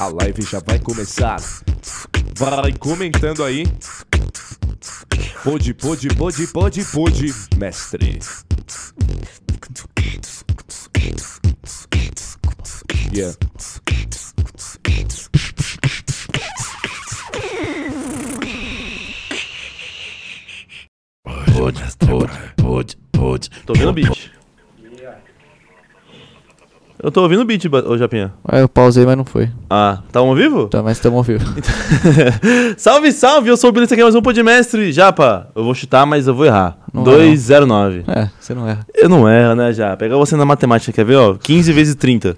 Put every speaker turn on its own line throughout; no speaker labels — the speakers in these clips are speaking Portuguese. A live já vai começar. Vai comentando aí. Pode, pode, pode, pode, pode, mestre. Yeah.
Pode, pode, pode, pode.
Tô ouvindo o beat. Eu tô ouvindo o beat, ba- ô Japinha.
Ah, eu pausei, mas não foi.
Ah, tá ao vivo?
Tá, mas estamos ao vivo.
salve, salve! Eu sou o Billy, isso aqui é mais um Podmestre. Japa, eu vou chutar, mas eu vou errar.
Não
209.
É, você não erra.
Eu não erro, né, Japa? Pega você na matemática, quer ver, ó? 15 vezes 30.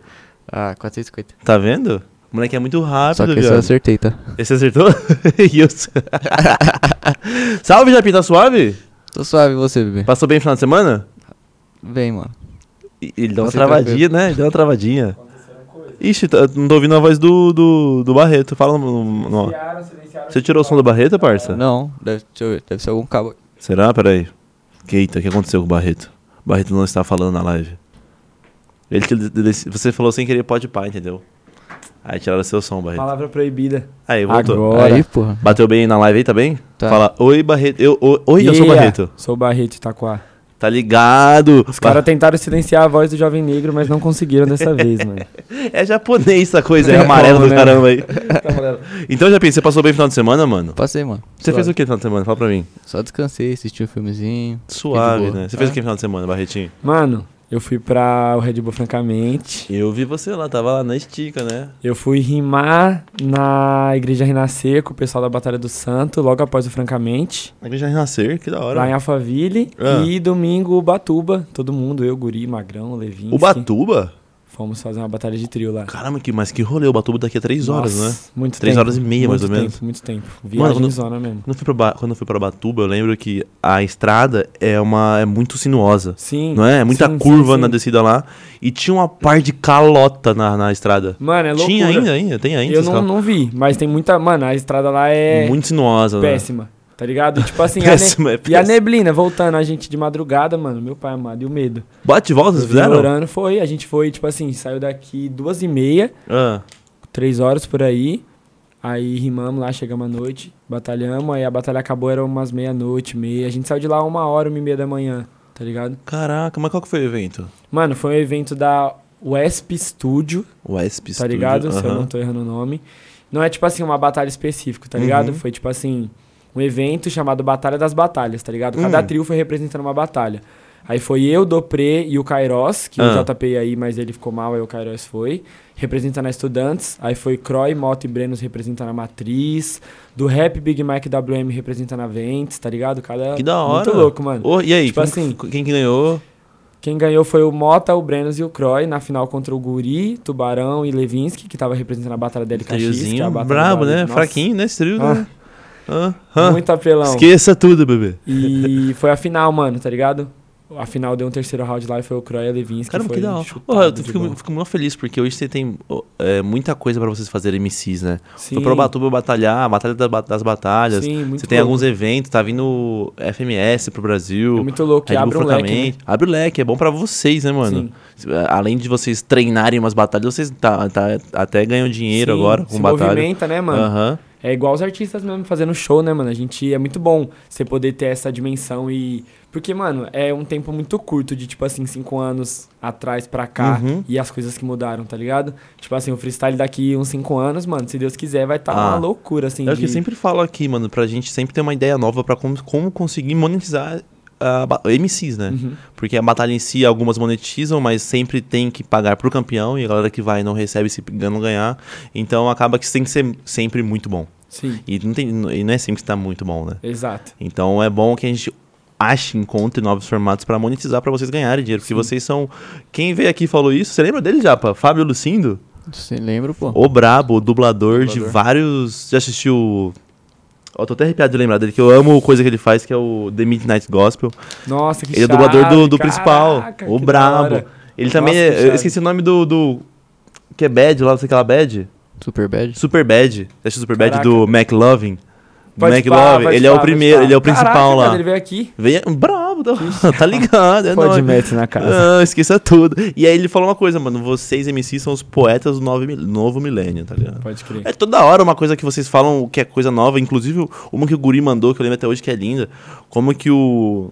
Ah, 450.
Tá vendo? O moleque é muito
Só
rápido,
que esse eu
viado.
acertei, tá?
Esse acertou? E eu- salve, Japinha, tá suave?
Tô suave, e você, bebê.
Passou bem o final de semana?
Bem, mano.
E- Ele deu uma
Você
travadinha, né? Ele deu uma travadinha. Ixi, tá- não tô ouvindo a voz do, do, do Barreto. Fala no, no- no- Você tirou o som do Barreto, parça?
Não, deve, deixa eu ver, deve ser algum cabo.
Será? Peraí. Que- Eita, o que aconteceu com o Barreto? O Barreto não está falando na live. Ele te- de- de- você falou sem querer pode pá, entendeu? Aí tiraram seu som, Barreto.
Palavra proibida.
Aí, voltou.
Agora.
Aí, porra.
Bateu bem na live aí, tá bem?
Tá.
Fala, oi, Barreto. Eu, o- oi, eu sou o
Yeah,
Barreto.
ah, Sou Barreto Itaquá.
Tá ligado?
Os caras tentaram silenciar a voz do jovem negro, mas não conseguiram dessa vez, mano.
É japonês essa coisa aí,
Não tem
amarela
como,
do
né?
caramba aí. então, Japinho, você passou bem o final de semana, mano?
Passei, mano.
Você fez
Suave.
o que no final de semana? Fala pra mim.
Só descansei, assisti um filmezinho.
Suave,
boa.
né? Você fez
Ah.
o que no final de semana, Barretinho?
Mano, eu fui pra o Red Bull, francamente.
Eu vi você lá, tava lá na estica, né?
Eu fui rimar na Igreja Renascer com o pessoal da Batalha do Santo, logo após o Francamente,
Na igreja Renascer, que da hora.
lá em Alphaville.
Ah.
E domingo, Ubatuba. Todo mundo, eu, Guri, Magrão, Levinho.
Ubatuba?
Fomos fazer uma batalha de trio lá.
Caramba, que, mas que rolê. Ubatuba daqui a três horas, né?
Nossa, Muito
Três
tempo.
horas e meia, mais
muito
ou
tempo,
menos.
Muito tempo. Viagem
quando-
zona mesmo.
Quando eu, fui pra Ba- quando eu fui pra Ubatuba, eu lembro que a estrada é uma é muito sinuosa.
Sim.
Não é? É muita
sim, sim,
curva
sim.
na descida lá. E tinha uma par de calota na, na estrada.
Mano, é loucura.
tinha ainda, ainda, tem ainda.
Eu
essas
não,
calotas.
não vi, mas tem muita. Mano, a estrada lá é
Muito sinuosa, né?
péssima. Tá ligado? E, tipo assim,
Péssima,
a
é
ne... e a
péssima.
neblina voltando, a gente de madrugada, mano, meu pai amado, e o medo.
Bate e volta, vocês fizeram?
Orando foi, a gente foi, tipo assim, saiu daqui duas e meia,
Ah,
três horas por aí. Aí rimamos lá, chegamos à noite, batalhamos, aí a batalha acabou, era umas meia-noite, meia. A gente saiu de lá uma hora, uma e meia da manhã, tá ligado?
caraca, mas qual que foi o evento?
Mano, foi um evento da Wesp Studio,
O ESP
tá ligado? Se eu não tô errando o nome. Não é tipo assim uma batalha específica, tá
Uhum.
ligado? Foi tipo assim, um evento chamado Batalha das Batalhas, tá ligado?
Hum.
Cada trio foi representando uma batalha. Aí foi eu, Dopré e o Kairos, que
Ah.
o JP ia aí, mas ele ficou mal, aí o Kairos foi, representando a Estudantes. Aí foi Croy, Mota e Brenos representando a Matriz. Do Rap Big Mike WM representando a Ventes, tá ligado? Cada...
Que da hora.
Muito louco, mano.
Ô, e aí,
Tipo
quem,
assim-
quem que ganhou?
Quem ganhou foi o Mota, o Brenos e o Croy na final contra o Guri, Tubarão e Levinsky, que tava representando a batalha dele com a X, que é a
Triozinho
batalha
brabo,
da-
né?
Nossa,
Fraquinho, né? Esse trio, né? Ah, ah.
Muito apelão.
Esqueça tudo, bebê.
E foi a final, mano, tá ligado? A final deu um terceiro round lá e foi o Croy e a Levinsky.
Caramba,
foi
que da hora.
chutado
Porra, eu tô-
de
fico,
bom.
fico muito feliz porque hoje você tem ó, é, muita coisa pra vocês fazerem MCs, né?
Sim,
Foi pra Ubatuba batalhar, a Batalha da- das Batalhas.
sim, muito
você tem
louco.
alguns eventos, tá vindo FMS pro Brasil.
É muito louco, que
Red Bull
abre um leque,
Fortamente. Abre o leque, é bom pra vocês, né, mano?
Sim.
Além de vocês treinarem umas batalhas, vocês tá, tá- até ganham dinheiro
Sim,
agora com
se
batalha.
movimenta, né, mano?
Aham.
É igual os artistas mesmo fazendo show, né, mano? A gente é muito bom você poder ter essa dimensão e. Porque, mano, é um tempo muito curto de, tipo assim, cinco anos atrás pra cá
Uhum.
e as coisas que mudaram, tá ligado? Tipo assim, o freestyle daqui uns cinco anos, mano, se Deus quiser, vai estar
Ah.
uma loucura, assim.
É o que eu
de-
sempre falo aqui, mano, pra gente sempre ter uma ideia nova pra como, como conseguir monetizar a ba- MCs, né? Porque a batalha em si, algumas monetizam, mas sempre tem que pagar pro campeão e a galera que vai não recebe se não ganhar. Então acaba que tem que ser sempre muito bom.
Sim,
E não, tem, e não é sempre que tá muito bom, né?
exato.
Então é bom que a gente ache, encontre novos formatos pra monetizar, pra vocês ganharem dinheiro. Porque vocês são. Quem veio aqui e falou isso, você lembra dele, Japa? Fábio Lucindo?
Você lembra, pô?
O brabo, o dublador, de vários. Já assistiu. Ó, tô até arrepiado de lembrar dele, que eu amo coisa que ele faz, que é o The Midnight Gospel.
Nossa, que
ele é dublador do,
chave,
do principal.
caraca,
O
que da
brabo.
hora.
Ele
Nossa,
também
que
é. Eu
chave.
esqueci o nome do. do que é Bad lá, não sei o que lá, Bad?
Super bad.
Super Bad. Você assistiu Super Bad
Caraca.
do McLovin? O Mac Love, ele é o primeiro, ele é o principal lá.
Ele veio aqui.
Vem, brabo, tá, tá ligado, é
Pode
nóis.
mete na casa.
Ah, esqueça tudo. E aí ele falou uma coisa, mano. Vocês, MCs, são os poetas do novo, mil- novo milênio, tá ligado?
Pode crer.
É toda hora uma coisa que vocês falam que é coisa nova. Inclusive, uma que o Guri mandou, que eu lembro até hoje que é linda. Como que o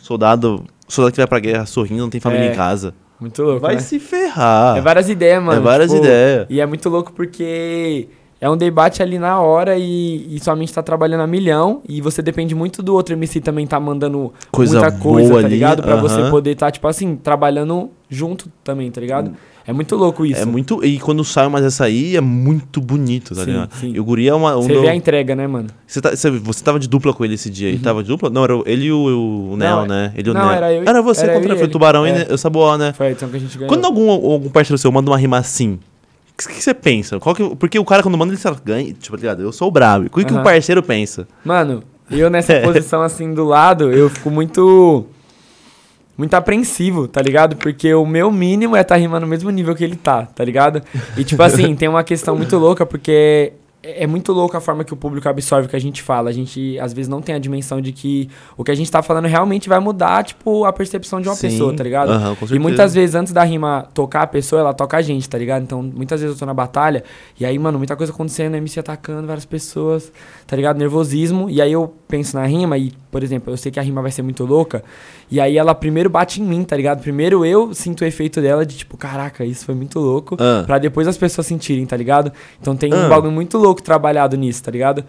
soldado. Soldado que vai pra guerra sorrindo, não tem família
É.
em casa.
Muito louco.
Vai
né?
se ferrar.
É várias ideias, mano.
É várias ideias.
E é muito louco porque é um debate ali na hora e, e sua mente tá trabalhando a milhão. E você depende muito do outro MC também tá mandando
Coisa
muita coisa,
boa
tá
ali,
ligado? Pra você
aham.
poder tá, tipo assim, trabalhando junto também, tá ligado? É muito louco isso.
Hum. É muito. E quando sai mais essa aí, é muito bonito, tá
Sim,
ligado?
sim.
E o Guri é uma. um
Você
do-
vê a entrega, né, mano?
Você, tá- você- você tava de dupla com ele esse dia? Ele tava de dupla? Não, era o- ele e o, o Neo,
Não, é-
né? Ele e o
não,
Neo.
era eu e-
Era você
era eu
contra
e
foi o
ele.
Tubarão
É.
e ne- o Saboó, né?
Foi a edição que a gente ganhou.
Quando algum, algum parceiro seu manda uma rima assim, o que, que você pensa? Qual que- porque o cara quando manda ele fala, ganha, tipo, tá ligado? Eu sou o brabo. O que, que
Aham.
o parceiro pensa?
Mano, eu nessa posição assim do lado, eu fico muito. Muito apreensivo, tá ligado? Porque o meu mínimo é tá rimando no mesmo nível que ele tá, tá ligado? E tipo assim, tem uma questão muito louca, porque é é muito louca a forma que o público absorve o que a gente fala. A gente às vezes não tem a dimensão de que o que a gente tá falando realmente vai mudar, tipo, a percepção de uma
Sim.
pessoa, tá ligado?
Aham, com
e
certeza.
muitas vezes antes da rima tocar a pessoa, ela toca a gente, tá ligado? Então muitas vezes eu tô na batalha e aí, mano, muita coisa acontecendo, MC atacando várias pessoas, tá ligado? Nervosismo. E aí eu penso na rima e, por exemplo, eu sei que a rima vai ser muito louca. E aí ela primeiro bate em mim, tá ligado? Primeiro eu sinto o efeito dela de tipo, caraca, isso foi muito louco.
Ah.
Pra depois as pessoas sentirem, tá ligado? Então tem um
Ah.
bagulho muito louco trabalhado nisso, tá ligado?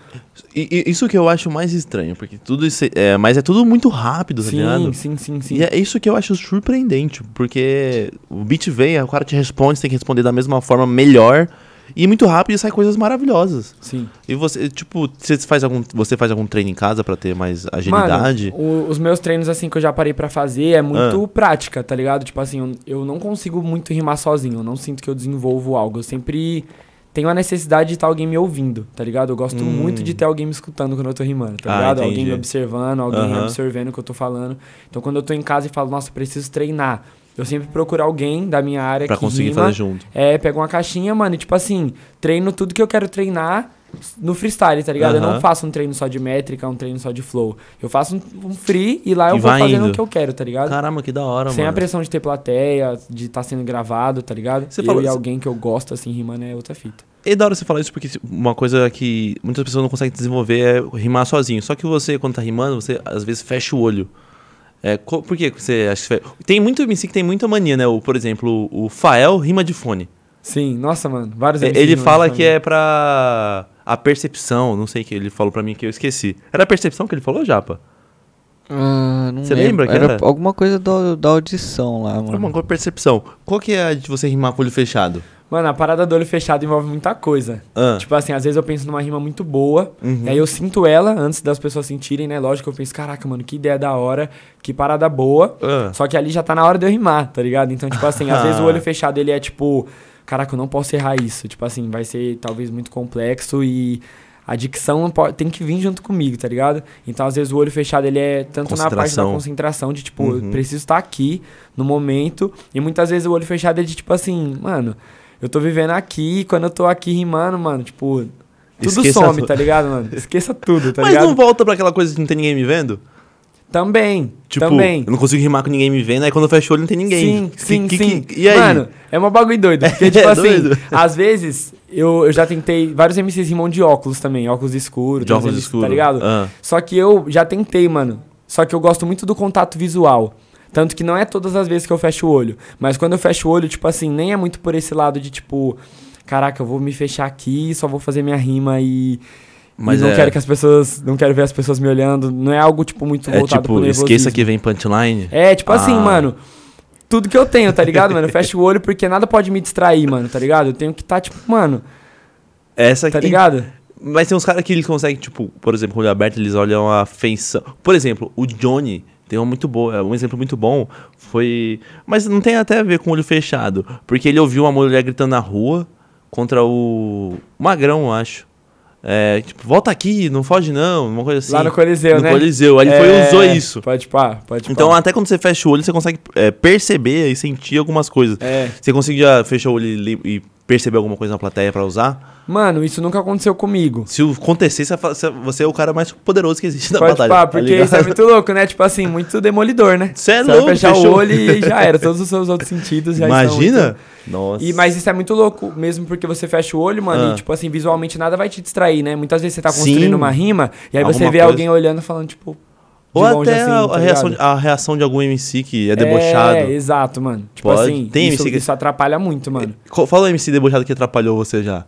E, e isso que eu acho mais estranho, porque tudo isso. É, mas é tudo muito rápido, tá
Sim,
ligado?
sim, sim, sim.
E é isso que eu acho surpreendente, porque o beat vem, aí o cara te responde, você tem que responder da mesma forma, melhor, e muito rápido e sai coisas maravilhosas.
Sim.
E você, tipo, você faz algum, você faz algum treino em casa pra ter mais agilidade? Ah.
Mano, o- os meus treinos, assim, que eu já parei pra fazer é muito prática, tá ligado? Tipo assim, eu, eu não consigo muito rimar sozinho. Eu não sinto que eu desenvolvo algo. Eu sempre tenho a necessidade de estar alguém me ouvindo, tá ligado? Eu gosto
Hum.
muito de ter alguém me escutando quando eu tô rimando, tá
Ah,
ligado? Alguém
entendi.
me observando, alguém
Aham.
absorvendo o que eu tô falando. Então, quando eu tô em casa e falo, nossa, eu preciso treinar, eu sempre procuro alguém da minha área
pra
que
conseguir
rima,
fazer junto.
é, pego uma caixinha, mano, e tipo assim, treino tudo que eu quero treinar no freestyle, tá ligado? Eu não
Aham.
faço um treino só de métrica, um treino só de flow. Eu faço um, um free e lá eu
E
vou
vai
fazendo
indo.
o que eu quero, tá ligado?
Caramba, que da hora,
Sem a
mano.
pressão de ter plateia, de estar sendo gravado, tá ligado?
Você
eu
falou-
e alguém que eu gosto, assim, rimando é outra fita.
E da hora você falar isso porque tipo, uma coisa que muitas pessoas não conseguem desenvolver é rimar sozinho. Só que você, quando tá rimando, você às vezes fecha o olho. É, co- por que você acha que fe- Tem muito MC que tem muita mania, né? O, por exemplo, o Fael rima de fone.
Sim, nossa, mano, vários
É,
MCs
ele
mandam
fala
pra
que
mim.
é pra a percepção, não sei o que ele falou pra mim que eu esqueci. Era a percepção que ele falou, Japa?
Ah, não
Você
lembro.
lembra que
era?
era? Tá
alguma coisa do, da audição lá, mano.
Foi uma coisa, percepção. Qual que é a de você rimar com o olho fechado?
Mano, a parada do olho fechado envolve muita coisa.
é- Ah. Uhum.
Tipo assim, às vezes eu penso numa rima muito boa, e aí eu sinto ela antes das pessoas sentirem, né? Lógico, eu penso, caraca, mano, que ideia da hora, que parada boa.
Ah.
Só que ali já tá na hora de eu rimar, tá ligado? Então, tipo assim, às vezes o olho fechado ele é tipo, caraca, eu não posso errar isso. Tipo assim, vai ser talvez muito complexo e a dicção não po- tem que vir junto comigo, tá ligado? Então, às vezes o olho fechado ele é tanto na parte da
Concentração. Uhum.
concentração de tipo, eu preciso estar aqui no momento. E muitas vezes o olho fechado é de tipo assim, mano, eu tô vivendo aqui, e quando eu tô aqui rimando, mano, tipo, tudo
Esqueça
some,
tu-
tá ligado, mano? Esqueça tudo, tá
Mas
ligado?
não volta pra aquela coisa de não tem ninguém me vendo?
Também,
Tipo,
também.
eu não consigo rimar com ninguém me vendo, aí quando eu fecho o olho não tem ninguém.
Sim, sim,
Que- que-
sim.
que- e aí?
Mano, é uma bagulho doido. Porque,
É
tipo assim,
doido.
às vezes, eu, eu já tentei. Vários MCs rimam de óculos também, óculos escuro,
de
tem uns
óculos
MCs,
escuros.
tá ligado?
Ah.
Só que eu já tentei, mano. Só que eu gosto muito do contato visual. Tanto que não é todas as vezes que eu fecho o olho. Mas quando eu fecho o olho, tipo assim, nem é muito por esse lado de tipo. Caraca, eu vou me fechar aqui, só vou fazer minha rima e.
Mas
e não
é-
quero que as pessoas. Não quero ver as pessoas me olhando. Não é algo, tipo, muito
É
voltado pro
tipo, esqueça
nervosismo.
que vem punchline.
É, tipo assim,
Ah.
mano. Tudo que eu tenho, tá ligado, mano? Eu fecho o olho porque nada pode me distrair, mano, tá ligado? Eu tenho que tá, tipo, mano,
Essa
tá
que-
ligado?
Mas tem uns caras que eles conseguem, tipo, por exemplo, com o olho aberto, eles olham a feição. Por exemplo, o Johnny tem uma muito boa, um exemplo muito bom foi. Mas não tem até a ver com o olho fechado. Porque ele ouviu uma mulher gritando na rua contra o. Magrão, eu acho. É, tipo, volta aqui, não foge não, uma coisa assim.
Lá no Coliseu,
no
né?
Coliseu. Aí ele foi e
É, tipo
usou isso.
Pode pá, pode pá.
Então, até quando você fecha o olho, você consegue é, perceber e sentir algumas coisas.
É.
Você conseguia fechar o olho e, li- e perceber alguma coisa na plateia pra usar?
Mano, isso nunca aconteceu comigo.
Se o- acontecer, você fa- você- você é o cara mais poderoso que existe na
Pode
batalha.
pá,
tá
porque
ligado?
isso é muito louco, né? Tipo assim, muito demolidor, né?
Cê é
vai
louco,
fechar
fechou.
o olho e já era. Todos os seus outros sentidos já estão
Imagina?
muito-
Nossa.
então. E, mas isso é muito louco, mesmo porque você fecha o olho, mano,
Ah.
e tipo assim, visualmente nada vai te distrair, né? Muitas vezes você tá construindo
Sim.
uma rima, e aí você
Alguma
vê
coisa.
alguém olhando e falando, tipo. de
Ou
longe
até
assim,
a,
tá
a reação,
ligado?
de- a reação de algum MC que é debochado.
É, exato, mano. Tipo
Pode.
assim,
Tem
isso,
MC que-
isso atrapalha muito, mano.
Qual- Fala o MC debochado que atrapalhou você já.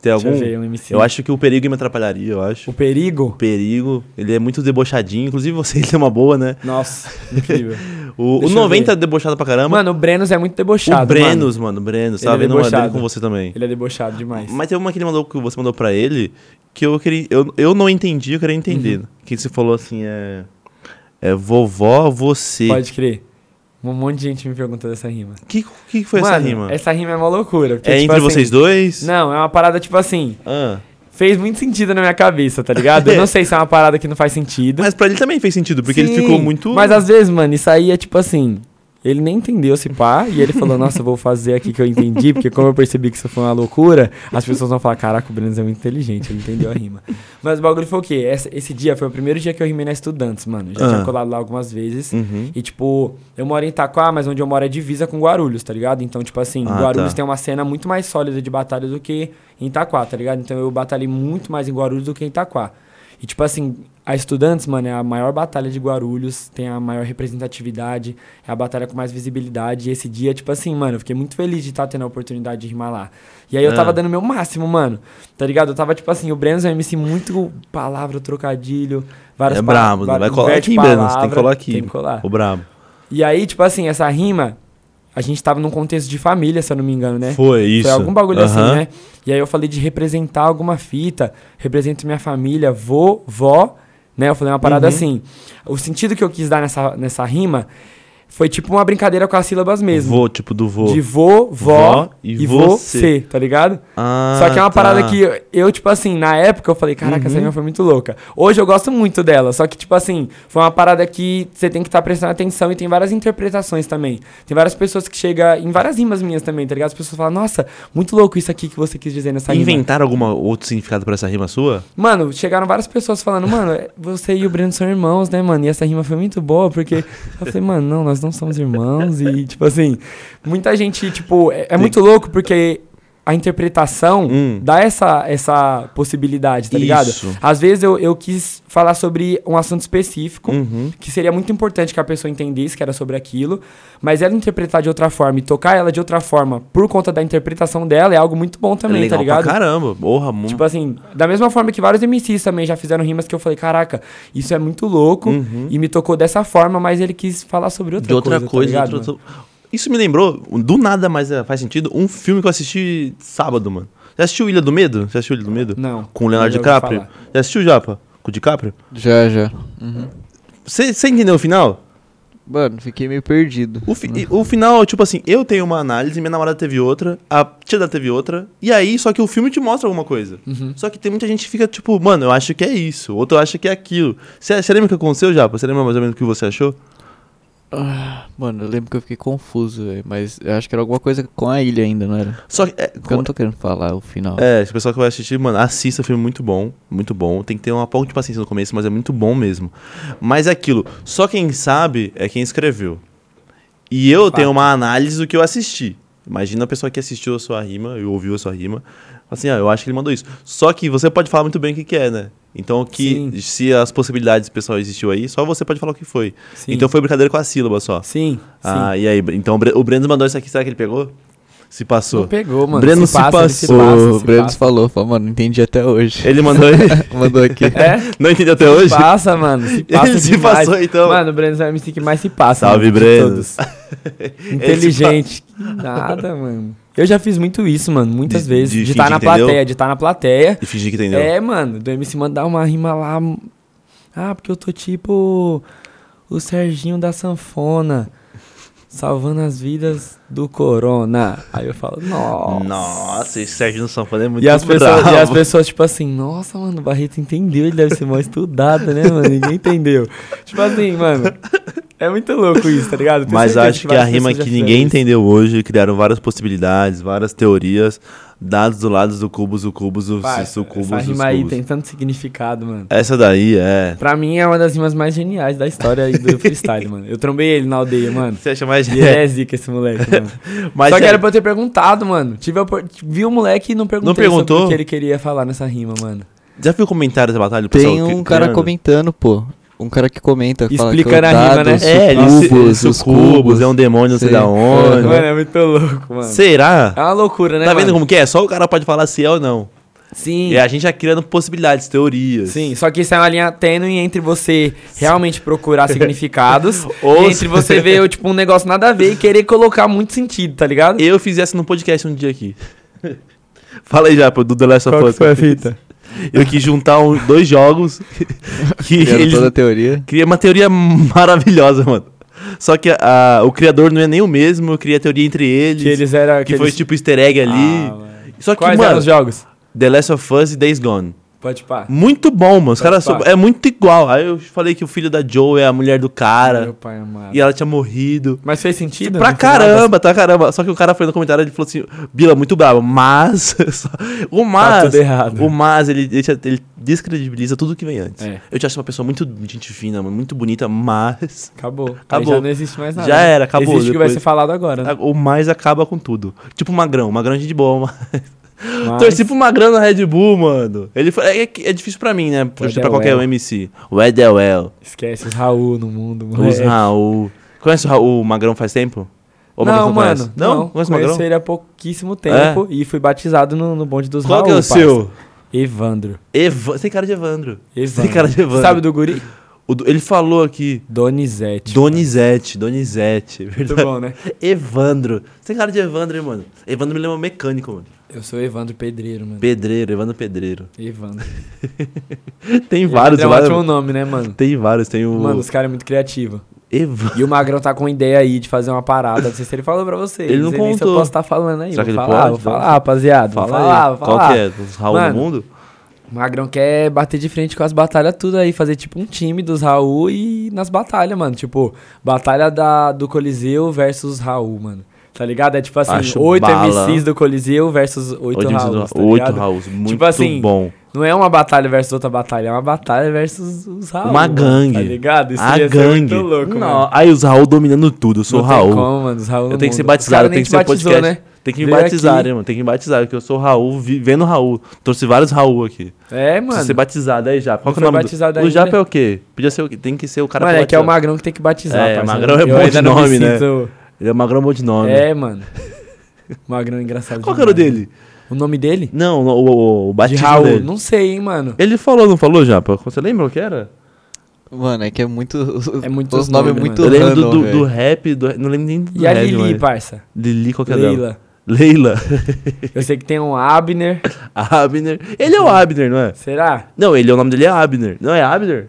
Tem
Deixa
algum?
eu ver, um MC.
Eu acho que o perigo me atrapalharia, eu acho.
O perigo.
O perigo, ele é muito debochadinho. Inclusive, você tem uma boa, né?
Nossa, incrível.
O, o
Deixa eu
90
ver.
é debochado pra caramba.
mano, o Brenos é muito debochado.
o Brenos, mano, Brenos.
Ele
Tava
é
vendo uma dele
debochado.
com você também.
mano. Ele é debochado demais.
Mas teve uma que ele mandou que você mandou pra ele que eu queria. Eu, eu não entendi, eu queria entender.
Uhum.
Que você falou assim, é. É vovó, você.
Pode crer. Um monte de gente me pergunta dessa rima.
Que, que foi essa
Mano,
rima?
Essa rima é uma loucura. porque,
é
tipo
entre
assim,
vocês dois?
Não, é uma parada tipo assim.
Ah.
Fez muito sentido na minha cabeça, tá ligado? Eu não sei se é uma parada que não faz sentido.
Mas pra ele também fez sentido, porque ele
Sim,
ficou muito.
Mas às vezes, mano, isso aí é tipo assim. Ele nem entendeu esse pá, e ele falou, nossa, eu vou fazer aqui que eu entendi, porque como eu percebi que isso foi uma loucura, as pessoas vão falar, caraca, o Brenos é muito inteligente, ele entendeu a rima. Mas o bagulho foi o quê? Essa- Esse, dia foi o primeiro dia que eu rimei na Estudantes, mano. Já
Ah.
tinha colado lá algumas vezes.
Uhum.
E, tipo, eu moro em Itaquá, mas onde eu moro é divisa com Guarulhos, tá ligado? Então, tipo assim,
Ah,
Guarulhos
tá.
tem uma cena muito mais sólida de batalha do que em Itaquá, tá ligado? Então eu batalhei muito mais em Guarulhos do que em Itaquá. E, tipo assim, a Estudantes, mano, é a maior batalha de Guarulhos, tem a maior representatividade, é a batalha com mais visibilidade. E esse dia, tipo assim, mano, eu fiquei muito feliz de estar tendo a oportunidade de rimar lá. E aí eu
Ah.
tava dando meu máximo, mano, tá ligado? Eu tava, tipo assim, o Brenos é um MC muito palavra, trocadilho, várias
É
pala-
brabo, não
va-
vai colar
inverte
aqui, Breno. Você tem que
palavra,
colar aqui.
Tem que colar.
O brabo.
E aí, tipo assim, essa rima, a gente tava num contexto de família, se eu não me engano, né?
Foi isso.
Foi algum bagulho assim,
Aham.
né? E aí eu falei de representar alguma fita, represento minha família, vô, vó, né? Eu falei uma parada
Uhum.
assim. O sentido que eu quis dar nessa, nessa rima foi tipo uma brincadeira com as sílabas mesmo.
Vô, tipo do vô.
De vô, vó,
Vó e
e, você, tá ligado?
Ah,
Só que é uma parada
tá. Uhum.
que eu- eu, tipo assim, na época eu falei, caraca, essa rima foi muito louca. Hoje eu gosto muito dela, só que, tipo assim, foi uma parada que você tem que estar prestando atenção e tem várias interpretações também. Tem várias pessoas que chegam em várias rimas minhas também, tá ligado? As pessoas falam, nossa, muito louco isso aqui que você quis dizer nessa rima.
Inventaram algum outro significado pra essa rima sua?
Mano, chegaram várias pessoas falando, mano, é- você e o Breno são irmãos, né, mano? E essa rima foi muito boa, porque eu falei, mano, não, nós não somos irmãos. E, tipo assim, muita gente, tipo, é, é muito louco porque a interpretação
Hum.
dá essa, essa possibilidade, tá ligado?
Isso.
Às vezes eu, eu quis falar sobre um assunto específico,
Uhum.
que seria muito importante que a pessoa entendesse que era sobre aquilo, mas ela interpretar de outra forma e tocar ela de outra forma por conta da interpretação dela é algo muito bom também,
é legal
tá ligado?
pra caramba. Porra, mu-
Tipo assim, da mesma forma que vários MCs também já fizeram rimas que eu falei, caraca, isso é muito louco e me tocou dessa forma, mas ele quis falar sobre outra
Uhum. de outra
coisa. tá
coisa.
ligado,
de
mano?
outra- Isso me lembrou, do nada, mas é, faz sentido, um filme que eu assisti sábado, mano. Já assistiu Ilha do Medo? Já assistiu Ilha do Medo?
Não,
Com o Leonardo
já ouvi
DiCaprio?
falar.
Já assistiu, Japa? Com o DiCaprio?
Já, já.
Você você entendeu o final?
Mano, fiquei meio perdido.
O, fi- o final, tipo assim, eu tenho uma análise, minha namorada teve outra, a tia dela teve outra, e aí, só que o filme te mostra alguma coisa.
Uhum.
Só que tem muita gente que fica tipo, mano, eu acho que é isso, outro acha que é aquilo. Você você lembra o que aconteceu, Japa? Você lembra mais ou menos o que você achou?
Ah, mano, eu lembro que eu fiquei confuso, velho. Mas eu acho que era alguma coisa com a ilha ainda, não era?
Só que. É,
Porque eu não tô querendo falar o final.
é, o pessoal que vai assistir, mano, assista, filme é muito bom, muito bom. Tem que ter uma pouco de paciência no começo, mas é muito bom mesmo. Mas é aquilo, só quem sabe é quem escreveu. E eu tenho uma análise do que eu assisti. Imagina a pessoa que assistiu a sua rima e ouviu a sua rima. fala Assim, ah, eu acho que ele mandou isso. Só que você pode falar muito bem o que, que é, né? Então, o que,
Sim.
se as possibilidades pessoal existiu aí, só você pode falar o que foi.
Sim.
Então foi brincadeira com a sílaba só.
Sim, sim.
Ah, e aí? Então o Bre- o Breno mandou isso aqui, será que ele pegou? Se passou.
não pegou, mano.
Breno se
passa, ele
passou,
passa,
o
se
Breno
passa.
falou, falou, mano, não entendi até hoje.
Ele mandou ele?
Mandou aqui.
É?
Não entendeu até hoje?
Passa, mano. Se passa
Ele se
demais.
passou, então.
Mano, o Breno é o MC que mais se passa.
Salve,
mano, de
Breno.
todos. Inteligente. Que Nada, mano. Eu já fiz muito isso, mano, muitas
De-
vezes.
de
De estar
fingir,
na
entendeu?
plateia, de estar na plateia.
E fingir que entendeu.
É, mano, do MC mandar uma rima lá. Ah, porque eu tô tipo o Serginho da Sanfona, salvando as vidas do Corona. Aí eu falo, nossa.
Nossa, esse Sérgio no Sanfona é muito
E as, pessoas,
bravo.
e as pessoas, tipo assim, nossa, mano, o Barreto entendeu, ele deve ser mal estudado, né, mano? Ninguém entendeu. Tipo assim, mano, É muito louco isso, tá ligado? Tenho
Mas
certeza
acho que a
várias
rima
pessoas
que
já fizeram
ninguém
isso.
entendeu hoje, criaram várias possibilidades, várias teorias, dados do lado do cubos, o cubos, o
Pai,
cis, o cubos,
Essa
os
rima aí
cubos.
tem tanto significado, mano.
Essa daí é.
Pra mim é uma das rimas mais geniais da história aí do freestyle, mano. Eu trombei ele na aldeia, mano.
Você acha mais.
E ele é zica esse moleque, mano.
Mas
Só que
é-
era pra eu ter perguntado, mano. Tive a opor- Vi o moleque e não perguntei
perguntou?
sobre o que ele queria falar nessa rima, mano.
Já viu comentários da batalha? do
Tem
pessoal
um
cri-
cara
criando?
comentando, pô. Um cara que comenta. fala que
Explicando
os
a rima, né?
dados,
É, eles
Os
se-
cubos,
os
os cubos.
cubos, é um demônio, não sei
Sim.
da onde.
Mano, é muito louco, mano.
Será?
É uma loucura, né,
Tá vendo
mano?
como que é? Só o cara pode falar se é ou não.
Sim.
E a gente já criando possibilidades, teorias.
Sim, só que isso é uma linha tênue entre você realmente procurar significados
Ou
e entre você ver, tipo, um negócio nada a ver e querer colocar muito sentido, tá ligado?
Eu fiz essa no podcast um dia aqui. Fala aí já, pô, do The Last of Us.
fita?
Eu quis juntar um- dois jogos que
Criando
eles
toda a teoria.
Criei uma teoria maravilhosa, mano. Só que a- o criador não é nem o mesmo, eu criei a teoria entre eles.
Que eles eram...
que foi tipo easter egg ali. Só que,
Quais eram
mano,
os jogos?
The Last of Us e Days Gone.
Pode pá.
Muito bom, mano. Os
Pode
caras
pá.
são- é muito igual. Aí eu falei que o filho da Joe é a mulher do
Meu
cara.
pai amado.
E ela tinha morrido.
Mas fez sentido?
Pra
no final
caramba, tá caramba. Só que o cara foi no comentário e falou assim: Bila, muito bravo, mas. o
Tá
mas.
tudo errado.
o mas, ele, ele, te- ele descredibiliza tudo que vem antes.
É.
Eu te acho uma pessoa muito gente fina, mano, muito bonita, mas.
Acabou.
Acabou.
Aí já não existe mais nada.
Já era, acabou.
Existe o que vai
Depois-
ser falado agora, né?
A- O mais acaba com tudo. Tipo o Magrão. O Magrão é gente boa. Mas...
Mas-
Torci pro Magrão na Red Bull, mano. Ele foi... é, é que- é difícil pra mim, né? Torcer pra qualquer
Edel.
MC. O Edelwell,
Esquece os Raul no mundo, mano.
os Raul. Conhece o, Raul, o Magrão faz tempo? Ou o Magrão
Não,
conhece?
mano.
Não,
Não,
conhece
conheço
o Magrão? É.
ele há pouquíssimo tempo e fui batizado no, no bonde dos
Qual
Raul,
que é o
parça.
seu?
Evandro.
Eva... Tem cara de Evandro.
Evandro.
Tem cara de Evandro.
Sabe do guri?
O do- Ele falou aqui.
Donizete.
Donizete, Donizete. é
Muito
Verdade.
bom, né?
Evandro. Tem cara de Evandro, hein, mano? Evandro me lembra um mecânico, mano.
Eu sou Evandro Pedreiro, mano.
Pedreiro, Evandro Pedreiro.
Evandro.
Tem vários,
é um
vários.
ótimo nome, né, mano?
Tem vários, tem o.
Mano, os caras são muito criativos.
Evan.
E o Magrão tá com ideia aí de fazer uma parada. Não sei se ele falou pra vocês.
Ele não
sei nem se eu
contou.
posso estar falando aí.
Será
vou
que ele
falar,
pode?
Vou falar, rapaziada. Vou falar, vou falar.
Qual que é? Os Raul
Mano.
do mundo?
O Magrão quer bater de frente com as batalhas tudo aí, fazer tipo um time dos Raul e nas batalhas, mano. Tipo, batalha da, do Coliseu versus Raul, mano. Tá ligado? É tipo assim,
Acho
oito
bala.
MCs do Coliseu versus oito
Oito
Raul.
Raul.
Tá
Oito
ligado?
Raul. Muito
assim,
bom.
Não é uma batalha versus outra batalha, é uma batalha versus os Raul.
Uma
mano,
gangue.
Tá ligado? Isso
A
ia ser
gangue.
muito louco,
Não,
mano.
Aí os Raul dominando tudo. Eu sou
Não tem
Raul.
como, mano, os Raul
Eu
no
tenho que ser
mundo. Os
batizado,
cara
eu
nem
tenho que
te
ser
batizou,
podcast.
né?
Tem que me
Veio
batizar,
aqui.
hein, mano. Tem que me batizar, porque eu sou Raul, vi- vendo Raul. Trouxe vários Raul aqui.
É,
Preciso
mano.
ser batizado aí, Japa. Qual
Não
que é o
foi
nome?
batizado
do... O
ainda.
Japa é o quê? Podia ser o quê? Tem que ser o cara
Mano, é que é o
batizar.
Magrão que tem que batizar,
É,
parceiro.
Magrão é
Eu
bom
ainda
de
não me
nome, né?
sinto-
Ele é magrão bom de nome.
É, mano. Magrão é engraçado.
Qual que era o
demais.
dele?
O nome dele?
Não, o, o, o
De
batismo
Raul.
dele.
Não sei, hein, mano.
Ele falou, não falou, Japa? Você lembra o que era?
Mano, é que é muito.
É muito
Os nomes
nome,
muito
mano.
Eu lembro é do,
random,
do-
velho.
do rap, do- não lembro nem do
E a
rap,
Lili,
mas-
parça?
Lili, qual que é dela?
Leila.
Leila.
Eu sei que tem um Abner.
Abner. Ele é
Uhum.
o Abner, não é?
Será?
Não, ele, o nome dele é Abner. Não é Abner?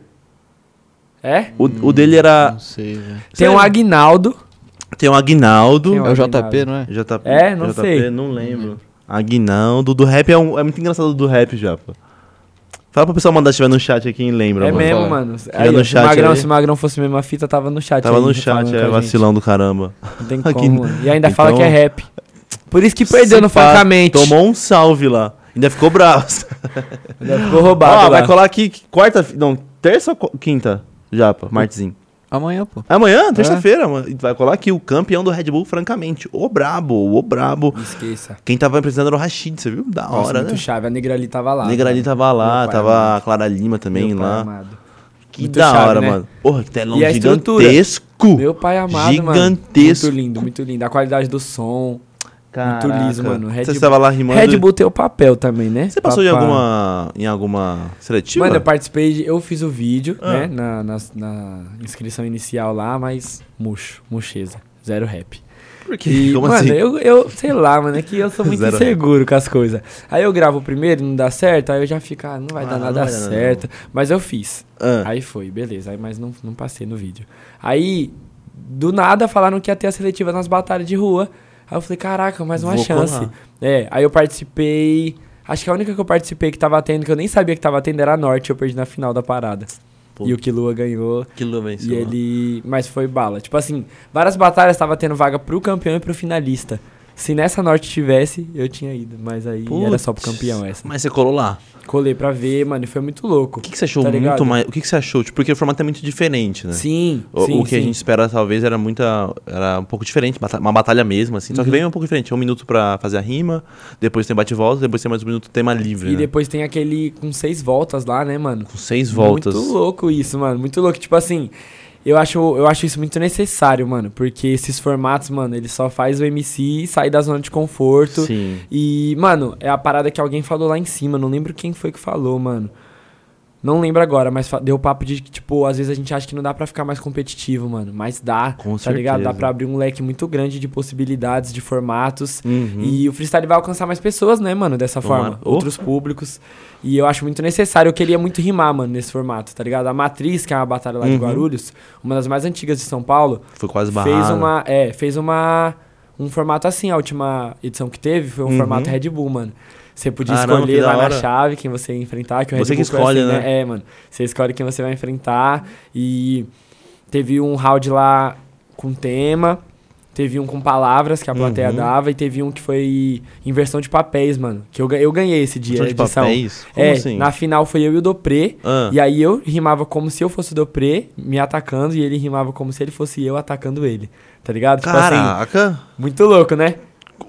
É?
O, o dele era...
Não sei, velho.
Tem um Agnaldo.
Tem o Aguinaldo.
Tem um-
É o JP, não é?
JP,
É, não sei.
não lembro. Aguinaldo. Do rap é, um, é muito engraçado do rap, Japa. Fala pro pessoal mandar se tiver no chat aqui quem lembra,
É
mano.
mesmo,
falar.
mano.
é
Aí,
no
ó, se,
chat
Magrão,
aí.
se Magrão fosse mesmo a fita, tava no chat.
Tava
aí, tá
no
falando
chat,
com a
é
gente.
vacilão do caramba.
Não tem
Aqui.
como. mano. E ainda fala
Então-
que é rap. Por isso que perdeu no
Se pá,
Facamente.
Tomou um salve lá. Ainda ficou bravo.
Ficou
Ó,
roubado
vai
lá.
colar aqui quarta, não, terça ou qu- quinta, Japa, Martezinho.
Amanhã, pô.
É.
Amanhã, terça-feira, mano, e vai colar aqui o campeão do Red Bull, francamente. O brabo, o brabo.
Esqueça.
Quem tava apresentando era o Rashid, você viu? Da
Nossa,
hora,
muito
né?
chave. A Negra ali tava lá.
Negra ali tava lá,
Meu pai
tava
amado.
a Clara Lima também
Meu pai
lá.
amado.
Que
Muito
da
chave,
hora,
né?
mano. Porra, que telão
E a estrutura?
gigantesco.
Meu pai amado,
Gigantesco.
mano. Muito lindo, muito lindo. A qualidade do som.
Caraca.
liso, mano. Red
você
Bull-
tava lá rimando.
Red Bull tem o papel também, né?
Você passou em
Papá.
alguma em alguma seletiva?
Mano, é eu participei, de, eu fiz o vídeo,
Ah.
né, na, na- na inscrição inicial lá, mas murcho, murcheza, zero rap.
Por quê?
E,
Como
mano,
assim?
eu, eu, sei lá, mano, é que eu sou muito
Zero rap.
inseguro com as coisas. Aí eu gravo o primeiro, não dá certo, aí eu já fico, ah, não vai
Ah,
dar
não
nada
vai dar nada,
certo, mas eu fiz.
Ah.
Aí foi, beleza. Aí, mas não, não passei no vídeo. Aí, do nada, falaram que ia ter a seletiva nas batalhas de rua. Aí eu falei, caraca, mais uma
Vou
chance.
colar.
É, aí eu participei. Acho que a única que eu participei que tava tendo, que eu nem sabia que tava tendo, era a Norte. Eu perdi na final da parada.
pô.
E o Kilua ganhou.
que luva
E ele. Mas foi bala. Tipo assim, várias batalhas tava tendo vaga pro campeão e pro finalista. Se nessa norte tivesse, eu tinha ido. Mas aí era só pro campeão é essa.
Mas você colou lá.
Colei pra ver, mano, e foi muito louco.
O que, que você achou
Tá
muito
ligado?
mais. O que, que você achou? Tipo, porque o formato é muito diferente, né?
Sim,
O,
sim,
o que a
sim.
gente espera talvez era muita. Era um pouco diferente, bata- uma batalha mesmo, assim.
Uhum.
Só que bem um pouco diferente. É um minuto pra fazer a rima, depois tem bate-volta, depois tem mais um minuto tema livre.
E
né?
depois tem aquele com seis voltas lá, né, mano?
Com seis voltas.
Muito louco isso, mano. Muito louco. Tipo assim, eu acho, eu acho isso muito necessário, mano. Porque esses formatos, mano, ele só faz o MC sair da zona de conforto.
Sim.
E, mano, é a parada que alguém falou lá em cima. Não lembro quem foi que falou, mano. Não lembro agora, mas fa- deu papo de que, tipo, às vezes a gente acha que não dá pra ficar mais competitivo, mano. Mas dá,
Com
tá ligado? Dá
certeza.
pra abrir um leque muito grande de possibilidades, de formatos.
Uhum.
E o freestyle vai alcançar mais pessoas, né, mano? Dessa
Tomara.
forma.
Oh.
Outros públicos. E eu acho muito necessário. Eu queria muito rimar, mano, nesse formato, tá ligado? A Matriz, que é uma batalha lá de
Uhum.
Guarulhos, uma das mais antigas de São Paulo,
Foi quase barrado.
fez uma. É, fez uma. Um formato assim, a última edição que teve foi um
Uhum.
formato Red Bull, mano. Você podia
Caramba,
escolher
que da
lá na
hora.
chave quem você ia enfrentar. Que o Red
Você que
Bull foi
escolhe,
assim,
né?
É, mano. Você escolhe quem você vai enfrentar. E teve um round lá com tema. Teve um com palavras que a plateia
Uhum.
dava e teve um que foi inversão de papéis, mano. Que eu, ga- eu ganhei esse dia.
Função
a
de
edição.
papéis? Como
É,
assim?
na final foi eu e o Dopré.
Ah.
E aí eu rimava como se eu fosse o Dopré me atacando e ele rimava como se ele fosse eu atacando ele. Tá ligado? Tipo assim,
Caraca!
muito louco, né?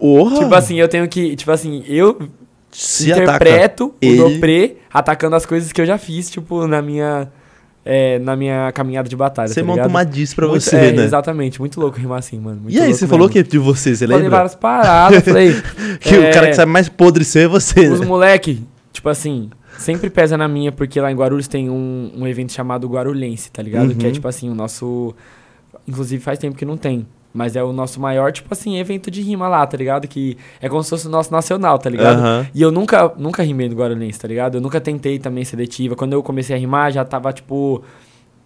Orra!
Tipo assim, eu tenho que. Tipo assim, eu
Ah. se ataca.
interpreto
ele.
o Dopré atacando as coisas que eu já fiz, tipo, na minha. é, na minha caminhada de batalha.
Você
tá
monta
ligado?
uma diz pra
Muito-
você,
é,
né?
Exatamente, muito louco rimar assim, mano. muito
E aí,
louco
você falou o
mesmo.
que é de você? Você
Falei
lembra?
várias paradas, falei.
Que o
é,
cara que sabe mais podre ser é você,
Os
né?
moleque, tipo assim, sempre pesa na minha, porque lá em Guarulhos tem um, um evento chamado Guarulhense, tá ligado? Que é
Uhum.
tipo assim, o nosso. Inclusive faz tempo que não tem. Mas é o nosso maior, tipo assim, evento de rima lá, tá ligado? Que é como se fosse o nosso nacional, tá ligado?
Aham.
E eu nunca, nunca rimei no Guarulhense, tá ligado? Eu nunca tentei também seletiva. Quando eu comecei a rimar, já tava, tipo,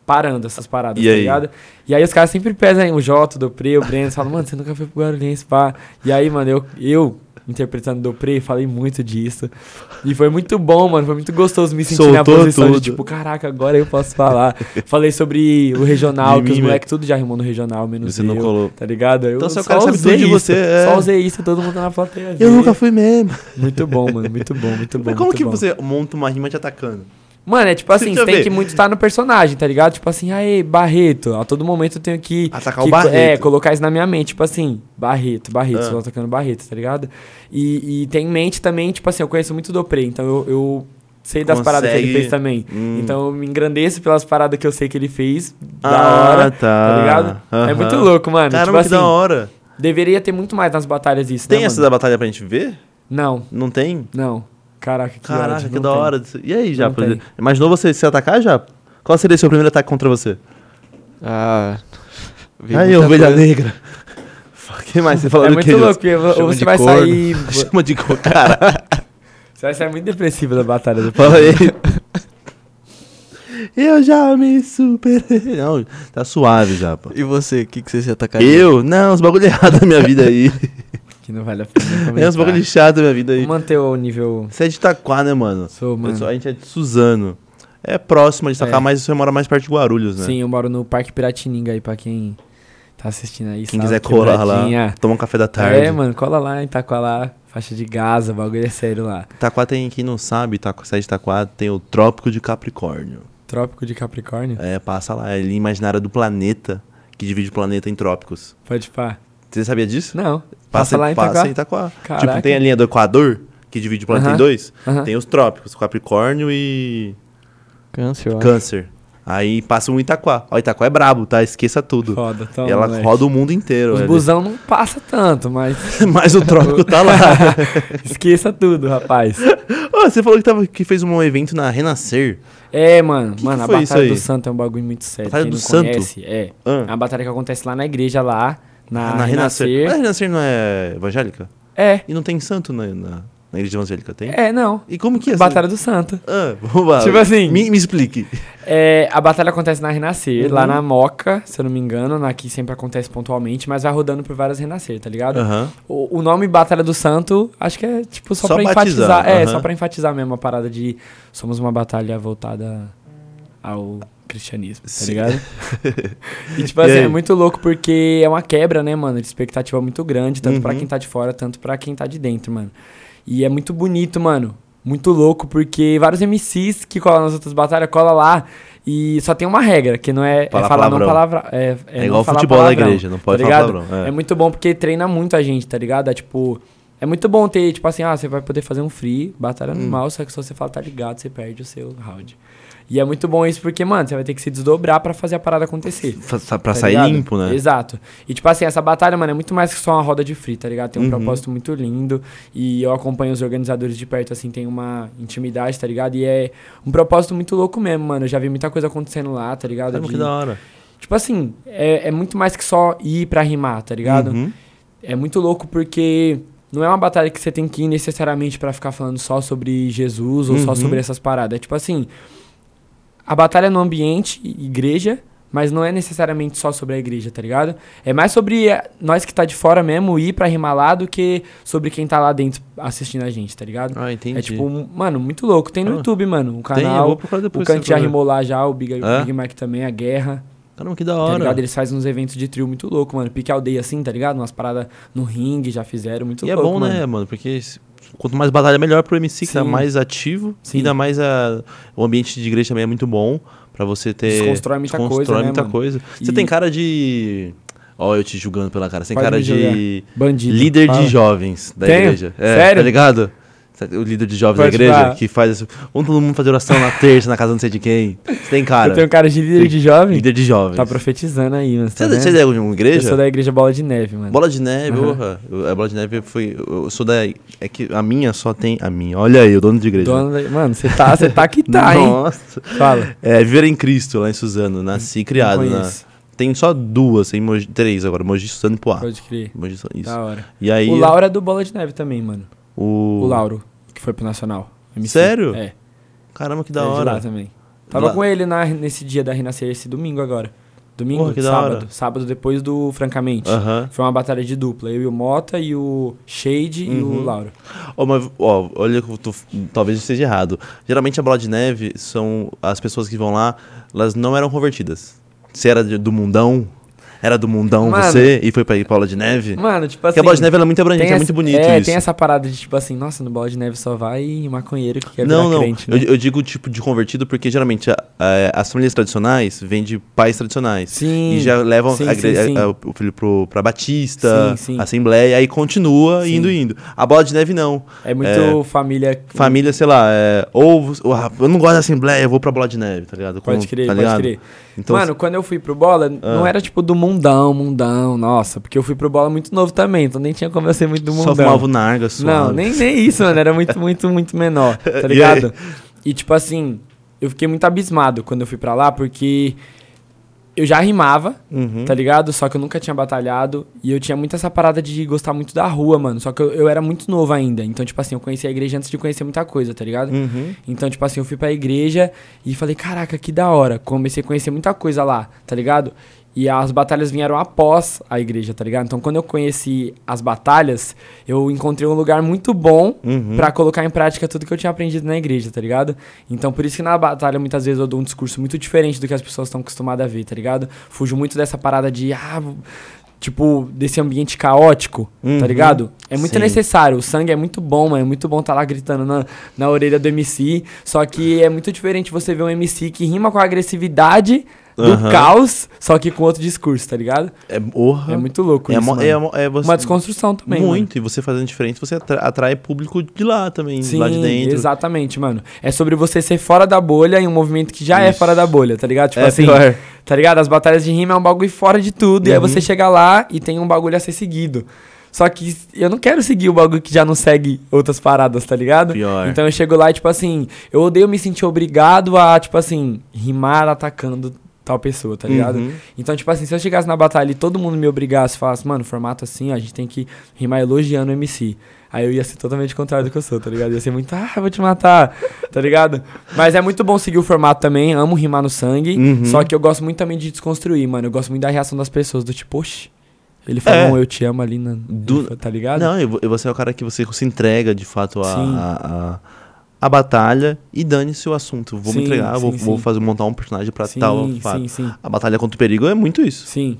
parando essas paradas,
E
tá
aí?
ligado? E aí os caras sempre pesam aí, o Jota, o Dopré, o Breno, eles falam, mano, você nunca foi pro Guarulhense, pá. E aí, mano, eu, eu interpretando Dopré, falei muito disso. E foi muito bom, mano, foi muito gostoso me sentir na
Soltou
posição
tudo.
de, tipo, caraca, agora eu posso falar. Falei sobre o regional,
De
que os
mim,
moleques tudo já rimou no regional, menos
Você
eu.
não colou.
Tá ligado? Eu
Então, seu
só
cara sabe
usei
tudo de
isso,
você, é.
Só usei isso e todo mundo na plateia.
Eu
viu.
nunca fui mesmo.
Muito bom, mano. Muito bom, muito bom.
Mas como
muito
que
bom.
você monta uma rima te atacando?
Mano, é tipo assim,
Deixa eu
você tem
ver.
que muito estar no personagem, tá ligado? Tipo assim, aê, Barreto. A todo momento eu tenho que.
Atacar
que
o
co-
Barreto.
É, colocar isso na minha mente. Tipo assim, Barreto, Barreto,
Ah.
estou atacando Barreto, tá ligado? E, e tem em mente também, tipo assim, eu conheço muito do Pre, então eu. eu Sei das paradas que ele
Consegue.
fez também.
Hum.
Então eu me engrandeço pelas paradas que eu sei que ele fez. Da
Ah,
hora.
tá.
Tá, ligado? É
Aham.
muito louco, mano.
Caramba, que
tipo
da
assim,
hora.
deveria ter muito mais nas batalhas isso,
Tem
né?
essa
mano?
da batalha pra gente ver?
Não,
Não tem?
não. Caraca, que
Caraca,
ódio,
que
não
da
tem.
hora. E aí, Japa?
tem.
Imaginou você se atacar, Japa? Qual seria o seu primeiro ataque contra você?
Ah. vi
Aí,
muita
ovelha
coisa.
negra. O que mais você falou
É
do
muito
que,
louco, porque
Chama
você
de
vai
corno.
sair.
Chama de cor, cara.
Você vai sair muito depressivo da batalha do
Fala aí. Eu já me superei. Não, tá suave, Japa.
E você, o que, que você se atacaria?
Eu? Não, os bagulho errado da minha vida aí.
Que não vale a pena. nem
É
comentar.
uns bagulho chato da minha vida aí.
Vou manter o nível.
Você é de Itaquá, né, mano?
Sou, mano.
Eu sou- a gente é de Suzano. É próximo de Itaquá,
É.
mas você mora mais perto de Guarulhos, né?
Sim, eu moro no Parque Piratininga aí, pra quem tá assistindo aí.
Quem
salve,
quiser colar lá,
Quebradinha.
toma um café da tarde.
É, mano, cola lá em Itaqualá, faixa de Gaza, o bagulho é sério lá.
Itaquá tem, quem não sabe, Itaquá, cidade de Itaquá tem o Trópico de Capricórnio.
Trópico de Capricórnio?
É, passa lá, é linha imaginária do planeta, que divide o planeta em trópicos.
Pode pá.
Você sabia disso?
Não. Passa lá em Itaquá.
passa em Itaquá.
Caraca.
Tipo, tem a linha do Equador, que divide o planeta
Aham,
em dois.
aham.
Tem os trópicos, Capricórnio e
Câncer, eu acho.
Câncer. Aí passa um Itaquá. Ó, Itaquá é brabo, tá? Esqueça tudo.
Foda, toma,
Ela
moleque.
roda o mundo inteiro.
Os
velho.
busão não passa tanto, mas
Mas o trópico tá lá.
esqueça tudo, rapaz.
Ô, você falou que, tava, que fez um evento na Renascer.
É, mano,
Que
mano,
que foi
a
isso
Batalha do
aí?
Santo é um bagulho muito sério.
Batalha
Quem
do
não
Santo?
conhece, é.
Ah.
É uma batalha que acontece lá na igreja, lá, na,
na Renascer.
Ah, Renascer.
Mas a Renascer não é evangélica?
É,
E não tem santo na, na, na igreja evangélica, tem?
é, não.
E como que é? essa-
Batalha do Santo.
Ah, vamos lá.
Tipo assim-
Me, me explique.
É, a batalha acontece na Renascer,
Uhum.
lá na Moca, se eu não me engano, na que sempre acontece pontualmente, mas vai rodando por várias Renascer, tá ligado?
Aham.
O, o nome Batalha do Santo, acho que é tipo só,
Só
pra
batizar,
enfatizar. É,
aham.
só pra enfatizar mesmo a parada de somos uma batalha voltada ao cristianismo, tá
Sim.
ligado? e tipo
E
assim,
aí?
é muito louco porque é uma quebra, né, mano, de expectativa muito grande, tanto pra
Uhum.
quem tá de fora, tanto pra quem tá de dentro, mano. E é muito bonito, mano. Muito louco, porque vários MCs que colam nas outras batalhas, cola lá e só tem uma regra, que não é, é
Falar
falar não
palavrão.
palavra. É, é
É,
não
igual
falar
futebol da
palavrão.
igreja, não pode
tá
falar
ligado?
palavrão.
É muito bom porque treina muito a gente, tá ligado? É tipo. É muito bom ter, tipo assim, ah, você vai poder fazer um free, batalha
Hum.
normal, só que se você fala tá ligado, você perde o seu round. E é muito bom isso porque, mano, você vai ter que se desdobrar pra fazer a parada acontecer.
Fa- sa- pra
tá
sair
ligado?
limpo, né?
Exato. E, tipo assim, essa batalha, mano, é muito mais que só uma roda de free, tá ligado? Tem um
Uhum.
propósito muito lindo e eu acompanho os organizadores de perto, assim, tem uma intimidade, tá ligado? E é um propósito muito louco mesmo, mano. Eu já vi muita coisa acontecendo lá, tá ligado?
Caramba, que
De-
da hora.
Tipo assim, é, é muito mais que só ir pra rimar, tá ligado?
Uhum.
É muito louco porque não é uma batalha que você tem que ir necessariamente pra ficar falando só sobre Jesus ou só
Uhum.
sobre essas paradas. É tipo assim, a batalha é no ambiente, i- igreja, mas não é necessariamente só sobre a igreja, tá ligado? É mais sobre eh, nós que tá de fora mesmo ir pra rimar lá do que sobre quem tá lá dentro assistindo a gente, tá ligado?
Ah, entendi.
É tipo, um- mano, muito louco. Tem no
Ah,
YouTube, mano, um
Tem, eu
canal.
vou procurar
o
depois.
Kant já
pra ver.
rimou lá já, o Big,
É?
Big Mike também, a Guerra.
Caramba, que da
Tá
hora.
ligado? Eles fazem uns eventos de trio muito louco, mano. Pique aldeia assim, tá ligado? Umas paradas no ringue, já fizeram, muito
e é
louco.
bom,
mano.
né, mano? Porque se- quanto mais batalha, melhor pro MC, que tá
Sim.
mais ativo.
Sim.
Ainda mais a- o ambiente de igreja também é muito bom pra você ter.
Desconstrói muita coisa,
desconstrói
né,
muita
mano?
coisa. Você
E-
tem cara de. Ó, eu te julgando pela cara. Você tem
Pode
cara
me
de.
Bandido.
Líder
Fala.
de jovens da
Tenho?
igreja. É,
Sério?
Tá ligado? O líder de jovens
Pode
da igreja
falar.
que faz assim. Vamos todo mundo fazer oração na terça, na casa não sei de quem. Você tem cara.
Eu tenho um cara de líder
Tem-
de jovem?
Líder de jovens.
Tá profetizando aí, mano.
Você,
Tá
você
vendo?
é de alguma
Eu
igreja?
sou da igreja Bola de Neve, mano.
Bola de neve,
Aham.
porra. Eu- A bola de neve foi. Eu sou da. É que a minha só tem. A minha. Olha aí, o dono de igreja.
Dono da- Mano, você tá, você tá que tá, hein?
Nossa.
Fala.
É, Viver em Cristo, lá em Suzano. Nasci e criado.
Não
Na...
conheço.
Tem só duas, tem Mogi- três agora. Mogi, Suzano e Poá.
Pode crer.
Mogi, Suzano, Ah, isso.
Da hora.
E aí.
Tá. O Lauro é do Bola de Neve também, mano.
O,
O Lauro, que foi pro Nacional.
Sério?
É.
Caramba, que
é
da
de
hora.
lá também. Tava
Lá-
com ele na- nesse dia da Renascer, esse domingo agora. Domingo,
Porra, que da
sábado.
hora.
Sábado depois do Francamente.
Aham.
Foi uma batalha de dupla. Eu e o Mota e o Shade e
Uhum.
o Lauro.
Ó, mas, ó, olha que eu tô- talvez eu esteja errado. Geralmente a bola de neve são as pessoas que vão lá, elas não eram convertidas. Você era de- do mundão? Era do mundão
Mano.
você e foi pra ir pra bola de neve?
Mano, tipo
Porque
assim.
a bola de neve ela é muito abrangente,
tem
é
essa-
muito bonito
é,
isso.
tem essa parada de tipo assim, nossa, no bola de neve só vai maconheiro que quer
não,
virar
não.
crente,
eu,
né?
eu digo tipo de convertido porque geralmente a- a- as famílias tradicionais vêm de pais tradicionais.
Sim.
E já levam
Sim,
a igre-
sim, sim.
a- a- o filho pro, pra Batista,
Sim, sim.
Assembleia, aí continua
Sim.
indo indo. A bola de neve não.
É muito
é,
família.
Família, sei lá, é, ou você- ou, ah, eu não gosto da Assembleia, eu vou pra Bola de Neve, tá ligado?
Pode
Como-
crer,
tá
pode
ligado?
crer.
Então, Ah.
Mano, quando eu fui pro bola, não era tipo do mundão, mundão, nossa, porque eu fui pro bola muito novo também, então nem tinha como eu ser muito do
só
mundão.
fumava o narga,
Não,
suave.
nem, nem isso, mano. Era muito, muito, muito menor, tá ligado? E tipo assim, eu fiquei muito abismado quando eu fui pra lá, porque eu já rimava,
Uhum.
tá ligado? Só que eu nunca tinha batalhado. E eu tinha muito essa parada de gostar muito da rua, mano. Só que eu, eu era muito novo ainda. Então, tipo assim, eu conheci a igreja antes de conhecer muita coisa, tá ligado?
Uhum.
Então, tipo assim, eu fui pra igreja e falei, caraca, que da hora. Comecei a conhecer muita coisa lá, tá ligado? E as batalhas vieram após a igreja, tá ligado? Então, quando eu conheci as batalhas, eu encontrei um lugar muito bom
Uhum.
pra colocar em prática tudo que eu tinha aprendido na igreja, tá ligado? Então, por isso que na batalha muitas vezes eu dou um discurso muito diferente do que as pessoas estão acostumadas a ver, tá ligado? Fujo muito dessa parada de, ah, vou- tipo, desse ambiente caótico, tá
Uhum.
ligado? É muito
Sim.
necessário, o sangue é muito bom, mano, é muito bom tá lá gritando na, na orelha do MC, só que é muito diferente você ver um MC que rima com a agressividade do
Aham.
caos, só que com outro discurso, tá ligado?
É, porra.
É muito louco
é,
isso,
mo-
mano.
é mo- é você-
Uma desconstrução também, mano.
Muito, e você fazendo diferente, você atra- atrai público de lá também, lá de dentro.
Exatamente, mano. É sobre você ser fora da bolha em um movimento que já é
Isso.
fora da bolha, tá ligado? Tipo
É
assim,
pior. Uhum.
tá ligado? As batalhas de rima é um bagulho fora de tudo. E aí você chega lá e tem um bagulho a ser seguido. Só que eu não quero seguir o bagulho que já não segue outras paradas, tá ligado?
Pior.
Então eu chego lá e, tipo assim, eu odeio me sentir obrigado a, tipo assim, rimar atacando tal pessoa, tá ligado?
Uhum.
Então, tipo assim, se eu chegasse na batalha e todo mundo me obrigasse, falasse, mano, formato assim, ó, a gente tem que rimar elogiando o MC. Aí eu ia ser totalmente contrário do que eu sou, tá ligado? Ia ser muito, ah, vou te matar, tá ligado? Mas é muito bom seguir o formato também, amo rimar no sangue.
Uhum.
Só que eu gosto muito também de desconstruir, mano. Eu gosto muito da reação das pessoas, do tipo, oxe, ele falou
É.
um eu te amo ali, na...
Do-
tá ligado?
Não, e vo- e você é o cara que você se entrega de fato a,
Sim.
a, a- a a batalha e dane-se o assunto. Vou
Sim,
me entregar, vou,
sim,
vou
sim.
fazer, montar um personagem pra
sim,
tal.
sim,
fato.
sim.
A batalha contra o perigo é muito isso.
Sim.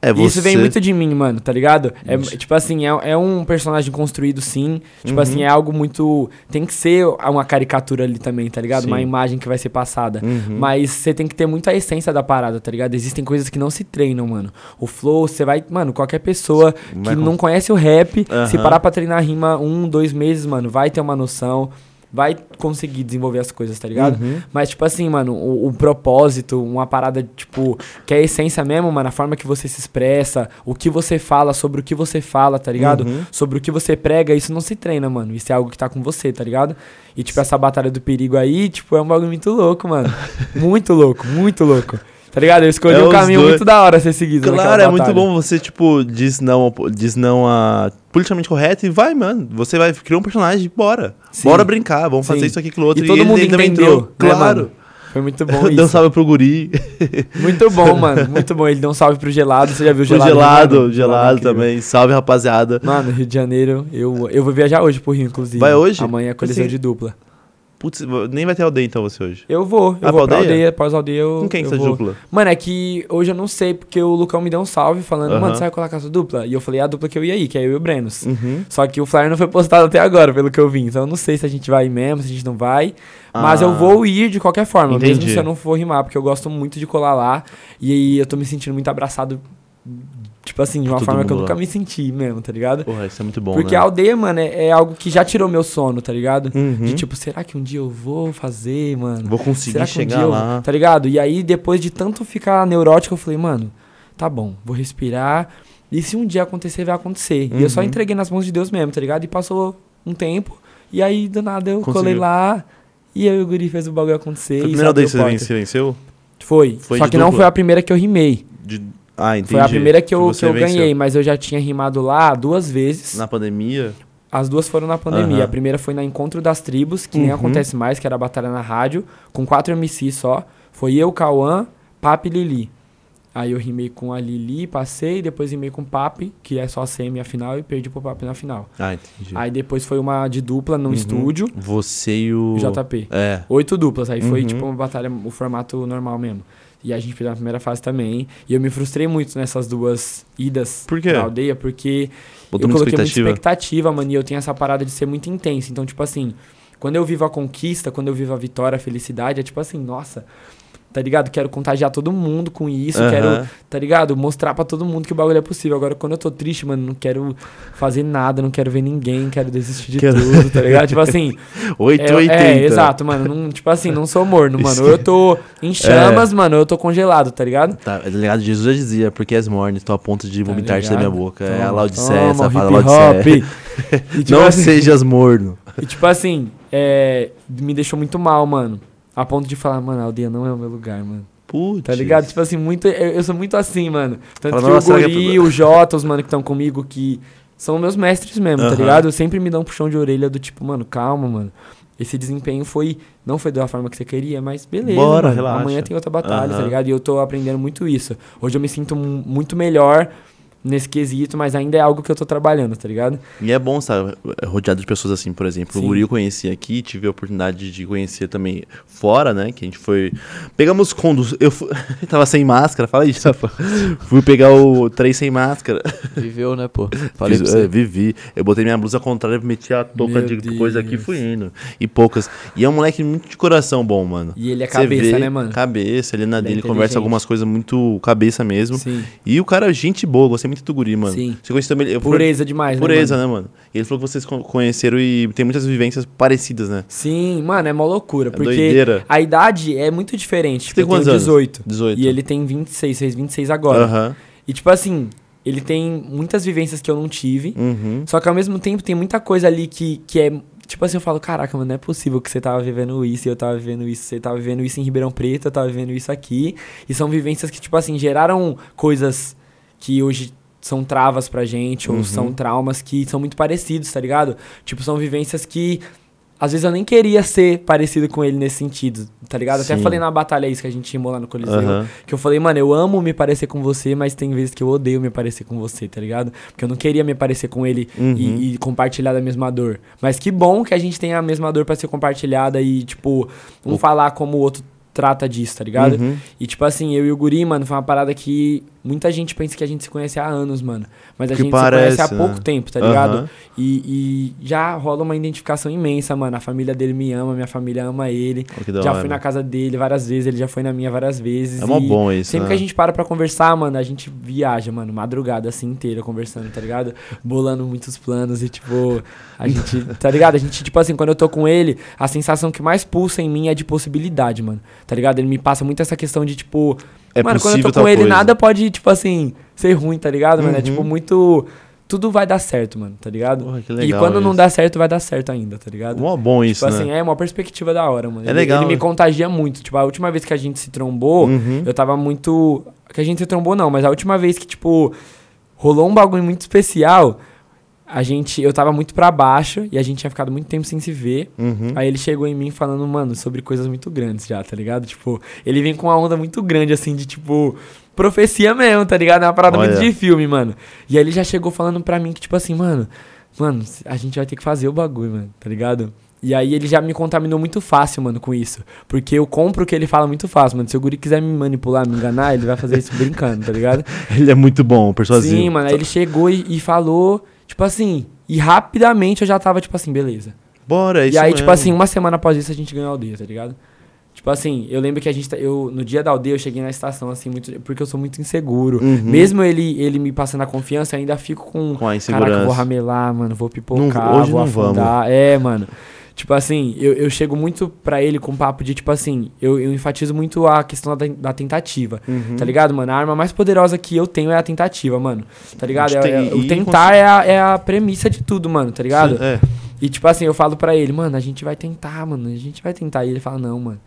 É
E
você.
Isso vem muito de mim, mano, tá ligado? É,
Ixi.
tipo assim, é, é um personagem construído sim. Tipo
Uhum.
assim, é algo muito. Tem que ser uma caricatura ali também, tá ligado?
Sim.
Uma imagem que vai ser passada.
Uhum.
Mas você tem que ter muito a essência da parada, tá ligado? Existem coisas que não se treinam, mano. O flow, você vai. Mano, qualquer pessoa que
Vai É. com-
não conhece o rap,
Aham.
se parar pra treinar rima um, dois meses, mano, vai ter uma noção. Vai conseguir desenvolver as coisas, tá ligado?
Uhum.
Mas, tipo assim, mano, o, o propósito, uma parada, tipo, que é a essência mesmo, mano, a forma que você se expressa, o que você fala, sobre o que você fala, tá ligado?
Uhum.
Sobre o que você prega, isso não se treina, mano. Isso é algo que tá com você, tá ligado? E, tipo, essa batalha do perigo aí, tipo, é um bagulho muito louco, mano. muito louco, muito louco. Tá ligado? Eu escolhi
É
um
os
caminho
dois.
muito da hora né, a ser seguido.
Claro,
naquela
é muito
batalha.
bom você, tipo, diz não, ao- diz não a politicamente correto e vai, mano. Você vai criar um personagem, bora.
Sim.
Bora brincar, vamos
Sim.
fazer isso aqui com o outro.
E todo
ele
mundo
ainda
entendeu, né,
Claro.
mano? Foi muito bom
Deu um
isso.
salve pro guri.
Muito bom, mano. Muito bom. Ele deu um salve pro gelado. Você já viu o
Pro
gelado?
gelado,
né,
gelado,
mano? é incrível.
também. Salve, rapaziada.
Mano, Rio de Janeiro, eu, eu vou viajar hoje pro Rio, inclusive.
Vai hoje?
Amanhã é colisão
Sim.
de dupla.
Putz, nem vai ter aldeia então você hoje.
Eu vou, eu
Ah,
vou
pra
pra
aldeia?
aldeia, após aldeia eu.
Com quem
eu
que você
vou.
dupla?
Mano, é que hoje eu não sei, porque o Lucão me deu um salve falando,
Aham.
mano, sabe qual é a casa dupla? E eu falei, "É a dupla que eu ia aí, que é eu e o Brenos.
Uhum.
Só que o flyer não foi postado até agora, pelo que eu vi. Então eu não sei se a gente vai ir mesmo, se a gente não vai. Mas
Ah.
eu vou ir de qualquer forma, mesmo
Entendi.
se eu não for rimar, porque eu gosto muito de colar lá. E aí eu tô me sentindo muito abraçado, tipo assim, de uma
todo
forma que eu
mundo lá.
nunca me senti mesmo, tá ligado?
Porra, isso é muito bom,
Porque
né?
a aldeia, mano, é, é algo que já tirou meu sono, tá ligado?
Uhum.
De tipo, será que um dia eu vou fazer, mano?
Vou
será
conseguir
que um
chegar
dia eu-
lá.
Tá ligado? E aí, depois de tanto ficar neurótico, eu falei, mano, tá bom, vou respirar. E se um dia acontecer, vai acontecer. E eu só
Uhum.
entreguei nas mãos de Deus mesmo, tá ligado? E passou um tempo. E aí, do nada, eu
Conseguiu.
colei lá. E eu e o Guri fez o bagulho acontecer.
Foi a
e
primeira
isso abriu
aldeia que você
porta.
vence- venceu?
Foi.
Foi
Só
de
que não
dupla?
foi a primeira que eu rimei.
De... Ah, entendi.
Foi a primeira que eu, que
você
eu
venceu.
ganhei, mas eu já tinha rimado lá duas vezes.
Na pandemia?
As duas foram na pandemia.
Aham.
A primeira foi na Encontro das Tribos, que nem
Uhum.
acontece mais, que era a batalha na rádio, com quatro MC só. Foi eu, Cauã, Papi e Lili. Aí eu rimei com a Lili, passei, depois rimei com Papi, que é só a semi a final, e perdi pro Papi na final.
Ah, entendi.
Aí depois foi uma de dupla no
Uhum.
estúdio,
Você e o...
o JP.
É.
Oito duplas, aí foi
Uhum.
tipo uma batalha, o formato normal mesmo. E a gente fez a primeira fase também. E eu me frustrei muito nessas duas idas
Por quê?
na aldeia, porque
Botou
eu
muita
coloquei
expectativa.
muita expectativa, mano, e eu tenho essa parada de ser muito intenso. Então, tipo assim, quando eu vivo a conquista, quando eu vivo a vitória, a felicidade, é tipo assim, nossa, tá ligado? Quero contagiar todo mundo com isso,
Aham.
quero, tá ligado? Mostrar pra todo mundo que o bagulho é possível. Agora, quando eu tô triste, mano, não quero fazer nada, não quero ver ninguém, quero desistir de
Quero-
tudo, tá ligado? Tipo assim,
880.
é, exato, mano. Não, tipo assim, não sou morno, mano. Ou eu tô
É.
em chamas, mano, ou eu tô congelado, tá ligado?
Tá, tá ligado? Jesus dizia, porque és morne, estou a ponto de vomitar te da minha
Tá ligado?
boca. é
Toma,
a Laodiceia,
toma,
essa fala
hip
Laodiceia.
hop. E, tipo,
Não
assim,
sejas morno.
e, tipo assim, é, me deixou muito mal, mano. A ponto de falar, mano, a aldeia não é o meu lugar, mano.
Putz.
Tá ligado? Tipo assim, muito, eu, eu sou muito assim, mano. Tanto
Fala,
que o
"Nossa, será que é
Guri,
pro-
o Jota, os mano que estão comigo, que são meus mestres mesmo, tá
Aham.
ligado? Sempre me dão um puxão de orelha do tipo, mano, calma, mano. Esse desempenho foi. Não foi da forma que você queria, mas beleza.
Bora,
mano.
relaxa.
Amanhã tem outra batalha, tá
Aham.
ligado? E eu tô aprendendo muito isso. Hoje eu me sinto mu- muito melhor nesse quesito, mas ainda é algo que eu tô trabalhando, tá ligado?
E é bom estar rodeado de pessoas assim, por exemplo. O
Sim.
Guri eu conheci aqui, tive a oportunidade de conhecer também fora, né? Que a gente foi. Pegamos condos. Eu fu- tava sem máscara, fala isso, Rafa. Fui pegar o trem sem máscara.
Viveu, né, pô? Falei pra
Fiz- é,
você.
vivi. Eu botei minha blusa contrária, meti a touca
Meu
de coisa aqui e
Deus.
fui indo. E poucas. E é um moleque muito de coração bom, mano.
E ele é
Cê
cabeça,
vê
né, mano?
Cabeça, ele na
Ele é
dele conversa
inteligente.
algumas coisas muito cabeça mesmo.
Sim.
E o cara, é gente boa, gostei muito do guri, mano.
Sim.
Você conheceu também. eu fui-
Pureza demais, né?
Pureza, né, mano? E ele falou que vocês con- conheceram e tem muitas vivências parecidas, né?
Sim, mano, é uma loucura. porque
doideira.
a idade é muito diferente. Tipo,
tem
eu tenho
quantos anos?
18.
18.
E ele tem 26, fez 26 agora.
Aham.
E tipo assim, ele tem muitas vivências que eu não tive.
Uhum.
Só que ao mesmo tempo tem muita coisa ali que, que é. Tipo assim, eu falo, caraca, mano, não é possível que você tava vivendo isso, e eu tava vivendo isso, você tava vivendo isso em Ribeirão Preto, eu tava vivendo isso aqui. E são vivências que, tipo assim, geraram coisas que hoje são
Uhum.
travas pra gente, ou são traumas que são muito parecidos, tá ligado? Tipo, são vivências que Às vezes eu nem queria ser parecido com ele nesse sentido, tá ligado? Até
Sim.
falei na batalha isso que a gente rimou lá no Coliseu.
Aham.
Que eu falei, mano, eu amo me parecer com você, mas tem vezes que eu odeio me parecer com você, tá ligado? Porque eu não queria me parecer com ele
Uhum.
e, e compartilhar da mesma dor. Mas que bom que a gente tem a mesma dor pra ser compartilhada e, tipo, um falar como o outro trata disso, tá ligado?
Uhum.
E, tipo assim, eu e o Guri, mano, foi uma parada que muita gente pensa que a gente se conhece há anos, mano. Mas a
Que
gente se
parece,
conhece há
né?
pouco tempo, tá
Aham.
ligado? E, e já rola uma identificação imensa, mano. A família dele me ama, minha família ama ele.
Olha que da
já
hora.
fui na casa dele várias vezes, ele já foi na minha várias vezes.
É mó
e
bom isso,
Sempre
né?
que a gente para pra conversar, mano, a gente viaja, mano, madrugada assim inteira conversando, tá ligado? Bolando muitos planos e, tipo, a gente, tá ligado? A gente, tipo assim, quando eu tô com ele, a sensação que mais pulsa em mim é de possibilidade, mano. Tá ligado? Ele me passa muito essa questão de, tipo,
É
mano, quando eu
possível
tô
tal
com ele,
coisa. Uhum.
nada pode, tipo assim, ser ruim, tá ligado, mano? É tipo muito. Tudo vai dar certo, mano, tá ligado?
Porra, que
e
legal
quando não
isso.
dá certo, vai dar certo ainda, tá ligado?
Mó bom isso,
Tipo
né?
assim, é uma perspectiva da hora, mano.
É
Ele-
legal,
Ele, me
né? Uhum.
contagia muito. Tipo, a última vez que a gente se trombou, eu tava muito. Que a gente se trombou, não, mas a última vez que, tipo, rolou um bagulho muito especial. A gente, eu tava muito pra baixo e a gente tinha ficado muito tempo sem se ver. Aí ele chegou em mim falando, mano, sobre coisas muito grandes já, tá ligado? Tipo, ele vem com uma onda muito grande, assim, de tipo, profecia mesmo, tá ligado? É uma parada muito
Olha.
de filme, mano. E aí ele já chegou falando pra mim que, tipo assim, mano, mano, a gente vai ter que fazer o bagulho, mano, tá ligado? E aí ele já me contaminou muito fácil, mano, com isso. Porque eu compro o que ele fala muito fácil, mano. Se o guri quiser me manipular, me enganar, ele vai fazer isso brincando, tá ligado?
Ele é muito bom, persuasivo.
Sim, mano. Aí ele chegou e, e falou, tipo assim, e rapidamente eu já tava, tipo assim, beleza.
Bora, é isso
e aí,
mesmo.
tipo assim, uma semana após isso a gente ganhou a aldeia, tá ligado? Tipo assim, eu lembro que a gente. tá- Eu, no dia da aldeia, eu cheguei na estação, assim, muito. Porque eu sou muito inseguro.
Uhum.
Mesmo ele, ele me passando a confiança, eu ainda fico com.
Com a
Caraca, eu vou
insegurança.
ramelar, mano, vou pipocar,
Não- hoje
vou
não vamos.
afundar. É, mano. Tipo assim, eu, eu chego muito pra ele com papo de, tipo assim, eu, eu enfatizo muito a questão da, da tentativa,
Uhum.
tá ligado, mano? A arma mais poderosa que eu tenho é a tentativa, mano, tá ligado?
gente
É-
tem-
é- o
e
tentar é a, é a premissa de tudo, mano, tá ligado?
É,
E tipo assim, eu falo pra ele, mano, a gente vai tentar, mano, a gente vai tentar. E ele fala, não, mano,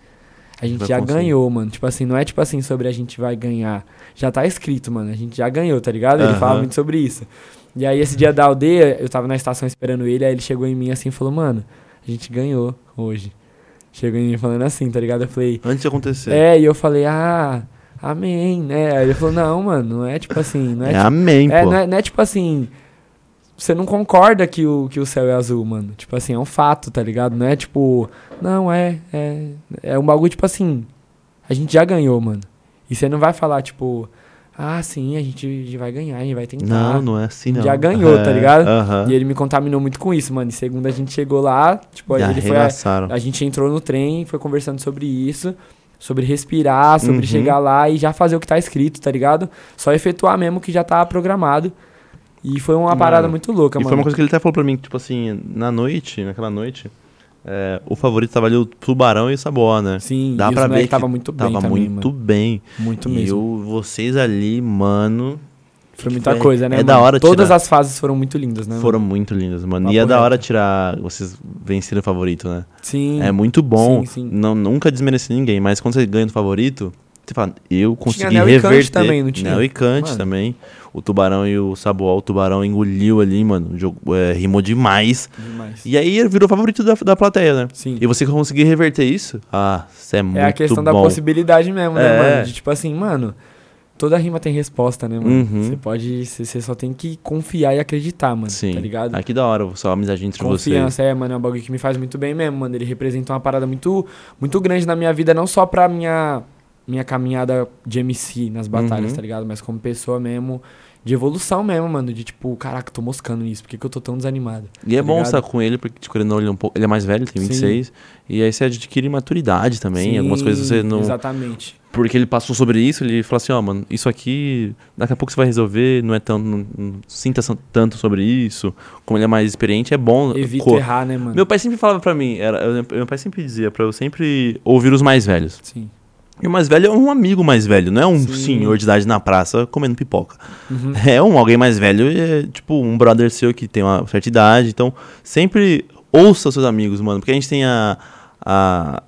a gente
Vai
já
conseguir.
ganhou, mano. Tipo assim, não é tipo assim sobre a gente vai ganhar. Já tá escrito, mano, a gente já ganhou, tá ligado? Ele
Aham.
fala muito sobre isso. E aí esse dia da aldeia, eu tava na estação esperando ele, aí ele chegou em mim assim e falou, mano, a gente ganhou hoje. Chegou em mim falando assim, tá ligado? Eu falei,
antes de acontecer.
é, e eu falei, ah, amém, né? Aí ele falou, não, mano, não é tipo assim, não é,
É,
tipo
amém,
é,
pô.
não é, não é tipo assim. Você não concorda que o, que o céu é azul, mano. Tipo assim, é um fato, tá ligado? Não é tipo. Não, é. É, é um bagulho, tipo assim. A gente já ganhou, mano. E você não vai falar, tipo. Ah, sim, a gente vai ganhar, a gente vai tentar.
Não, não é assim, não.
Ah, Já ganhou, tá
É,
ligado?
Aham.
E ele me contaminou muito com isso, mano. E segunda a gente chegou lá, tipo,
E
ele foi. a-
arregaçaram.
a gente entrou no trem, foi conversando sobre isso, sobre respirar,
Uhum.
sobre chegar lá e já fazer o que tá escrito, tá ligado? Só efetuar mesmo o que já tá programado. E foi uma parada muito louca,
E
mano.
foi uma coisa que ele até falou pra mim, que, tipo assim, na noite, naquela noite, é, o favorito tava ali o Tubarão e o Sabó, né?
Sim,
Dá
e os
pra
moleque
ver que
tava muito bem
Tava
também,
muito bem.
mano. Muito
e
mesmo.
eu, vocês ali, mano,
Foi muita
foi-
coisa, né?
é da
mano?
hora
Todas
tirar.
as fases foram muito lindas, né? mano?
foram muito lindas, mano.
Papo
e é da
reto.
hora tirar vocês vencerem o favorito, né?
Sim.
É muito bom.
Sim, sim.
Não, nunca desmereci ninguém, mas quando você ganha do favorito, você fala, eu consegui
Neo e Kant
reverter.
também, não tinha?
Neo e Kant
Mano.
também. O Tubarão e o Sabuol, o Tubarão engoliu ali, mano. Jogou, é, rimou demais.
Demais.
E aí ele virou favorito da, da plateia, né?
Sim.
E você conseguir reverter isso? Ah, você é muito bom.
É a questão da possibilidade mesmo, né,
É.
mano? De tipo assim, mano, toda rima tem resposta, né, mano?
Uhum.
Você pode. Você você só tem que confiar e acreditar, mano.
Sim.
Tá ligado?
Aqui da hora, só a amizade entre vocês.
Confiança, é, mano, é um bagulho que me faz muito bem mesmo, mano. Ele representa uma parada muito, muito grande na minha vida, não só pra minha, minha caminhada de MC nas batalhas,
Uhum.
tá ligado? Mas como pessoa mesmo, de evolução mesmo, mano. De tipo, caraca, tô moscando nisso, por que, que eu tô tão desanimado?
E é
tá
bom
ligado?
estar com ele, porque tipo, ele, não, ele é um pouco, ele é mais velho, tem
Sim.
26. E aí você adquire maturidade também. algumas
Sim,
coisas você não.
Exatamente.
Porque ele passou sobre isso, ele falou assim, ó, mano, isso aqui, daqui a pouco você vai resolver, não é tão. Não, não sinta san- tanto sobre isso. Como ele é mais experiente, é bom.
Evita
co-
errar, né, mano?
Meu pai sempre falava pra mim, era, eu- meu pai sempre dizia pra eu sempre ouvir os mais velhos.
Sim.
E o mais velho é um amigo mais velho, não é um
Sim.
senhor de idade na praça comendo pipoca. É um alguém mais velho, é tipo um brother seu que tem uma certa idade. Então, sempre ouça os seus amigos, mano. Porque a gente tem a, a,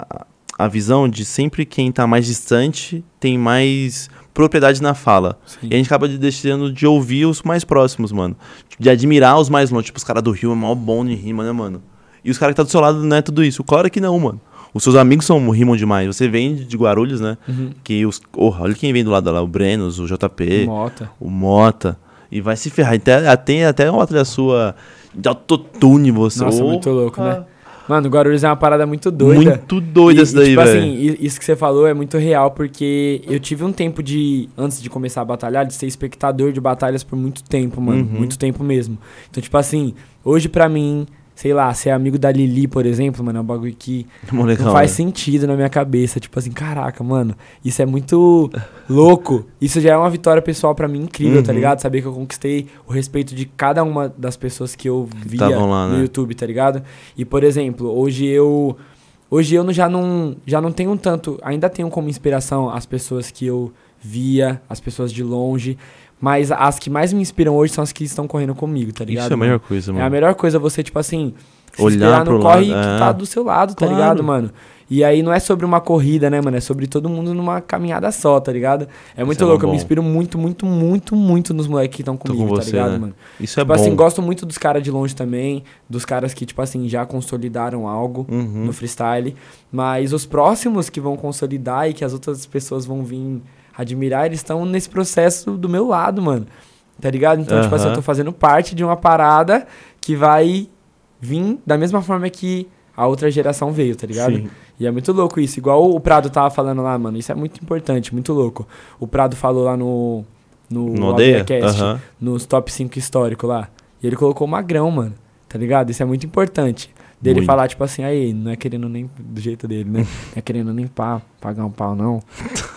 a visão de sempre quem tá mais distante tem mais propriedade na fala.
Sim.
E a gente acaba de- deixando de ouvir os mais próximos, mano. De admirar os mais longe. Tipo, os caras do Rio é mó bom de rima, né, mano? E os caras que tá do seu lado não é tudo isso. Claro que não, mano. Os seus amigos são rimam demais. Você vem de Guarulhos, né? Que os. Porra, olha quem vem do lado lá. O Brenos, o JP,
Mota.
o Mota. E vai se ferrar. Até, tem até uma trilha sua de autotune, você.
Nossa,
Ô,
muito louco, né? Mano, Guarulhos é uma parada muito doida.
Muito doida
E-
isso
e,
daí,
tipo
velho.
assim, i- isso que você falou é muito real, porque eu tive um tempo de, antes de começar a batalhar, de ser espectador de batalhas por muito tempo, mano.
Uhum.
Muito tempo mesmo. Então, tipo assim, hoje pra mim, sei lá, ser amigo da Lili, por exemplo, mano, é um bagulho que
Molecão,
não faz
velho.
sentido na minha cabeça. Tipo assim, caraca, mano, isso é muito louco. Isso já é uma vitória pessoal pra mim incrível, tá
Uhum.
ligado? Saber que eu conquistei o respeito de cada uma das pessoas que eu via
tavam lá,
no
né?
YouTube, tá ligado? E, por exemplo, hoje eu. Hoje eu não- já não, já não tenho tanto. Ainda tenho como inspiração as pessoas que eu via, as pessoas de longe. Mas as que mais me inspiram hoje são as que estão correndo comigo, tá ligado?
Isso é a
mano?
melhor coisa, mano.
É a melhor coisa você, tipo assim, se
Olhar
inspirar no
pro
corre
lado,
que
é.
tá do seu lado, tá
Claro.
ligado, mano? E aí não é sobre uma corrida, né, mano? É sobre todo mundo numa caminhada só, tá ligado? É muito
é
louco, eu
bom.
me inspiro muito, muito, muito, muito nos moleques que estão
com
comigo, tá
você,
ligado,
né?
mano?
Isso é
tipo
bom.
assim, gosto muito dos caras de longe também, dos caras que, tipo assim, já consolidaram algo
Uhum.
no freestyle. Mas os próximos que vão consolidar e que as outras pessoas vão vir admirar, eles estão nesse processo do meu lado, mano. Tá ligado? Então, tipo assim, eu
Aham.
tô fazendo parte de uma parada que vai vir da mesma forma que a outra geração veio, tá ligado?
Sim.
E é muito louco isso. Igual o Prado tava falando lá, mano. Isso é muito importante, muito louco. O Prado falou lá no. No,
No Aldeia?
Aldeacast,
Aham.
nos top 5 histórico lá. E ele colocou o Magrão, mano. Tá ligado? Isso é muito importante. Dele
Muito.
falar, tipo assim, aí, não é querendo nem do jeito dele, né? Não é querendo nem pá, pagar um pau, não.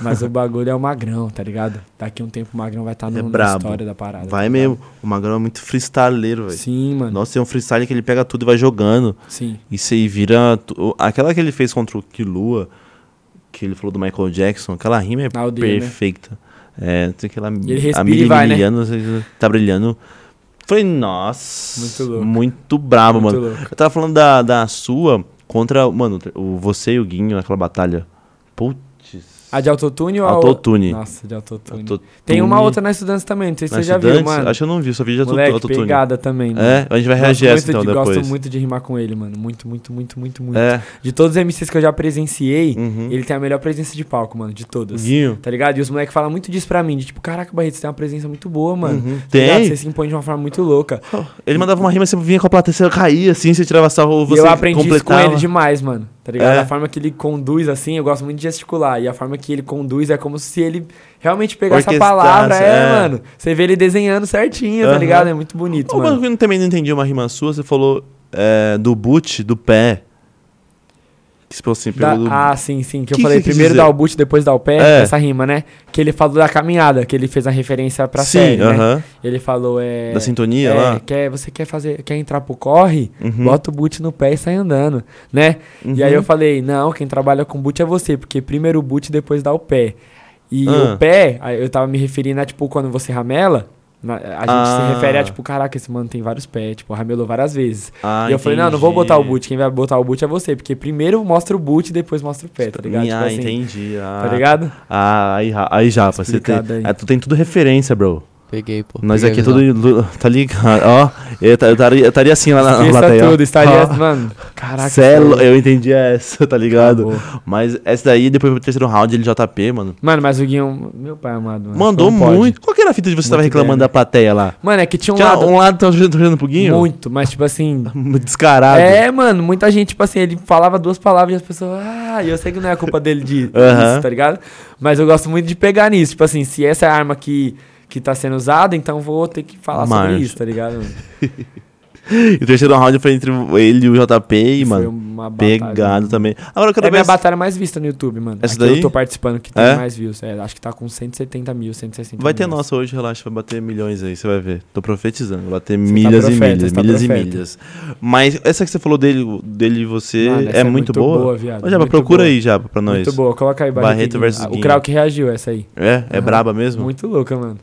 Mas o bagulho é o Magrão, tá ligado? Daqui um tempo o Magrão vai estar
Ele é
no na
brabo.
história da parada.
Vai
tá
mesmo. O Magrão é muito freestaleiro,
ligado?
velho.
Sim, mano.
Nossa, é um freestyle que ele pega tudo e vai jogando.
Sim.
E você vira. tu- Aquela que ele fez contra o Kilua, que ele falou do Michael Jackson, aquela rima é
Na aldeia, né?
perfeita. É, tem aquela.
ele respira
a
e
Mili
vai, né?
brilhando, você tá brilhando. Falei, nossa.
Muito louco.
Muito brabo,
Muito
mano.
louco.
Eu tava falando da, da sua contra, mano, o, você e o Guinho naquela batalha. Putz.
A de autotune ou a
Autotune.
Nossa, de autotune.
Autotune.
Tem uma outra na Estudantes também, não sei se
Na
você já viu,
Estudantes?
mano.
Acho que eu não vi, só vi de
Moleque,
autotune.
pegada também.
É, a gente vai reagir a essa então depois.
Gosto muito de rimar com ele, mano. Muito, muito, muito, muito, muito.
É.
De todos os MCs que eu já presenciei,
Uhum.
ele tem a melhor presença de palco, mano, de todas.
Guinho.
Tá ligado? E os moleques falam muito disso pra mim, de tipo, caraca, Barreto, você tem uma presença muito boa, mano.
Uhum.
Tá ligado?
Tem.
Você se impõe de uma forma muito louca.
Ele mandava uma rima, você vinha com a plateia, você caía assim, você tirava sarro, ou
e
você
eu aprendi isso com
completava.
ele demais, mano. Tá ligado?
É.
A forma que ele conduz, assim, eu gosto muito de gesticular. E a forma que ele conduz é como se ele realmente pegasse a
Orquestrasse,
palavra. É,
é.
mano. Você vê ele desenhando certinho, tá
Aham.
ligado? É muito bonito,
Ô, mano,
mano.
que eu também não entendi uma rima sua, você falou é, do boot, do pé. Que tipo assim,
Da-
pegou do...
Ah, sim, sim. Que, eu
Que
falei
que quis
primeiro
dizer?
dá o boot, depois dá o pé.
É.
Essa rima, né? Que ele falou da caminhada, que ele fez a referência pra
Sim,
série, né?
aham.
Ele falou, é...
Da sintonia
é,
lá.
Quer, você quer fazer... Quer entrar pro corre?
Uhum.
Bota o boot no pé e sai andando, né? E aí eu falei, não, quem trabalha com boot é você, porque primeiro o boot, depois dá o pé. E
Ah.
o pé, aí eu tava me referindo a, tipo, quando você ramela... na- a gente
Ah.
se refere a, tipo, caraca, esse mano tem vários pés, tipo, ramelou várias vezes.
Ah,
e eu falei, não, não vou
entendi.
botar o boot, quem vai botar o boot é você, porque primeiro mostra o boot e depois mostra o pé, tá ligado?
Ah,
Tipo assim,
entendi. Ah,
Tá ligado?
Ah, aí, ra- aí já, você tem,
Explicado aí.
é, tu tem tudo referência, bro.
Peguei, pô.
Nós aqui
peguei a
é tudo.
visão.
ilu- Tá ligado? Ó, eu ta- eu taria eu estaria assim lá na, na
Esqueça
plateia. é ó.
tudo, estaria,
Ó.
mano. Caraca.
Celo,
foi-
eu entendi essa, tá ligado?
Acabou.
Mas essa daí, depois do terceiro round, ele JP, mano.
Mano, mas o Guinho, é um, meu pai amado, mano.
Mandou
não pode.
muito. Qual que era a fita de você
Muito
tava reclamando
bem, né?
da plateia lá?
Mano, é que tinha um
Tinha
lado
um lado tava jogando jogando pro Guinho?
muito, mas tipo assim.
Descarado.
É, mano, muita gente, tipo assim, ele falava duas palavras e as pessoas, ah, e eu sei que não é a culpa dele de
Aham.
disso, tá ligado? Mas eu gosto muito de pegar nisso, tipo assim, se essa é a arma que, que tá sendo usada, então vou ter que falar sobre
Marcha.
isso, tá ligado? mano?
E o terceiro round foi entre ele e o JP, e,
Foi
mano.
uma batalha,
Pegado também. Agora eu quero
É a minha
ver. se-
batalha mais vista no YouTube, mano.
Essa
A que
daí?
Eu tô participando que tem
É?
mais views. É, acho que tá com 170 mil, 160
Vai
mil.
ter nossa hoje, relaxa, vai bater milhões aí, você vai ver. Tô profetizando, vai bater
tá
milhas e
profeta,
milhas,
você tá
milhas e
profeta.
milhas. Mas essa que você falou dele, dele e você
Mano, essa
é, muito, boa.
viado,
Ô, Jaba,
muito
procura
boa.
aí, Jaba, pra nós.
Muito boa, coloca aí
Barreto
Guinho.
versus
Ah, O
Guinho.
Krauk reagiu essa aí.
É? É
Aham.
braba mesmo?
Muito louca, mano.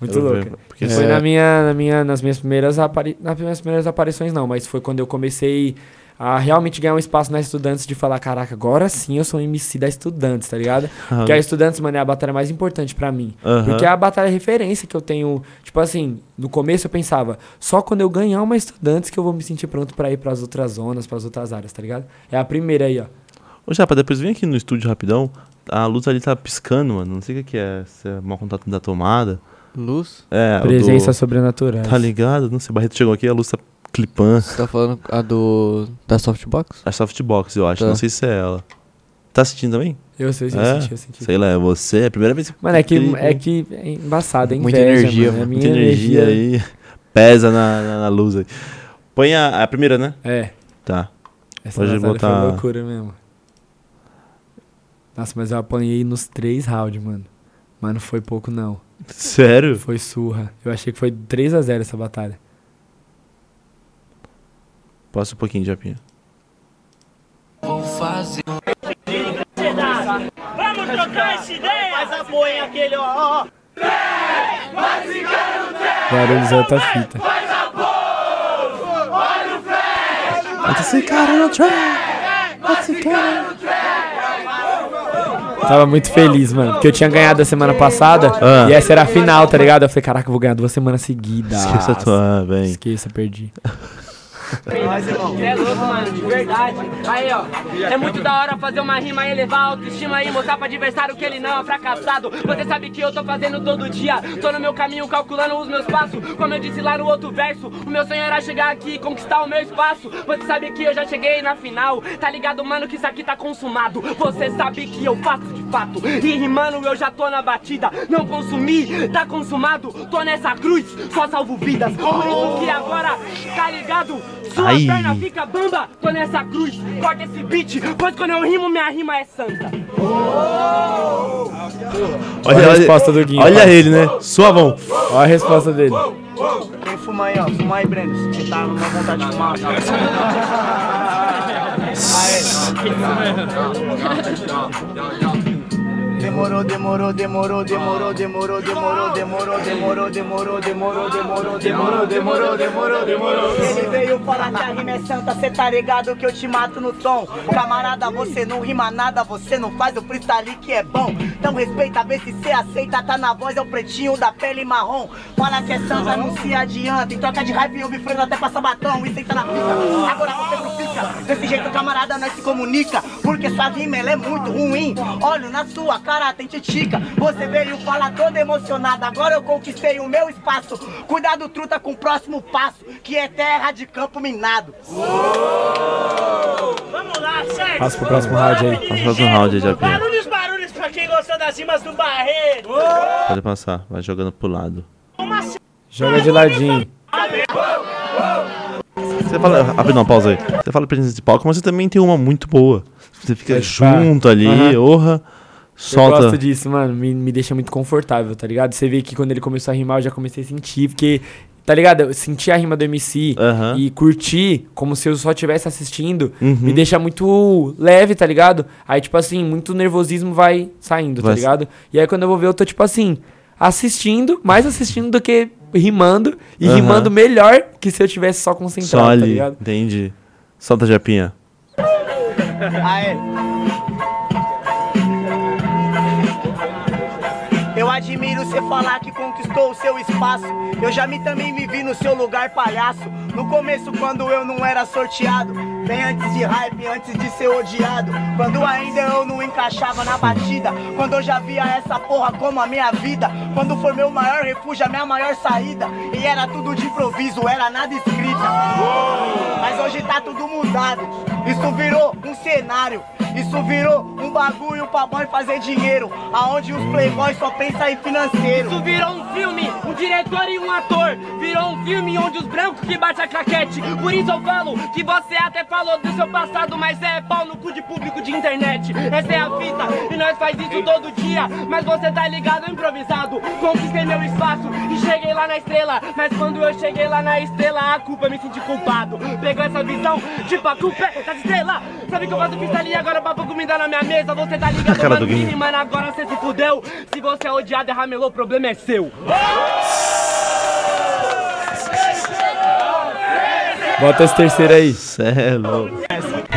Muito
Eu vou
louca.
ver, porque
Foi
é-
na minha, na minha, nas minhas primeiras apari... nas minhas primeiras aparições não, mas foi quando eu comecei a realmente ganhar um espaço na Estudantes de falar, caraca, agora sim eu sou um MC da Estudantes, tá ligado?
Ah,
Porque a Estudantes, mano, é a batalha mais importante pra mim.
Aham.
Porque é a batalha referência que eu tenho. Tipo assim, no começo eu pensava, só quando eu ganhar uma Estudantes que eu vou me sentir pronto pra ir pras outras zonas, pras outras áreas, tá ligado? É a primeira aí, ó.
Ô, Japa, depois vem aqui no estúdio rapidão. A luz ali tá piscando, mano. Não sei o que que é. Se é mau contato da tomada.
Luz?
É, o
Presença
do...
sobrenatural.
Tá ligado? Não sei, Barreto chegou aqui, a luz tá clipando.
Você tá falando a do. da softbox?
A softbox, eu acho.
Tá.
Não sei se é ela. Tá assistindo também?
Eu sei, eu
É?
senti, eu senti.
Sei lá, é você. É a primeira vez
Mano, é que
Clipe.
é, que é embaçado, é
Muita
inveja,
energia,
mano. É
Muita
minha energia,
energia aí. Pesa na, na, na luz aí. Põe a, a primeira, né?
É.
Tá.
Essa
Pode
batalha
botar-
foi loucura mesmo. Nossa, mas eu apanhei nos três rounds, mano. Mas não foi pouco, não.
Sério?
Foi surra. Eu achei que foi 3x0 essa batalha.
Passa um pouquinho, Japinha.
Vamos trocar essa ideia! Mas apoiem aquele, ó, ó.
Guarulhos é outra fita. Tava muito feliz, mano. Porque eu tinha ganhado a semana passada.
Ah.
E essa era a final, tá ligado? Eu falei, caraca, eu vou ganhar duas semanas seguidas.
Esqueça a tua. Ah, bem.
Esqueça, perdi.
É louco, mano, de verdade. Aí, ó. É muito da hora fazer uma rima, elevar a autoestima e mostrar pro adversário que ele não é fracassado. Você sabe que eu tô fazendo todo dia. Tô no meu caminho, calculando os meus passos. Como eu disse lá no outro verso, o meu sonho era chegar aqui e conquistar o meu espaço. Você sabe que eu já cheguei na final. Tá ligado, mano, que isso aqui tá consumado. Você sabe que eu faço de fato. E rimando, eu já tô na batida. Não consumi, tá consumado. Tô nessa cruz, só salvo vidas. Por isso que agora, tá ligado? Sua
Ai.
perna fica bamba, tô nessa cruz, corta esse beat, pois quando eu rimo, minha rima é santa.
Olha,
a
olha-
resposta do Guinho,
Olha
cara.
ele, né? Suavão.
Ó a resposta dele.
Quem fuma aí, ó, fuma aí, Breno, se tá com vontade de fumar. Demorou, demorou, demorou, demorou, demorou, demorou, demorou, demorou, demorou, demorou, demorou, demorou, demorou, demorou, demorou.
Ele veio falar que a rima é santa, cê tá ligado que eu te mato no tom. Camarada, você não rima nada, você não faz o freestyle que é bom. Então respeita, vê se cê aceita, tá na voz, é o pretinho da pele marrom. Fala que é santa, não se adianta. Em troca de raiva, eu me freno até passar batom e senta na pica. Agora você não fica, desse jeito, camarada, nós se comunica. Porque sua rima, ela é muito ruim. Olho na sua cara, tem titica. Você veio falar toda emocionada, agora eu conquistei o meu espaço. Cuidado, truta, com o próximo passo, que é terra de campo minado.
Vamos lá, certo?
Passa pro próximo round aí.
Passa pro próximo round aí, Japinha.
Barulhos, barulhos pra quem gostou das rimas do Barreto.
Pode passar. Vai jogando pro lado.
Joga de ladinho.
Você fala. Rapidão, pausa aí. Você fala presença de palco, mas você também tem uma muito boa. Você fica
Pode É, pá.
junto ali,
Aham.
orra. Solta.
Eu gosto disso, mano. Me, me deixa muito confortável, tá ligado? Você vê que quando ele começou a rimar, eu já comecei a sentir, porque. Tá ligado? Eu senti a rima do MC
Aham. Uhum.
e curtir como se eu só estivesse assistindo. Me deixa muito leve, tá ligado? Aí, tipo assim, muito nervosismo vai saindo,
Vai-
tá ligado? E aí quando eu vou ver, eu tô, tipo assim, assistindo, mais assistindo do que rimando. E
Aham.
rimando melhor que se eu tivesse só concentrado,
Só
tá
ali.
ligado?
Entendi. Solta, Japinha.
Aê. Eu admiro você falar que conquistou o seu espaço. Eu já me também me vi no seu lugar, palhaço. No começo, quando eu não era sorteado. Bem antes de hype, antes de ser odiado. Quando ainda eu não encaixava na batida. Quando eu já via essa porra como a minha vida. Quando foi meu maior refúgio, a minha maior saída. E era tudo de improviso, era nada escrita. Mas hoje tá tudo mudado. Isso virou um cenário. Isso virou um bagulho pra boy fazer dinheiro. Aonde os playboys só pensam em financeiro.
Isso virou um filme, um diretor e um ator. Virou um filme onde os brancos que batem a claquete. Por isso eu falo que você até falou do seu passado, mas é pau no cu de público de internet. Essa é a fita, e nós faz isso todo dia. Mas você tá ligado, improvisado. Conquistei meu espaço e cheguei lá na estrela. Mas quando eu cheguei lá na estrela, a culpa me senti culpado. Pegou essa visão, tipo a culpa é das estrelas. Sabe que eu faço pista ali agora, papo que me dá na minha mesa. Você tá ligado,
cara do
mano,
Guinho.
mini, mano, agora você se fudeu. Se você é odiado e ramelou, o problema é seu.
Bota esse terceiro aí.
Cê é louco. O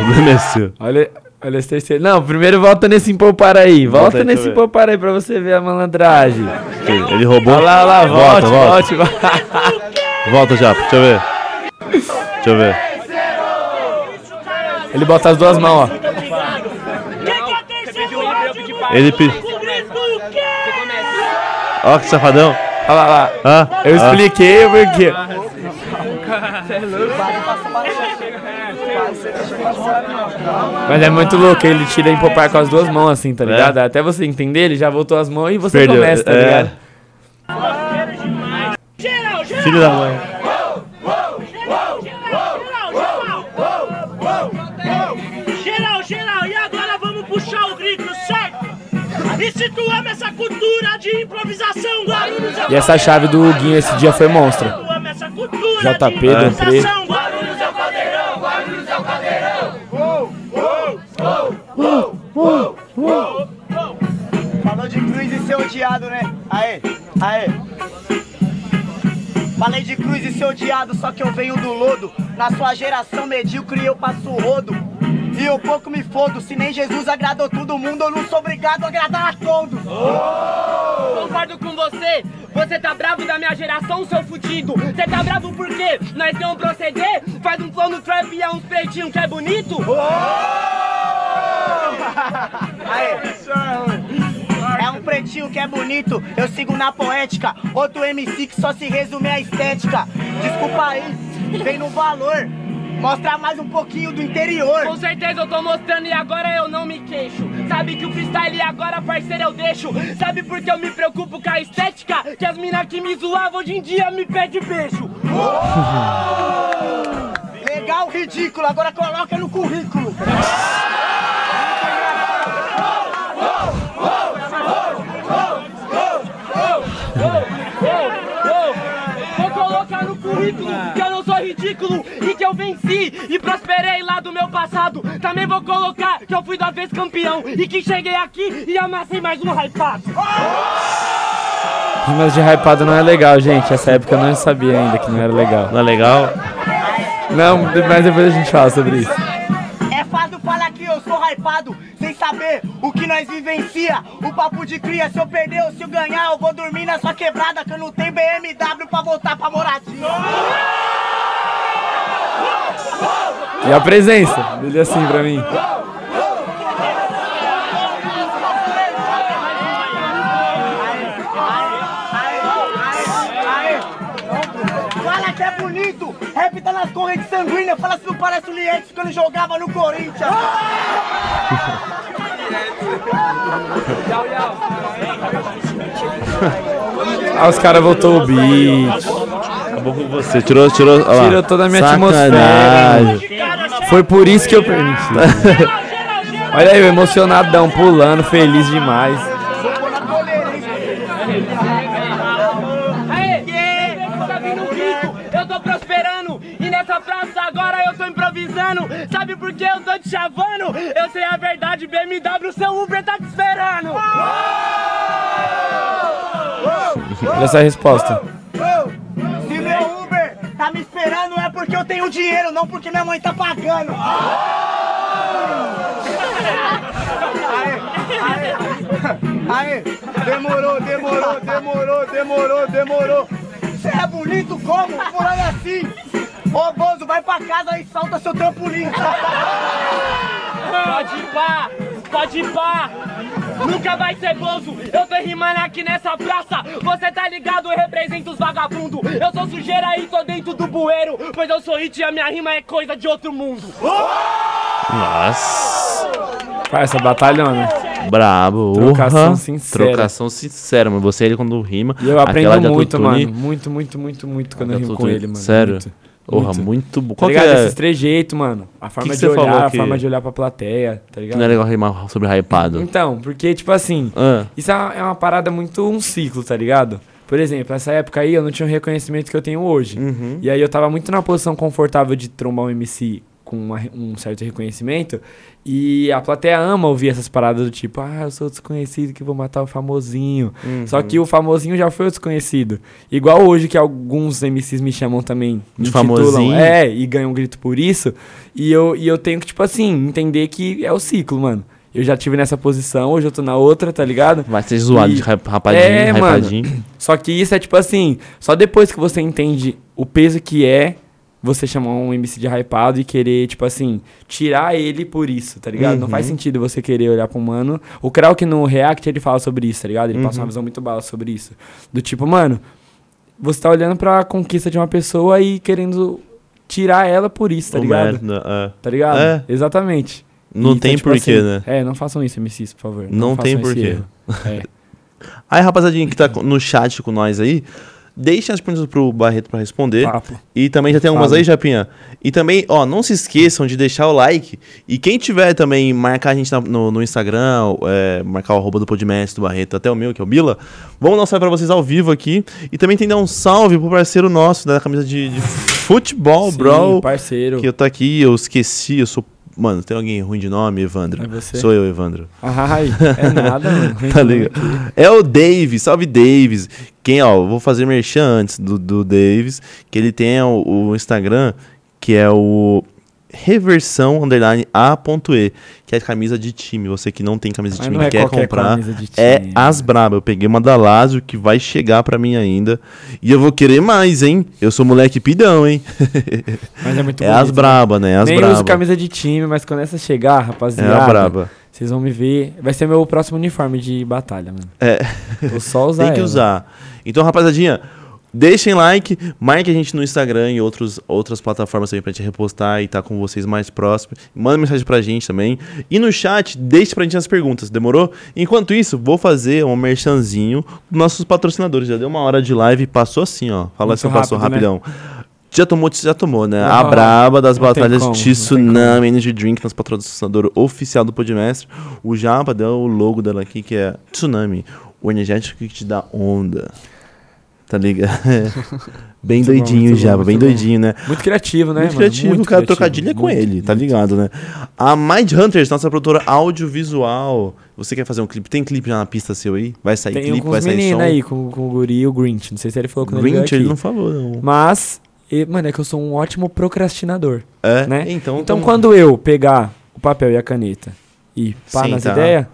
problema é seu.
Olha, olha esse terceiro. Não, primeiro volta nesse poupar aí. Volta,
Volta aí, deixa
nesse
eu ver.
poupar aí pra você ver a malandragem. Olha
Ele ele roubou.
lá, olha lá,
Volta,
volte,
volta.
volte, volte.
Volta já, deixa eu ver. Deixa eu ver.
Ele bota as duas mãos, ó.
um
Ele pe- Ó, que safadão.
Olha lá, olha lá.
Ah,
Eu
ah.
expliquei porque. Mas é muito louco, ele tira em popar com as duas mãos, assim, tá ligado? Até você entender, ele já voltou as mãos e você
É. Perdeu,
começa, tá
é.
ligado?
Filho da mãe.
Geral, geral, e agora vamos puxar o grito, certo? E situamos essa cultura de improvisação, Guarulhos é
E essa chave do Guinho esse dia foi monstra.
Situamos essa cultura
JP,
de improvisação, Guarulhos é o
Falou de cruz e ser odiado, né? Aê, aê. Falei de cruz e ser odiado, só que eu venho do lodo. Na sua geração medíocre eu passo rodo. E eu pouco me fodo, se nem Jesus agradou todo mundo, eu não sou obrigado a agradar a todos.
Concordo com você, você tá bravo da minha geração, seu fudido. Você tá bravo por quê? Nós tem um proceder, faz um flow no trap e é uns pretinho que é bonito.
É um pretinho que é bonito, eu sigo na poética. Outro MC que só se resume à estética. Desculpa aí, vem no valor. Mostra mais um pouquinho do interior.
Com certeza eu tô mostrando e agora eu não me queixo. Sabe que o freestyle agora, parceiro, eu deixo. Sabe por que eu me preocupo com a estética? Que as minas que me zoavam hoje em dia me pede beijo.
Legal, ridículo, agora coloca no currículo.
Vou colocar no currículo que eu não sou ridículo e que eu venci e prosperei lá do meu passado. Também vou colocar que eu fui da vez campeão e que cheguei aqui e amassei mais um hypado.
Rimas de hypado não é legal, gente. Essa época eu não sabia ainda que não era legal.
Não é legal?
Não, mas depois a gente fala sobre isso.
É fácil falar que eu sou hypado, sem saber o que nós vivencia. O papo de cria, se eu perder ou se eu ganhar, eu vou dormir na sua quebrada, que eu não tenho BMW pra voltar pra moradia.
E a presença dele assim pra mim.
Fala que é bonito, rap tá nas correntes sanguíneas, fala se não parece o Lietes quando jogava no Corinthians.
Ah, os caras voltou o beat.
Acabou com você. Tirou, tirou. ó lá.
Tirou toda a minha
Sacanagem.
Guarulhos.
Foi por isso que eu perdi.
Geral, geral, geral.
Olha aí, eu emocionadão, pulando, feliz demais.
Aê, ninguém tá vindo um grito, eu tô prosperando e nessa praça agora eu tô improvisando. Sabe por que eu tô te chavando? Eu sei a verdade, BMW, seu Uber tá te esperando.
Olha essa resposta.
Se meu Uber tá me esperando é porque eu tenho dinheiro, não porque minha mãe tá pagando. Aê, aê, aê, demorou, demorou, demorou, demorou, demorou. Você é bonito como? Fulano é assim. Ô Bozo, vai pra casa e salta seu trampolim.
Pode ir pá, pode ir pá. Nunca vai ser bozo, eu tô rimando aqui nessa praça. Você tá ligado, eu represento os vagabundo. Eu sou sujeira e tô dentro do bueiro. Pois eu sou hit e a minha rima é coisa de outro mundo.
Nossa.
Parça, batalhona.
Brabo.
Trocação
urra.
sincera.
Trocação sincera, mano. Você e ele quando rima.
E eu
aquela de
aprendo muito,
autotune,
mano. Muito, muito, muito, muito quando eu rimo
autotune.
com ele, mano.
Sério?
Muito.
Porra,
muito.
muito bom.
Tá
Qual que
ligado?
é...
Esses trejeitos, mano. A forma
que
de
você
olhar,
falou
a
que-
forma de olhar pra plateia, tá
Não é
ligado?
legal rimar sobre hypado.
Então, porque, tipo assim,
Ah,
isso é uma, é uma parada muito um ciclo, tá ligado? Por exemplo, essa época
Uhum.
aí eu não tinha o reconhecimento que eu tenho hoje. E aí eu tava muito na posição confortável de trombar um MC com uma re- um certo reconhecimento. E a plateia ama ouvir essas paradas do tipo, ah, eu sou desconhecido que vou matar o famosinho.
Uhum.
Só que o famosinho já foi o desconhecido. Igual hoje que alguns MCs me chamam também me
De
titulam,
famosinho.
É, e ganham um grito por isso. E eu, e eu tenho que, tipo assim, entender que é o ciclo, mano. Eu já tive nessa posição, hoje eu tô na outra, tá ligado?
Vai ser zoado
E-
de rap- rapadinho,
É, mano.
rapadinho.
Só que isso é tipo assim, só depois que você entende o peso que é você chamar um MC de hypado e querer, tipo assim, tirar ele por isso, tá ligado? Não
Uhum.
faz sentido você querer olhar pra um mano. O Krauk no React, ele fala sobre isso, tá ligado? Ele
Uhum.
passa uma visão muito bala sobre isso. Do tipo, mano, você tá olhando pra conquista de uma pessoa e querendo tirar ela por isso, tá
Ô,
ligado?
merda, é.
Tá ligado?
É.
Exatamente.
Não
E, então,
tem
tipo
porquê,
assim,
né?
É, não façam isso, MCs, por favor.
Não tem
façam esse
porquê.
erro. É.
Aí, rapaziadinha que tá co- no chat com nós aí, deixem as perguntas pro Barreto pra responder.
Papo.
E também já tem algumas
Fala.
aí, Japinha. E também, ó, não se esqueçam de deixar o like. E quem tiver também, marcar a gente na- no, no Instagram, é, marcar o arroba do Podmestre, do Barreto, até o meu, que é o Bila. Vamos lançar pra vocês ao vivo aqui. E também tem que dar um salve pro parceiro nosso, né, da camisa de, de futebol,
Sim,
bro.
parceiro.
Que eu tô aqui, eu esqueci, eu sou... Mano, tem alguém ruim de nome, Evandro?
É você?
Sou eu, Evandro.
Ai, é nada, mano.
Tá ligado? É o Davis, salve Davis. Quem, ó, eu vou fazer merchan antes do, do Davis, que ele tem o, o Instagram, que é o reversão underline a.e, que é camisa de time. Você que não tem camisa de
Mas
time
não
e
é
quer
qualquer
comprar,
camisa de
é
time, né?
as braba. Eu peguei uma da Lazio que vai chegar pra mim ainda. E eu vou querer mais, hein? Eu sou moleque pidão, hein?
Mas é muito
é as
bonito.
braba, né? As
Nem
braba.
uso camisa de time, mas quando essa chegar,
é
rapaziada,
a braba.
vocês vão me ver. Vai ser meu próximo uniforme de batalha, mano.
É.
Vou só usar
Tem que
ela.
usar. Então, rapaziadinha, deixem like, marque a gente no Instagram e outros, outras plataformas também pra gente repostar e tá com vocês mais próximos. Manda mensagem pra gente também. E no chat, deixe pra gente as perguntas, demorou? Enquanto isso, vou fazer um merchanzinho dos nossos patrocinadores. Já deu uma hora de live e passou assim, ó. Fala
Muito
assim, passou
rápido, né?
rapidão. Já tomou, já tomou, né? A
Não,
braba das
não tem
batalhas
como, não tem
Tsunami Energy Drink, nosso patrocinador oficial do Podmestre. O Japa deu o logo dela aqui, que é Tsunami, o energético que te dá onda. Tá ligado? bem
Muito bom,
doidinho,
muito bom,
Japa, bem
muito bom.
doidinho, né?
Muito criativo, né,
muito
mano?
criativo,
Muito
o cara
criativo,
trocadilha com
muito.
ele, tá ligado, né? A Mind Hunters, nossa produtora audiovisual. Você quer fazer um clipe? Tem clipe já na pista seu aí? Vai sair
Tem um
clipe,
com
vai
os
sair som?
meninos aí, com, com o Guri e o Grinch. Não sei se ele falou com
Grinch,
ele
ele não
aqui. Né?
falou, não.
Mas, e- mano, é que eu sou um ótimo procrastinador.
É,
né?
então,
Então,
tamo-
quando eu pegar o papel e a caneta e pá
Sim,
nas
tá.
ideias,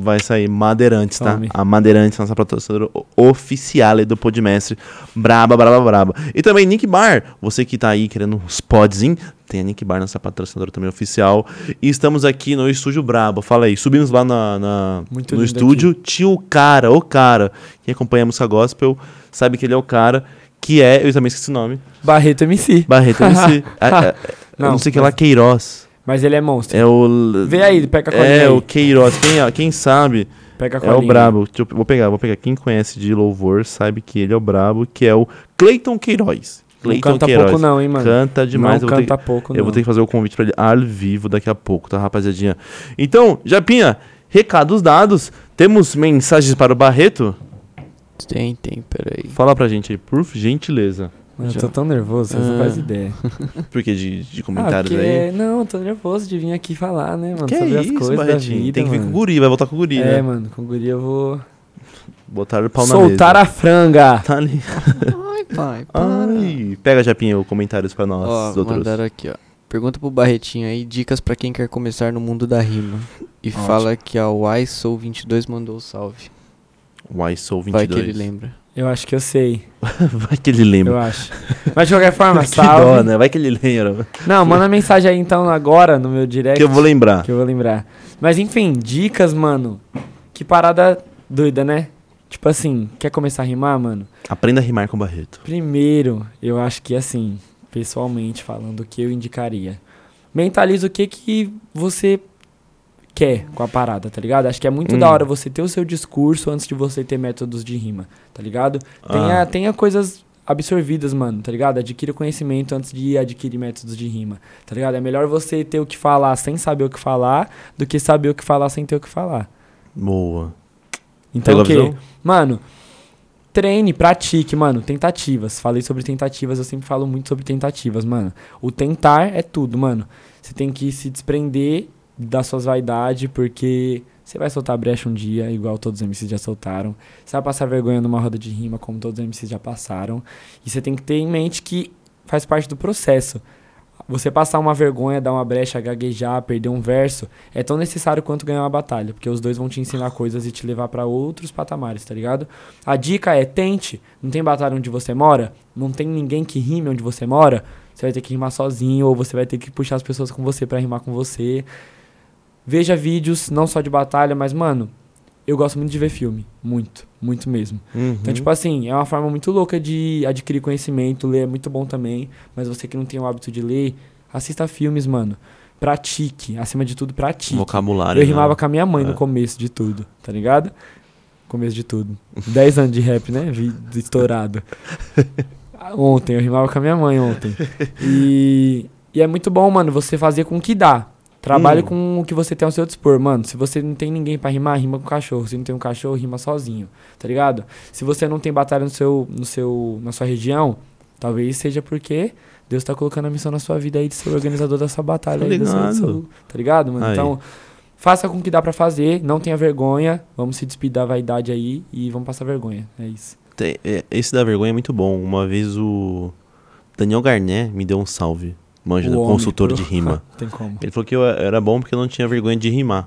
Vai sair Madeirantes, tá?
Tome.
A Madeirantes, nossa patrocinadora o- oficial aí do Podmestre. Braba, braba, braba. E também Nick Bar. Você que tá aí querendo uns podzinhos, tem a Nick Bar, nossa patrocinadora também oficial. E estamos aqui no Estúdio Braba. Fala aí, subimos lá na, na-
Muito
no
lindo
estúdio. Tinha o cara, o cara. Quem acompanha a música gospel sabe que ele é o cara. Que é, eu também esqueci o nome.
Barreto MC.
Barreto MC. Ah, ah,
Não,
não, sei que lá, Queiroz.
Mas ele é monstro.
É o.
Vê aí, pega a colinha
É,
aí.
o Queiroz. Quem, quem sabe.
Pega Tá a
É o
colinha.
brabo. Deixa eu- vou pegar, vou pegar. Quem conhece de louvor sabe que ele é o brabo, que é o Cleiton Queiroz.
Não
Cleiton
canta pouco não, hein, mano.
Canta demais.
Não
eu vou ter
canta
que-
pouco,
Eu
não.
vou ter que fazer o convite pra ele ao vivo daqui a pouco, tá, rapaziadinha? Então, Japinha, recados dados. Temos mensagens para o Barreto?
Tem, tem, peraí.
Fala pra gente aí, por gentileza.
Mano, eu tô tão nervoso, vocês não
Ah.
fazem ideia.
Porque de, de
Ah,
comentários
porque...
aí.
Não, tô nervoso de vir aqui falar, né, mano?
Que
sobre as
isso,
coisas da
Barretinho?
vida,
Tem que vir com o
mano.
guri, vai voltar com o guri,
É,
né?
mano, com guria eu vou...
Botaram o pau
Soltar
na mesa.
a franga!
Tá ali.
Ai, pai,
Ah,
Ai, pega, Japinha, os comentários pra nós,
Ó,
outros.
mandaram aqui, ó. Pergunta pro Barretinho aí, dicas pra quem quer começar no mundo da rima. E fala que a YSoul22 mandou o salve.
Why Soul 22.
Vai que ele lembra.
Eu acho que eu sei,
Vai que ele lembra.
eu acho. Mas de qualquer forma,
Que dó,
salve.
né? Vai que ele lembra.
Não, manda mensagem aí então agora no meu direct.
Que eu vou lembrar.
que eu vou lembrar. Mas enfim, dicas, mano. Que parada doida, né? Tipo assim, quer começar a rimar, mano?
Aprenda a rimar com Barreto.
Primeiro, eu acho que assim, pessoalmente falando, o que eu indicaria? Mentaliza o que que você quer com a parada, tá ligado? Acho que é muito
Hum.
da hora você ter o seu discurso antes de você ter métodos de rima, tá ligado? Tenha, tenha coisas absorvidas, mano, tá ligado? Adquira conhecimento antes de adquirir métodos de rima, tá ligado? É melhor você ter o que falar sem saber o que falar do que saber o que falar sem ter o que falar.
Boa.
Então
Pegou
o
a
quê?
visão?
Mano, treine, pratique, mano. Tentativas. Falei sobre tentativas, eu sempre falo muito sobre tentativas, mano. O tentar é tudo, mano. Você tem que se desprender das suas vaidades, porque você vai soltar a brecha um dia, igual todos os MCs já soltaram. Você vai passar vergonha numa roda de rima, como todos os MCs já passaram. E você tem que ter em mente que faz parte do processo. Você passar uma vergonha, dar uma brecha, gaguejar, perder um verso, é tão necessário quanto ganhar uma batalha, porque os dois vão te ensinar coisas e te levar pra outros patamares, tá ligado? A dica é tente, não tem batalha onde você mora, não tem ninguém que rime onde você mora, você vai ter que rimar sozinho ou você vai ter que puxar as pessoas com você pra rimar com você. Veja vídeos não só de batalha, mas mano, eu gosto muito de ver filme, muito, muito mesmo.
Uhum.
Então, tipo assim, é uma forma muito louca de adquirir conhecimento. Ler é muito bom também, mas você que não tem o hábito de ler, assista filmes, mano. Pratique, acima de tudo, pratique.
um Vocabulário.
Eu rimava
né?
com a minha mãe no
É.
começo de tudo, tá ligado? Começo de tudo. 10 anos de rap, né? Vi estourado. Ah, Ontem, eu rimava com a minha mãe ontem. E, e é muito bom, mano, você fazer com o que dá.
Hum.
Trabalhe com o que você tem ao seu dispor, mano. Se você não tem ninguém pra rimar, rima com o cachorro. Se não tem um cachorro, rima sozinho, tá ligado? Se você não tem batalha no seu, no seu, na sua região, talvez seja porque Deus tá colocando a missão na sua vida aí de ser o organizador dessa batalha.
Tô
aí, dessa-
ligado.
dessa- tá ligado, mano?
Aí.
Então, faça com o que dá pra fazer, não tenha vergonha, vamos se despedir da vaidade aí e vamos passar vergonha. É isso.
Tem- é, Esse da vergonha é muito bom. Uma vez o Daniel Garnet me deu um salve. Manja,
O
do
homem,
consultor
bro.
de rima.
Tem como.
Ele falou que eu era bom porque eu não tinha vergonha de rimar.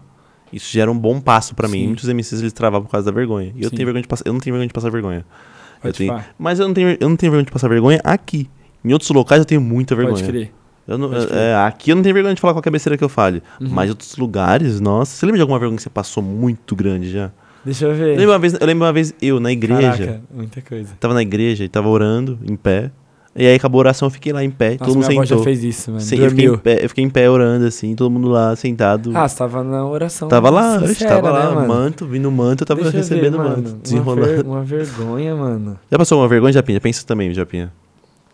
Isso já era um bom passo pra mim.
Sim.
Muitos MCs eles travavam por causa da vergonha. E eu,
Sim.
tenho vergonha de passar, eu não tenho vergonha de passar vergonha. Eu
Pode
tenho-
falar.
mas eu não, tenho, eu não tenho vergonha de passar vergonha aqui. Em outros locais eu tenho muita vergonha.
Pode crer.
Eu não-
Pode
é,
crer.
aqui eu não tenho vergonha de falar qualquer besteira que eu fale.
Uhum.
Mas em outros lugares, nossa. Você lembra de alguma vergonha que você passou muito grande já?
Deixa eu
Eu
ver.
lembro uma vez, eu, lembro uma vez eu na igreja.
Caraca, muita coisa.
Tava na igreja e tava orando em pé. E aí acabou a oração, eu fiquei lá em pé,
Nossa,
todo mundo
minha avó já
sentou.
fez isso, mano.
Sim, eu, fiquei em
Dormiu.
pé, eu fiquei em pé orando assim, todo mundo lá sentado.
Ah, você tava na oração.
tava lá, eu
sincera,
tava lá,
né, mano?
manto, vindo manto, eu tava
Deixa eu ver,
recebendo
mano.
manto,
Uma,
desenrolando.
ver- uma vergonha, mano.
Já passou uma vergonha, Japinha? Pensa também, Japinha.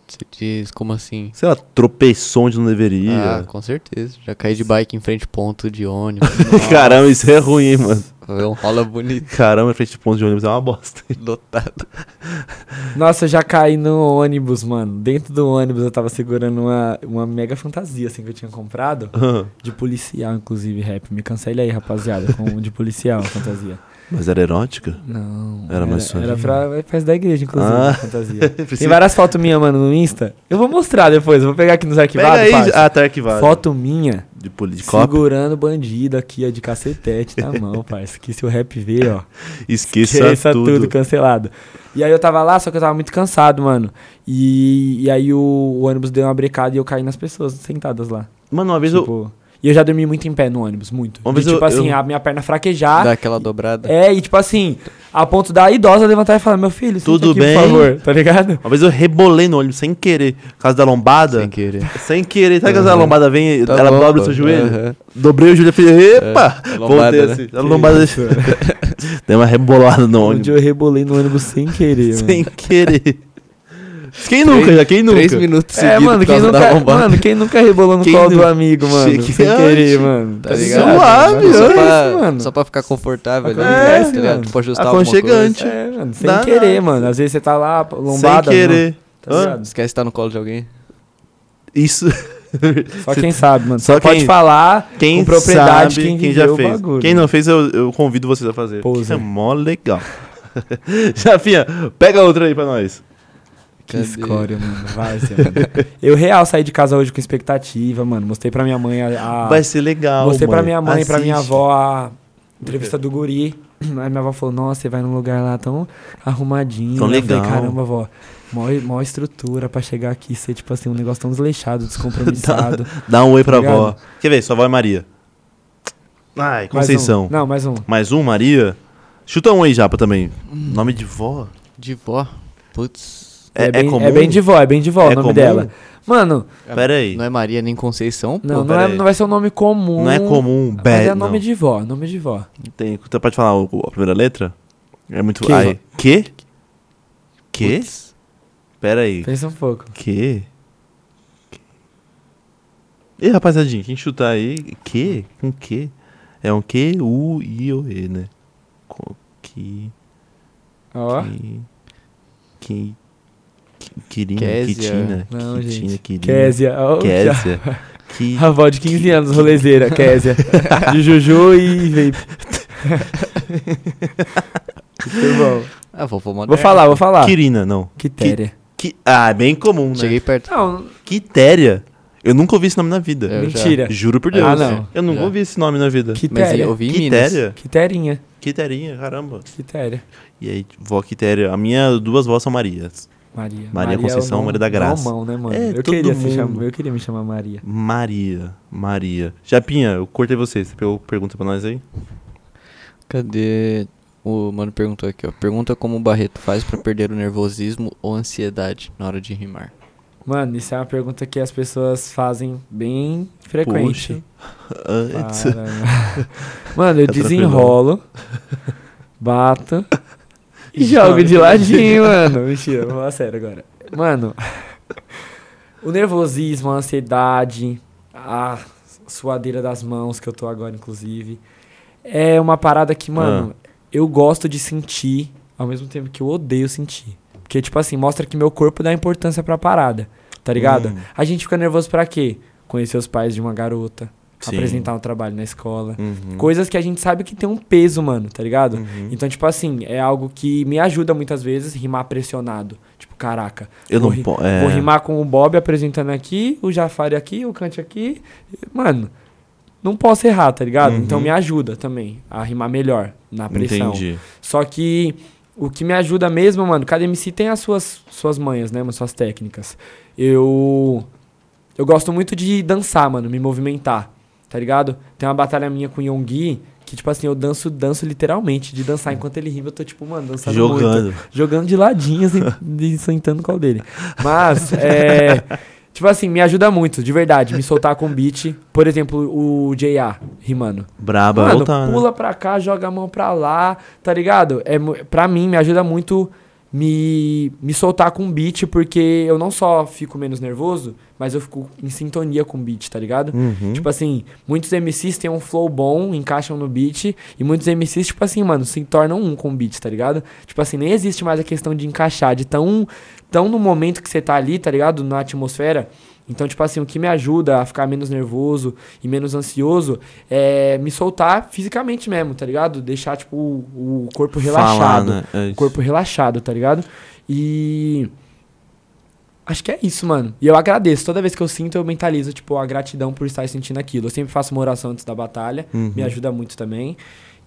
Você diz, como assim?
Sei lá, tropeçou onde não
Ah,
deveria.
com certeza. Já caí de bike em frente ponto de ônibus.
Caramba, isso é ruim, hein, mano.
Foi um rola bonito,
Caramba, frente de ponto de ônibus é uma bosta.
lotado.
Nossa, eu já caí no ônibus, mano. Dentro do ônibus eu tava segurando uma, uma mega fantasia, assim, que eu tinha comprado. De policial, inclusive, rap. Me cancele aí, rapaziada, com de policial, a fantasia.
Mas era erótica?
Não.
Era mais sonho.
Era pra festa da igreja, inclusive,
Ah.
a fantasia. Tem
Precisa-
várias fotos minhas, mano, no Insta. Eu vou mostrar depois, eu vou pegar aqui nos
Pega
arquivados,
aí,
parça.
ah, tá arquivado.
Foto minha,
de político.
segurando bandido aqui, ó, de cacetete na mão, parça. Que se o rap ver, ó.
Esqueça,
Esqueça tudo.
tudo.
cancelado. E aí eu tava lá, só que eu tava muito cansado, mano. E, e aí o, o ônibus deu uma brecada e eu caí nas pessoas sentadas lá.
Mano, uma vez eu.
Tipo, E eu já dormi muito em pé no ônibus, muito.
Uma
De,
vez eu-
tipo assim,
eu-
a minha perna fraquejar.
Dá aquela dobrada.
Ah, É, e tipo assim, a ponto da idosa levantar e falar, meu filho, senta
Tudo
aqui,
bem?
por favor, tá ligado?
Uma vez eu rebolei no ônibus sem querer, por causa da lombada.
Sem querer.
Sem querer, sabe quando a
Aham.
lombada vem,
Tá
ela
bom,
dobra o
pô.
seu joelho?
Aham.
Dobrei o joelho e falei, epa!
É, lombada,
Voltei
né?
assim, a lombada. Dei uma rebolada no
Onde
ônibus.
eu rebolei no ônibus sem querer,
Sem
mano.
querer. Quem nunca, já? Quem nunca?
Três minutos
É,
seguidos
mano quem,
por causa da
nunca,
lombada.
mano, quem nunca rebolou no
Quem
colo do
nunca?
amigo, mano?
Cheque-
Sem querer,
Ah,
mano.
Tá ligado?
Suave,
mano.
Só
Isso,
pra,
mano.
só pra ficar confortável ali,
É,
tá ligado?
mano.
Tipo, ajustar alguma coisa.
Aconchegante.
É, mano, sem
Dá
querer,
nada.
mano. Às vezes você tá lá, lombada.
Sem querer.
Não, tá
Hã?
ligado?
Esquece de estar no colo de alguém.
Isso.
Só quem sabe, mano.
tá- Só
Só
quem-
pode falar
Quem
com propriedade
sabe,
quem,
quem, já
viveu o
fez.
bagulho.
Quem não fez, eu, eu convido vocês a fazer.
Poser.
Isso é mó legal. Jafinha, pega outra aí pra nós.
Que escória, mano. Vai, ser, mano. Eu real saí de casa hoje com expectativa, mano. Mostrei pra minha mãe a. a-
Vai ser legal.
mostrei Ah, pra
mãe.
minha mãe e pra minha
Assiste.
avó a entrevista do guri. Aí minha avó falou, nossa, você vai num lugar lá tão arrumadinho. né?"
Tão
Eu falei,
legal.
caramba, avó. Mó, mó estrutura pra chegar aqui e ser, tipo assim, um negócio tão desleixado, descompromissado.
Dá um oi pra
Obrigado.
avó. Quer ver? Sua avó é Maria. Ai,
Mais um.
Conceição.
Não, mais um.
Mais um, Maria? Chuta um aí, Japa, também. Nome de vó?
De vó. Putz.
É, é,
bem,
comum?
É bem de vó, é bem de vó
É
o nome
comum?
dela. Mano,
Pera aí.
Não é Maria nem Conceição?
não,
Pô,
não, é,
peraí.
não vai ser um nome comum.
Não é comum,
Mas
bad,
é nome
não.
de vó, nome de vó.
Tem, tu pode falar o- a primeira letra? É muito...
Que?
Ai, que? Que?
Putz.
Pera aí.
Pensa um pouco.
Que? E rapaziadinha, quem chutar aí... Que? Com que? É um que, u, i, o, e, né? Co- Que...
Ó,
que- Que. que- Quirina,
Késia.
Kitina.
Não,
Kitina,
gente.
Quirina.
Késia. ó,
Késia. Ki-
A avó de 15 anos, rolezeira, Késia. De Juju e Vape. Muito bom.
Ah, vovô moderna.
Vou falar, vou falar.
Quirina, não.
Quitéria.
Qui- ah, é bem comum, né?
Cheguei perto.
Não,
Quitéria. Eu nunca ouvi esse nome na vida.
Eu já.
mentira.
Juro por Deus.
Ah, não.
Eu nunca
Já.
ouvi esse nome na vida.
Mas
Quitéria.
eu ouvi em Minas.
Quitéria?
Quiterinha.
Quiterinha, caramba.
Quitéria.
E aí, vó Quitéria. A minha duas vós são Marias.
Maria.
Maria
é
Conceição,
o
Maria da Graça.
Normal, né, mano?
É,
eu,
todo
queria se
mundo.
chamar, eu queria me chamar Maria.
Maria. Maria. Japinha, eu cortei você. Você pegou pergunta pra nós aí?
Cadê? O mano perguntou aqui, ó. Pergunta como o Barreto faz pra perder o nervosismo ou ansiedade na hora de rimar.
Mano, isso é uma pergunta que as pessoas fazem bem frequente.
Antes.
Para, Mano, eu
Tá tranquilo.
desenrolo, bato e jogo
Joga
de ladinho, mano. Mentira, vou falar sério agora. Mano, o nervosismo, a ansiedade, a suadeira das mãos que eu tô agora, inclusive, é uma parada que, mano, eu gosto de sentir ao mesmo tempo que eu odeio sentir. Porque, tipo assim, mostra que meu corpo dá importância pra parada, tá ligado? A gente fica nervoso pra quê? Conhecer os pais de uma garota,
Sim.
apresentar um trabalho na escola.
Uhum.
Coisas que a gente sabe que tem um peso, mano, tá ligado?
Uhum.
Então, tipo assim, é algo que me ajuda muitas vezes rimar pressionado. Tipo, caraca.
Eu
vou
não
ri-
posso. É...
Vou rimar com o Bob apresentando aqui, o Jafari aqui, o Kant aqui. Mano, não posso errar, tá ligado?
Uhum.
Então me ajuda também a rimar melhor na pressão.
Entendi.
Só que o que me ajuda mesmo, mano, cada MC tem as suas, suas manhas, né, mano, suas técnicas. Eu. Eu gosto muito de dançar, mano, me movimentar, tá ligado? Tem uma batalha minha com o Yonggi, que, tipo assim, eu danço, danço literalmente. De dançar enquanto ele rima, eu tô, tipo, mano, dançando muito
Jogando.
jogando de ladinho assim, e sentando o colo dele. Mas, é. Tipo assim, me ajuda muito, de verdade, me soltar com beat. Por exemplo, o JA rimando.
Braba.
Mano,
voltar, né?
pula pra cá, joga a mão pra lá, tá ligado? É, mu- pra mim, me ajuda muito me, me soltar com beat, porque eu não só fico menos nervoso, mas eu fico em sintonia com o beat, tá ligado?
Uhum.
Tipo assim, muitos MCs têm um flow bom, encaixam no beat, e muitos MCs, tipo assim, mano, se tornam um com o beat, tá ligado? Tipo assim, nem existe mais a questão de encaixar, de tão, tão no momento que você tá ali, tá ligado? Na atmosfera. Então, tipo assim, o que me ajuda a ficar menos nervoso e menos ansioso é me soltar fisicamente mesmo, tá ligado? Deixar, tipo, o, o corpo relaxado
Falar, né? É
o
isso.
corpo relaxado, tá ligado? E. Acho que é isso, mano. E eu agradeço. Toda vez que eu sinto, eu mentalizo, tipo, a gratidão por estar sentindo aquilo. Eu sempre faço uma oração antes da batalha.
Uhum.
Me ajuda muito também.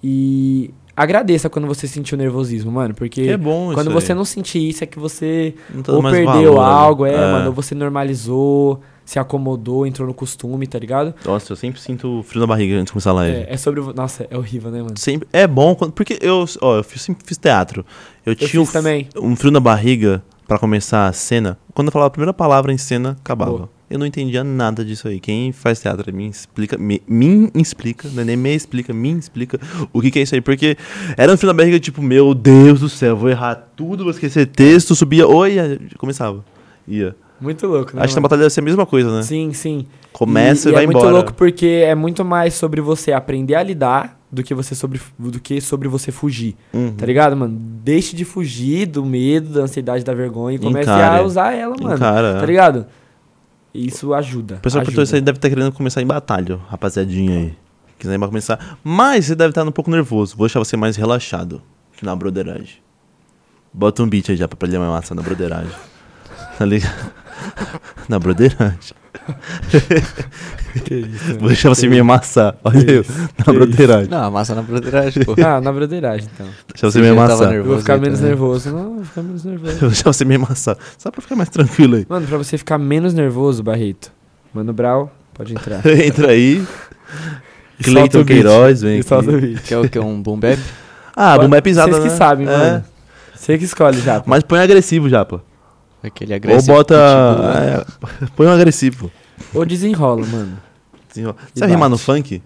E agradeça quando você sentir o nervosismo, mano. Porque
É bom isso
quando
aí.
você não sentir isso, é que você
Não tá
ou
dando mais
perdeu
valor, né?
algo, é, mano, ou você normalizou, se acomodou, entrou no costume, tá ligado?
Nossa, eu sempre sinto frio na barriga antes de começar a live.
É, é sobre. o- Nossa, é horrível, né, mano?
Sempre, é bom quando. Porque eu, ó, eu fiz- sempre fiz teatro. Eu,
Eu
tinha um,
fiz também.
um frio na barriga pra começar a cena. Quando eu falava a primeira palavra em cena, acabava.
Boa.
Eu não entendia nada disso aí. Quem faz teatro me explica, me, me explica, não é nem me explica, me explica o que, que é isso aí. Porque era um frio na barriga, tipo, meu Deus do céu, vou errar tudo, vou esquecer texto, subia, oi, aí começava. Ia.
Muito louco, né?
Acho que na
mano?
batalha deve ser a mesma coisa, né?
Sim, sim.
Começa e,
é
vai embora.
muito louco porque é muito mais sobre você aprender a lidar do que você sobre do que sobre você fugir.
Uhum.
Tá ligado, mano? Deixe de fugir do medo, da ansiedade, da vergonha e comece
Encare.
a usar ela, mano.
Encara, é.
Tá ligado? Isso ajuda.
O pessoal perguntou
ajuda.
isso aí deve estar querendo começar em batalha, rapaziadinha aí. Quiser ir começar. Mas você deve estar um pouco nervoso. Vou deixar você mais relaxado na broderagem. Bota um beat aí já pra ele mais massa na broderagem. Tá ligado? Na broderagem.
Que isso, mano.
Vou deixar você me amassar. Olha eu. Na broderagem.
Não, amassa na broderagem, pô.
Ah, na broderagem, então.
Deixa você me
já tava
amassar.
Eu vou
nervoso então, né?
ficar
aí
menos
também.
nervoso. Não, eu vou ficar menos nervoso.
Vou deixar você me amassar. Só pra ficar mais tranquilo aí.
Mano, pra você ficar menos nervoso, Barreto, Mano Brau, pode entrar.
Entra aí.
E solta o
Cleiton
beat.
Queiroz, vem
E solta o
aqui.
beat.
Que é o que? Um boom bap?
Ah, bomba é pisada,
Vocês que
né?
sabem,
É.
mano. Você que escolhe já.
Mas põe agressivo já, pô.
Aquele agressivo.
Ou bota.
pitbull, né?
é, põe um agressivo.
Ou desenrola, mano.
Assim, ó.
E
Você vai rimar
bate.
no funk?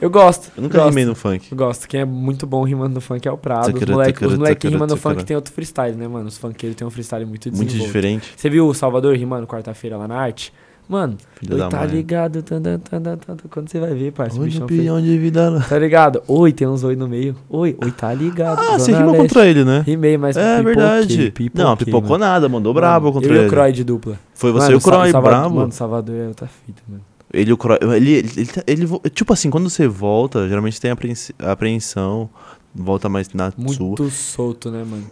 Eu gosto.
Eu nunca
gosto.
rimei no funk.
Eu gosto. Quem é muito bom rimando no funk é o Prado. Os
Tacara,
moleque,
tacara,
os moleque que
tacara,
rima no
tacara.
funk tem outro freestyle, né, mano? Os funkeiros tem um freestyle muito
Muito
desenvolto.
diferente.
Você viu o Salvador rimando quarta-feira lá na arte? Mano,
Filho
oi,
da
tá
mãe.
ligado. tan, tan, tan, tan, tan, tan. Quando você vai ver, parça, o
Olha
um bichão
o
fez-
bilhão de vida lá.
Tá ligado? Oi, tem uns oi no meio. Oi, oi, tá ligado.
Ah, você
Zona
rima
Leste.
contra ele, né?
Rimei, mas
É
pipoquei,
verdade.
pipoquei,
Não, pipocou
mano.
nada, mandou
Mano,
brabo contra
eu
ele.
e o Croy de dupla.
Foi você
Mano,
e o Croy,
Sa- Salvador-
brabo.
Mano, Salvador é outra fita, mano.
Ele, e o Croy, ele, ele, ele, tá- ele vo- tipo assim, quando você volta, geralmente tem apreensi- apreensão, volta mais na sua.
Muito solto, né, mano?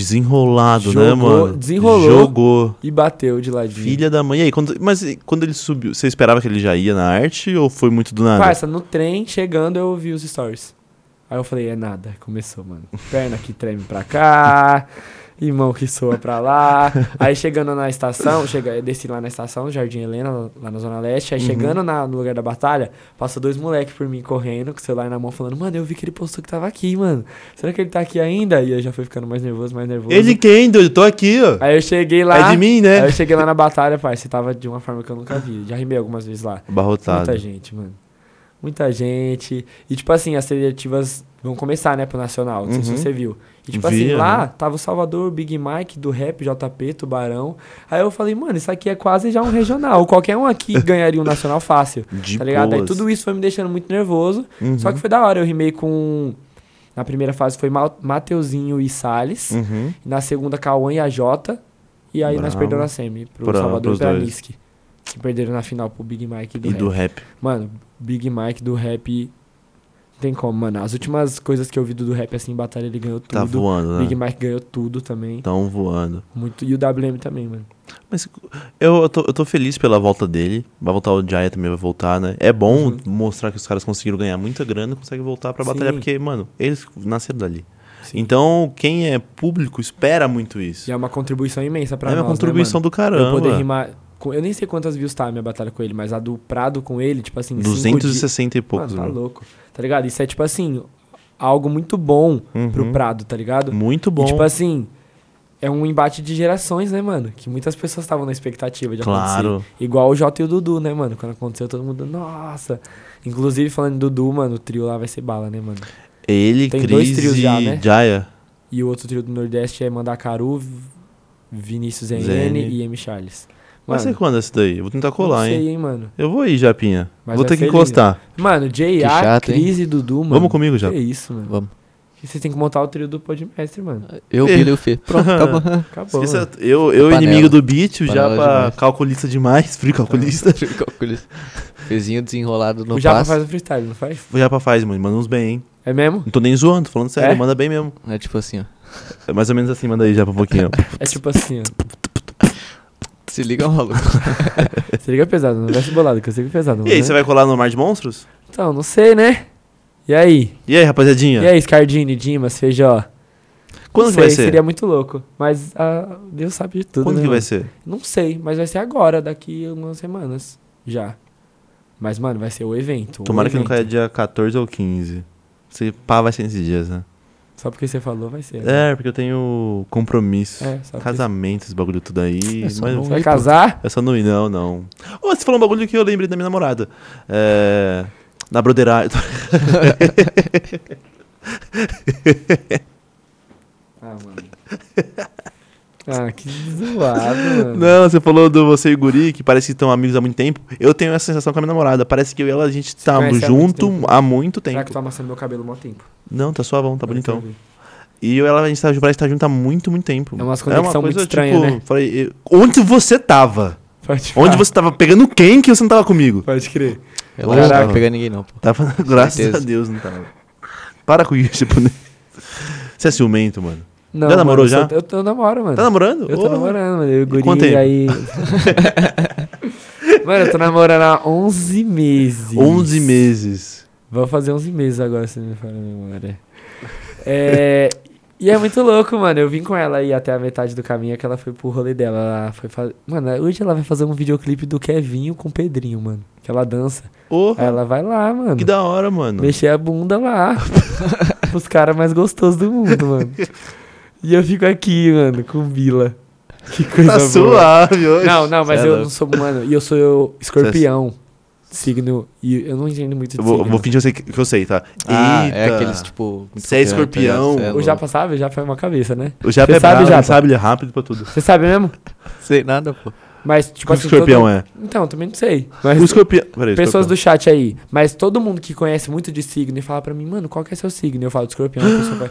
Desenrolado, né,
Jogou-
mano?
desenrolou.
Jogou.
E bateu de ladinho.
Filha da mãe. E aí, quando, mas e quando ele subiu, você esperava que ele já ia na arte ou foi muito do nada?
Parça, no trem, chegando, eu vi os stories. Aí eu falei, é nada. Aí Começou, mano. Perna que treme pra cá, e mão que soa pra lá. Aí chegando na estação, chega, eu desci lá na estação, Jardim Helena, lá na Zona Leste.
Uhum.
Aí chegando na- no lugar da batalha, passou dois moleques por mim correndo, com o celular na mão, falando, mano, eu vi que ele postou que tava aqui, mano. Será que ele tá aqui ainda? E eu já fui ficando mais nervoso, mais nervoso.
ele quem, doido? Tô aqui, ó.
Aí eu cheguei lá.
É de mim, né?
Aí eu cheguei lá na batalha, pai. Você tava de uma forma que eu nunca vi. Já rimei algumas vezes lá.
Abarrotado.
Muita gente, mano. Muita gente. E, tipo assim, as seletivas vão começar, né, pro Nacional. Não sei se
Uhum.
você viu. E, tipo
Vi,
assim,
né?
lá tava o Salvador, o Big Mike, do Rap, JP, Tubarão. Aí eu falei, mano, isso aqui é quase já um regional. Qualquer um aqui ganharia um Nacional fácil.
De
tá ligado? Aí
boas.
tudo isso foi me deixando muito nervoso.
Uhum.
Só que foi da hora. Eu rimei com... um, Na primeira fase foi Ma- Mateuzinho e Salles.
Uhum.
Na segunda, Cauã e a Jota. E aí nós
Bravo.
perdemos na semi pro
Pra-
Salvador
pros
e pra
dois.
Nisk. Que perderam na final pro Big Mike do
E
Rap.
do rap.
Mano, Big Mike do Rap... Não tem como, mano. As últimas coisas que eu vi do do Rap, assim, em batalha, ele ganhou tudo.
Tá voando,
Big
né? Tá.
Mike ganhou tudo também.
Tão voando.
Muito... E o WM também, mano.
Mas eu, eu, tô, eu tô feliz pela volta dele. Vai voltar o Jaya também, vai voltar, né? É bom mostrar que os caras conseguiram ganhar muita grana e conseguem voltar pra batalhar,
Uhum. Sim.
porque, mano, eles nasceram dali.
Sim.
Então, quem é público espera muito isso.
E é uma contribuição imensa pra
é
nós,
uma contribuição
né,
do
mano? Eu poder
caramba.
rimar... com- Eu nem sei quantas views tá a minha batalha com ele, mas a do Prado com ele, tipo assim... cinco dias-
260 e poucos, né?
Mano, tá
mano.
louco. Tá ligado? Isso é tipo assim, algo muito bom
Uhum.
pro Prado, tá ligado?
Muito bom.
E tipo assim, é um embate de gerações, né, mano? Que muitas pessoas estavam na expectativa de
Claro.
acontecer. Igual o Jota e o Dudu, né, mano? Quando aconteceu, todo mundo, nossa. Inclusive, falando em Dudu, mano, o trio lá vai ser bala, né, mano?
Ele,
Tem
Cris
dois trios
e
já, né?
Jaya.
E o outro trio do Nordeste é Mandacaru, V- Vinícius NN
Zene.
e M. Charles.
Vai ser quando esse daí? Eu Vou tentar
não
colar,
sei,
hein?
hein, mano.
Eu vou ir, Japinha.
Mas
vou
vai
ter que
ser
encostar.
Mano,
Que
J.A.,
chato, hein?
Cris e Dudu, mano.
Vamos comigo, já.
Que isso, mano.
Vamos.
Que Vocês têm que montar o trio do Podmestre, mano.
Eu,
Fê.
Billy e o Fê. Pronto, tá acabou.
Acabou.
Esqueça-
mano.
eu, eu
Panela.
inimigo do beat, o
é
Panela
Japa
demais.
calculista demais, frio calculista.
Calculista. Fezinho desenrolado no
O Japa
passo.
faz o freestyle, não faz?
O Japa faz, mano, manda uns bem, hein?
É mesmo?
Não tô nem zoando, tô falando sério,
É?
manda bem mesmo.
É tipo assim, ó.
É mais ou menos assim, manda aí, Japa, um pouquinho.
É tipo assim, ó.
Se liga, maluco.
Se liga pesado, não veste bolado, que eu sei que é pesado.
e aí, você vai colar no Mar de Monstros?
Então, não sei, né? E aí?
E aí, rapaziadinha?
E aí, Scardini, Dimas, Feijó?
É. Quando
não
que vai
sei,
ser?
Seria muito louco. Mas ah, Deus sabe de tudo,
Quando
né,
que vai
mano?
ser?
Não sei, mas vai ser agora, daqui umas semanas já. Mas, mano, vai ser o evento. o
Tomara que não caia
evento.
dia 14 ou 15. Se pá, vai ser nesses dias, né?
Só porque você falou, vai ser. né?
É, porque eu tenho compromisso.
É, só por
casamento, esse bagulho tudo aí.
só
mas
não
Você vai
Oi, pô.
casar?
Essa não, não, não. Ô, você falou um bagulho que eu lembrei da minha namorada. É. Na broderagem.
Ah, mano. Ah, que zoado, mano.
Não, você falou do você e o Guri, que parece que estão amigos há muito tempo. Eu tenho essa sensação com a minha namorada. Parece que eu e ela, a gente tá
conhece há muito
junto
tempo?
há muito tempo.
Será que eu tô amassando meu cabelo há mó tempo?
Não, tá suavão, tá
Agora que eu
bonitão.
vi.
E eu e ela, a gente tá, parece que tá junto há muito, muito tempo. tipo,
É umas conexão muito estranha, né? Tá.
falei, eu- onde você tava?
Pode
Onde
falar.
você tava pegando quem que você não tava comigo?
Pode crer.
Eu não
Caraca.
vou pegar ninguém, não, pô.
Tava, graças
Certeza.
a Deus, não tava. Para com isso, japonês. Você é ciumento, mano.
Não,
Já namorou
mano,
já?
só- Eu, tô- eu namoro, mano.
Tá namorando?
Eu tô
Ô,
namorando, mano. Eu e o guri,
quanto tempo?
aí... mano, eu tô namorando há 11 meses.
11 meses.
Vou fazer 11 meses agora, se não me falha a memória. É... E é muito louco, mano. Eu vim com ela aí até a metade do caminho, é que ela foi pro rolê dela. Ela foi fa... Mano, hoje ela vai fazer um videoclipe do Kevinho com o Pedrinho, mano. Que ela dança.
Ô,
Aí ela vai lá, mano.
que da hora, mano.
Mexer a bunda lá. Os caras mais gostosos do mundo, mano. E eu fico aqui, mano, com Bila. Que coisa
Tá
boa.
suave hoje.
Não, não, mas
Cê é
eu
louco.
não sou humano. E eu sou eu, escorpião. Signo. E eu não entendo muito de
Eu vou,
signo.
vou fingir eu sei que que eu sei, tá?
Ah, é
Eita.
aqueles, tipo... muito
Cê é
confiante, tá ligado?
escorpião.
Cê é
O
louco.
Japa sabe? O Japa é uma cabeça, né?
O Japa
Cê
é
sabe,
bravo, ele
Japa?
sabe, ele é rápido pra tudo.
Você sabe mesmo?
Sei nada, pô.
Mas, tipo
O
assim.
escorpião
todo-
é?
Então, também não sei. Mas
O escorpião. Peraí,
pessoas
escorpião.
do chat aí. Mas todo mundo que conhece muito de signo e fala pra mim, mano, qual que é seu signo? Eu falo de escorpião. a pessoa vai-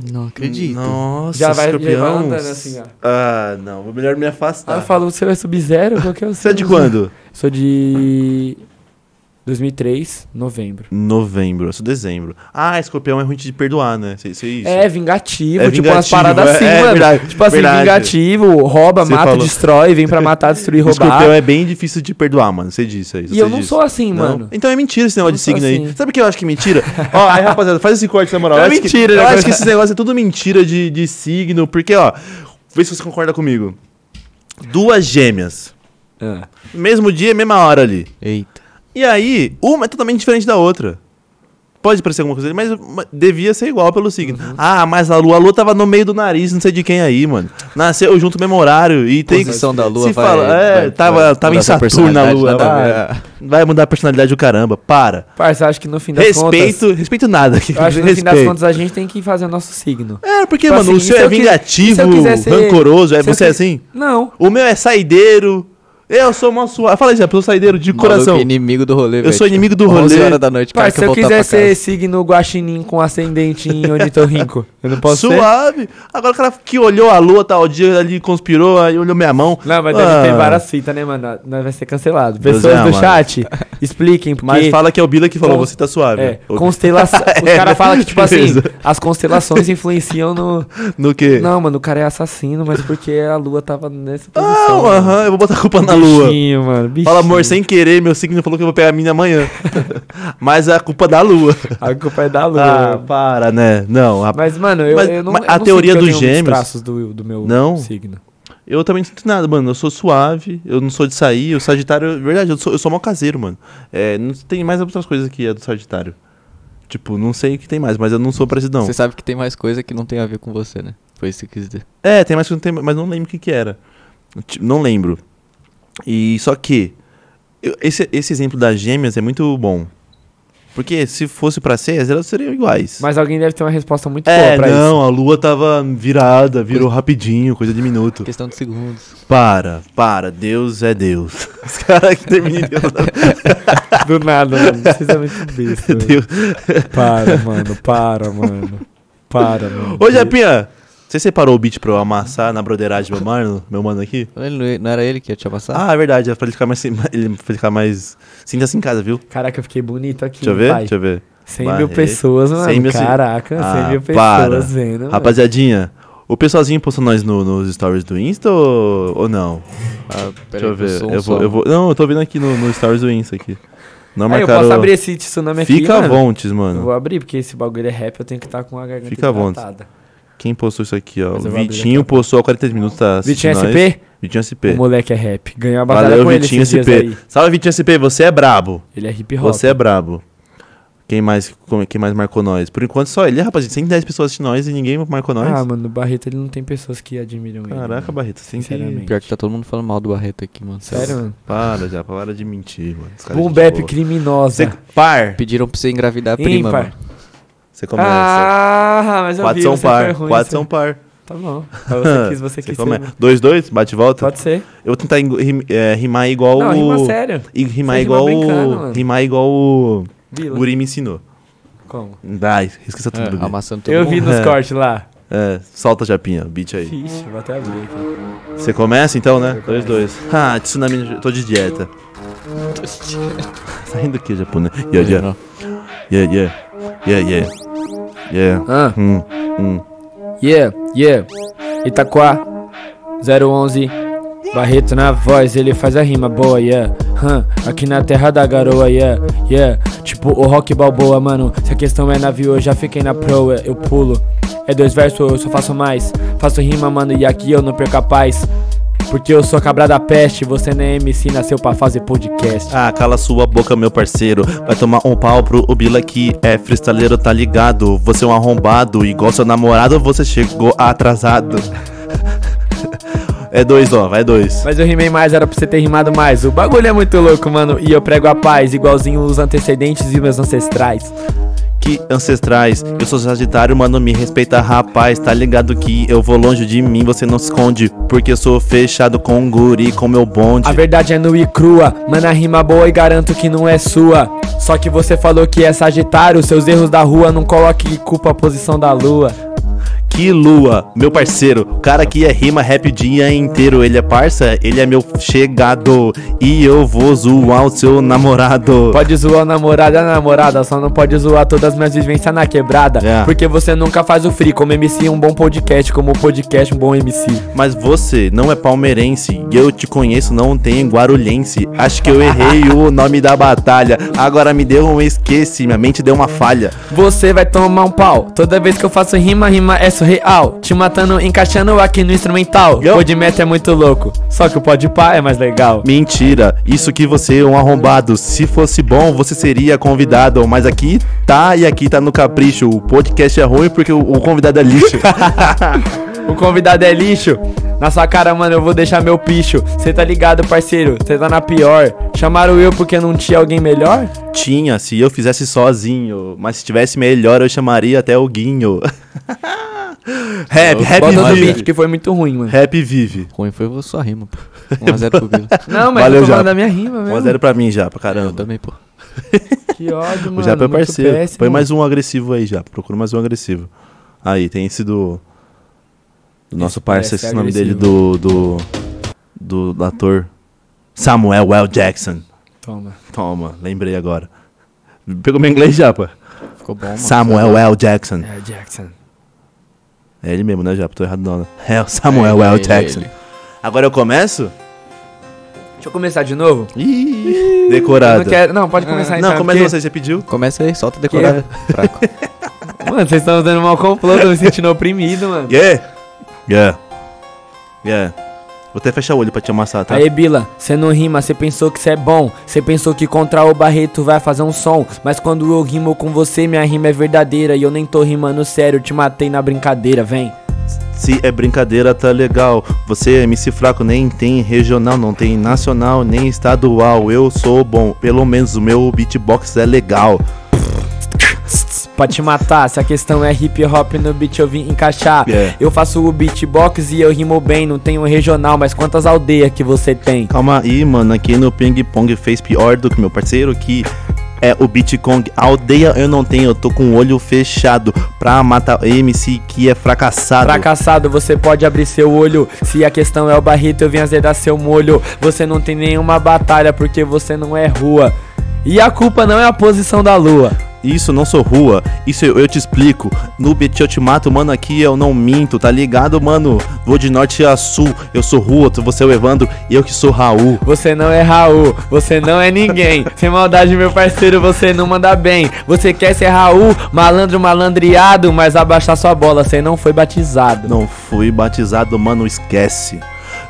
Hum,
Não acredito.
Nossa,
Já vai- já vai
escorpião.
andando assim, ó.
Ah, não. vou Melhor me
Aí
afastar.
eu falo, você é sub-zero? Qual que é o
Ah. Você é
seu?
de quando?
Sou de. 2003, novembro.
Novembro, eu sou dezembro. Ah, escorpião é ruim de perdoar, né? Sei, sei isso.
É, vingativo,
É
tipo umas
vingativo,
paradas
é-
assim,
é
mano.
verdade,
tipo assim,
verdade.
vingativo, rouba,
Você
mata,
falou.
destrói, vem pra matar, destruir, roubar.
Escorpião é bem difícil de perdoar, mano. Você disse isso.
E eu não sou assim, mano.
Então é mentira esse negócio
não
de signo
sou
aí.
assim.
Sabe o que eu acho que é mentira? ó, aí, rapaziada, faz esse corte, na moral.
É
Eu acho que-
mentira,
Eu
né,
acho que
cara?
esse negócio é tudo mentira de, de signo, porque, ó, vê se você concorda comigo. Duas gêmeas.
Ah.
Mesmo dia, mesma hora ali.
Eita.
E aí, uma é totalmente diferente da outra. Pode parecer alguma coisa, mas ma- devia ser igual pelo signo.
Uhum.
Ah, mas a lua, a lua tava no meio do nariz, não sei de quem aí, mano. Nasceu junto mesmo horário e tem
Posição da lua
se
vai-
fala, é,
vai-
tava,
vai
tava
mudar
em
sua
Saturno na
personalidade,
lua.
nada a
Vai, vai mudar a personalidade do caramba, para.
Parça, acho que no fim das
Respeito,
contas.
respeito nada. aqui,
Eu acho que no fim das
respeito.
contas a gente tem que fazer o nosso signo.
É, porque,
Tipo
mano,
assim,
o seu
se
é
eu quis-
vingativo,
se eu quiser ser-
rancoroso, é
se eu
você é
quis-
assim?
Não.
O meu é saideiro, eu sou mó suave. Fala isso, eu sou saideiro de coração.
Maluco, inimigo do rolê,
Eu sou inimigo do rolê.
11 horas da noite, cara,
Parça,
que
se eu
voltar pra
quiser ser
casa.
signo guaxinim com ascendente em ornitorrinco, eu não posso ser?
Suave. Agora o cara que olhou a lua tal dia ali, conspirou, aí olhou minha mão.
Não, mas
Ah,
deve ter várias fitas, né, mano? Nós vai ser cancelado.
Deus
Pessoas
é,
do
mano.
chat, expliquem, porque...
Mas fala que é o Bila que falou,
Então,
você tá suave.
É,
O-
constelação.
É,
Os
né?
caras falam que, tipo assim,
Beleza.
as constelações influenciam no.
No quê?
Não, mano, o cara é assassino, mas porque a lua tava nessa posição.
Não,
mano.
Ah, aham, eu vou botar a culpa na lua.
Bichinho, mano. Bichinho.
Fala, amor, sem querer, meu signo falou que eu vou pegar a mina amanhã. mas a culpa é da lua.
A culpa é da lua.
Ah, para, né? Não, rapaz.
Mas, mano, eu,
Mas-
eu não.
mas
eu
a
não
teoria
sinto que
dos
eu tenho muitos
gêmeos-
traços do, do meu
Não?
signo.
Eu também não sinto nada, mano. Eu sou suave, eu não sou de sair. O Sagitário, verdade, eu sou, eu sou mó caseiro, mano. É, não tem mais outras coisas que é do Sagitário. Tipo, não sei o que tem mais, mas eu não sou parecidão.
Você sabe que tem mais coisa que não tem a ver com você, né? Foi isso que eu quis dizer.
É, tem mais que não tem, mas não lembro o que que era. Ti- Não lembro. E só que eu- esse, esse exemplo das gêmeas é muito bom. Porque se fosse pra ser, elas seriam iguais.
Mas alguém deve ter uma resposta muito
é,
boa pra
não,
isso.
a lua tava virada, virou rapidinho, coisa de minuto.
Questão de segundos.
Para, para, Deus é Deus. Os caras que terminam em Deus.
Do nada, mano. Vocês é muito besta. mano.
Deus.
Para, mano. Para, mano. Para, mano.
Ô, Japinha, você separou o beat pra eu amassar na broderagem do meu mano, meu mano aqui?
Ele não- não era ele que ia te
Tá.
amassar?
Ah, é verdade, é pra ele ficar mais. Ele ficar mais. Sinta-se em casa, viu?
Caraca, eu fiquei bonito aqui.
Deixa eu ver,
pai.
deixa eu ver.
100
Vai.
mil pessoas, mano.
100 mil se- Ah,
Caraca, 100 mil pessoas
para.
vendo. mano.
Rapaziadinha, o pessoalzinho postou nós no- nos stories do Insta ou, ou não?
Ah,
Deixa eu
peraí, que
ver.
sou um
eu, vou,
só.
eu vou- Não, eu tô vendo aqui no, no stories do Insta aqui. Não
Aí eu
marcaram.
posso abrir esse tsunami aqui,
Fica à
mano?
vontes,
Eu
mano.
vou abrir, porque esse bagulho é rap, eu tenho que estar com a garganta
Fica à vontade.
hidratada.
Quem postou isso aqui, ó? O
Mas eu vou abrir
Vitinho postou há 43 minutos, tá?
Vitinho
assistindo
SP?
nós. Vitinho
O
SP.
moleque é rap. Ganhou a batalha
Valeu,
com ele
Vitinho
esses dias
SP.
aí.
Salve, Vitinho SP, você é brabo.
Ele é hip hop.
Você é brabo. Quem mais, como- quem mais marcou nós? Por enquanto só ele, rapaziada. 110 pessoas assistindo nós e ninguém marcou nós.
Ah, mano, o Barreto ele não tem pessoas que admiram ele.
Caraca,
mano.
Barreto, você tem que...
Sinceramente.
Pior que tá todo mundo falando mal do Barreto aqui, mano.
Sério, mano.
Para já, para de mentir, mano. Os caras
Boom
de
Bap
boa.
criminosa.
Você... tá Par.
Pediram pra você engravidar a prima,
Ímpar.
mano.
Você começa.
Ah, mas eu
é Quatro
vi,
são
você foi
par.
ruim,
Quatro
você-
são par.
Tá bom. Mas você quis, você quis.
começa.
ser- né?
Dois, dois, bate e volta.
Pode ser.
Eu vou tentar engo- rim- é, rimar igual
Não,
o...
rima sério.
E rimar
Você rima
igual
brincando,
o...
mano.
Rimar igual o...
Vila.
Guri me ensinou.
Como?
Ai, esqueça tudo. Guri.
Amassando todo
Eu
mundo.
vi nos cortes lá.
É, solta, Japinha, o beat aí.
Ixi, vou até abrir aqui.
Você começa então, né? Dois, dois. Ah, tsunami, tô de dieta. Tá rindo do que, Japão, né? Yeah, yeah. Yeah, yeah. Yeah, yeah. Yeah.
Ah.
Hum, hum.
Yeah, yeah. Itaquá 011. Barreto na voz, ele faz a rima boa, yeah. Hã, aqui na terra da garoa, yeah, yeah. Tipo o rock balboa, mano. Se a questão é navio, eu já fiquei na proa, eu pulo. É dois versos, eu só faço mais. Faço rima, mano, e aqui eu não perco a paz. Porque eu sou cabra da peste, você nem é MC, nasceu pra fazer podcast.
Ah, cala sua boca, meu parceiro. Vai tomar um pau pro Ubila que é freestaleiro, tá ligado? Você é um arrombado, igual seu namorado, você chegou atrasado. É dois, ó, vai dois.
Mas eu rimei mais, era pra você ter rimado mais. O bagulho é muito louco, mano. E eu prego a paz, igualzinho os antecedentes e meus ancestrais.
que ancestrais. Eu sou Sagitário, mano, me respeita, rapaz. Tá ligado que eu vou longe de mim, você não se esconde. Porque eu sou fechado com um guri, com meu bonde.
A verdade é nua e crua, mano, a rima boa e garanto que não é sua. Só que você falou que é Sagitário, seus erros da rua não coloque culpa a posição da lua.
Que lua, meu parceiro. O cara que é rima rap o dia inteiro. Ele é parça, ele é meu chegado. E eu vou zoar o seu namorado.
Pode zoar o namorado e a namorada, só não pode zoar todas minhas vivências na quebrada.
É.
Porque você nunca faz o free, como MC é um bom podcast, como podcast um bom MC.
Mas você não é palmeirense. E eu te conheço, não tem guarulhense. Acho que eu errei o nome da batalha. Agora me deu um esqueci, minha mente deu uma falha.
Você vai tomar um pau, toda vez que eu faço rima, rima é surreal. Te matando, encaixando aqui no instrumental.
Yo.
O de meta é muito louco, só que o pode pá é mais legal.
Mentira, isso que você é um arrombado. Se fosse bom, você seria convidado. Mas aqui tá e aqui tá no capricho. O podcast é ruim porque o, o convidado é lixo.
O convidado é lixo. Na sua cara, mano, eu vou deixar meu picho. Cê tá ligado, parceiro, cê tá na pior. Chamaram eu porque não tinha alguém melhor?
Tinha, se eu fizesse sozinho. Mas se tivesse melhor, eu chamaria até o Guinho. rap, rap
Bota no beat
vive.
que foi muito ruim, mano.
Rap vive.
Ruim foi a sua rima, pô. 1x0 pro Vila.
Não, mas
Valeu,
eu tô
Japa.
falando da minha rima,
1 a
velho.
0 pra mim já, pra
Eu
caramba.
também, pô.
Que ódio, mano.
o Japa é
muito
parceiro.
péssimo.
Põe mais um agressivo aí já. Procura mais um agressivo. Aí, tem esse do. Do nosso parceiro,
parece
esse nome dele,
é agressivo.
do. Do. Do, do ator. Samuel L. Jackson.
Toma.
Toma, lembrei agora. Pegou meu inglês Japa?
Ficou bom, mano.
Samuel L. Jackson.
É, Jackson.
É ele mesmo, né, Japa? Tô errado não, né? É o Samuel L.
ele,
Jackson.
ele.
Agora eu começo?
Deixa eu começar de novo?
Ih,
Eu
decorado.
não quero. Não, pode começar então.
Não, começa
porque-
você, você pediu?
Começa aí, solta decorada.
é?
Fraco.
Mano, vocês estão dando mal complô, tô me sentindo oprimido, mano.
Yeah! Yeah. Yeah. Vou até fechar o olho pra te amassar, tá?
Aê, Bila, cê não rima, cê pensou que cê é bom. Cê pensou que contra o Barreto vai fazer um som. Mas quando eu rimo com você, minha rima é verdadeira. E eu nem tô rimando sério, te matei na brincadeira, vem.
Se é brincadeira, tá legal. Você é MC fraco, nem tem regional, não tem nacional, nem estadual. Eu sou bom, pelo menos o meu beatbox é legal.
Pra te matar, se a questão é hip hop no beat eu vim encaixar.
Yeah.
Eu faço o beatbox e eu rimo bem. Não tenho regional, mas quantas aldeias que você tem?
Calma aí, mano, aqui no Ping Pong fez pior do que meu parceiro que é o Bitcoin. A aldeia eu não tenho, eu tô com o olho fechado pra matar MC que é fracassado.
Fracassado, você pode abrir seu olho. Se a questão é o barrito, eu vim azedar seu molho. Você não tem nenhuma batalha porque você não é rua. E a culpa não é a posição da lua.
Isso não sou rua, isso eu, eu te explico. No beat eu te mato, mano, aqui eu não minto, tá ligado, mano? Vou de norte a sul, eu sou rua, tu- você é o Evandro e eu que sou Raul.
Você não é Raul, você não é ninguém. Sem maldade, meu parceiro, você não manda bem. Você quer ser Raul, malandro, malandreado, mas abaixar sua bola, você não foi batizado.
Não fui batizado, mano, esquece.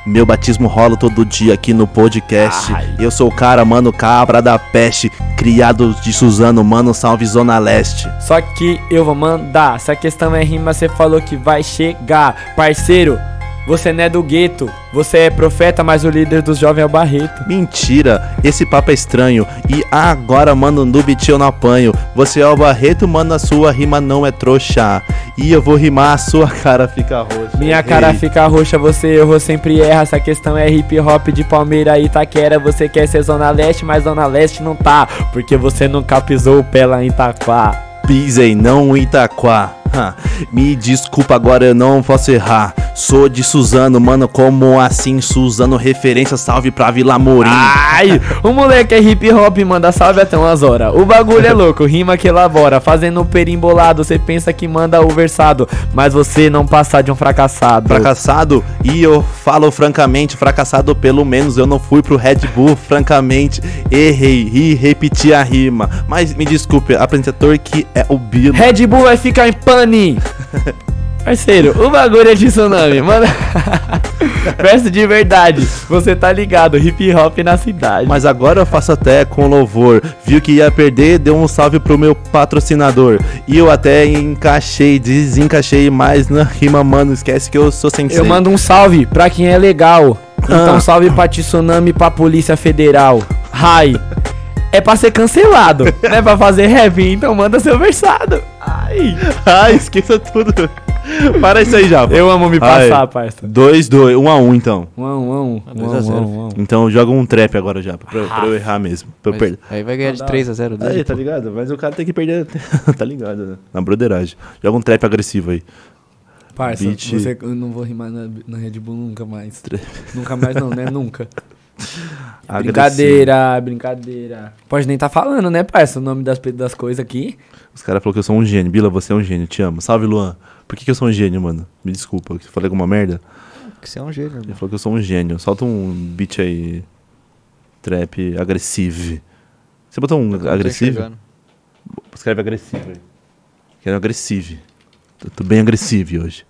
Meu batismo rola todo dia aqui no podcast. Eu sou o cara, mano, cabra da peste. Criado de Suzano, mano, salve Zona Leste.
Só que eu vou mandar. Se a questão é rima, você falou que vai chegar. Parceiro, você não é do gueto. Você é profeta, mas o líder dos jovens é o Barreto.
Mentira, esse papo é estranho. E agora, mano, no beat eu não apanho. Você é o Barreto, mano, a sua rima não é trouxa. E eu vou rimar, a sua cara fica roxa.
Minha cara
Ei,
fica roxa, você errou, sempre erra. Essa questão é hip hop de Palmeira e Itaquera. Você quer ser Zona Leste, mas Zona Leste não tá. Porque você nunca pisou o pé lá em Itaquá.
Pisei, não Itaquá. Ha, Me desculpa, agora eu não posso errar. Sou de Suzano, mano, como assim? Suzano, referência, salve pra Vila Morim.
Ai, o moleque é hip hop, manda salve até umas horas. O bagulho é louco, rima que elabora. Fazendo perimbolado, cê pensa que manda o versado. Mas você não passa de um fracassado.
Fracassado, e eu falo francamente, fracassado pelo menos eu não fui pro Red Bull, francamente, errei e repeti a rima. Mas me desculpe, apresentador que é o Bilo.
Red Bull vai ficar em pane. Parceiro, o bagulho é de tsunami, mano. Verso de verdade, você tá ligado, hip hop na cidade.
Mas agora eu faço até com louvor. Viu que ia perder, deu um salve pro meu patrocinador. E eu até encaixei, desencaixei mais na rima, mano. Esquece que eu sou sensei.
Eu mando um salve pra quem é legal. Então
Ah.
salve pra Tsunami e pra Polícia Federal. Hi. é pra ser cancelado, não é pra fazer rap, então manda seu versado. Ai,
Ah, esqueça tudo. Para isso aí já.
eu amo me
Ai.
passar, parça.
2, 2, 1 a 1 então.
Um, a um, um, a um,
Ah, dois a
um,
zero,
um, um.
Então joga um trap agora já, pra, pra eu errar mesmo. Pra eu
Mas
perder.
Aí vai ganhar de 3x0
Aí,
dele.
tá ligado? Mas o cara tem que perder. tá ligado, né? Na broderagem. Joga um trap agressivo aí.
Parça,
Beat.
você- eu não vou rimar na, na Red Bull nunca mais. nunca mais não, né? Nunca.
Agressivo.
Brincadeira, brincadeira. Pode nem tá falando, né, parça? O nome das, pe- das coisas aqui.
Os caras falaram que eu sou um gênio. Bila, você é um gênio. Te amo. Salve, Luan. Por que, que eu sou um gênio, mano? Me desculpa. que eu Falei alguma merda?
Que você é um gênio,
Ele
irmão.
falou que eu sou um gênio. Solta um beat aí. Trap agressivo. Você botou um agressivo?
tá
Escreve agressivo aí. Quero agressivo. Tô, tô bem agressivo hoje.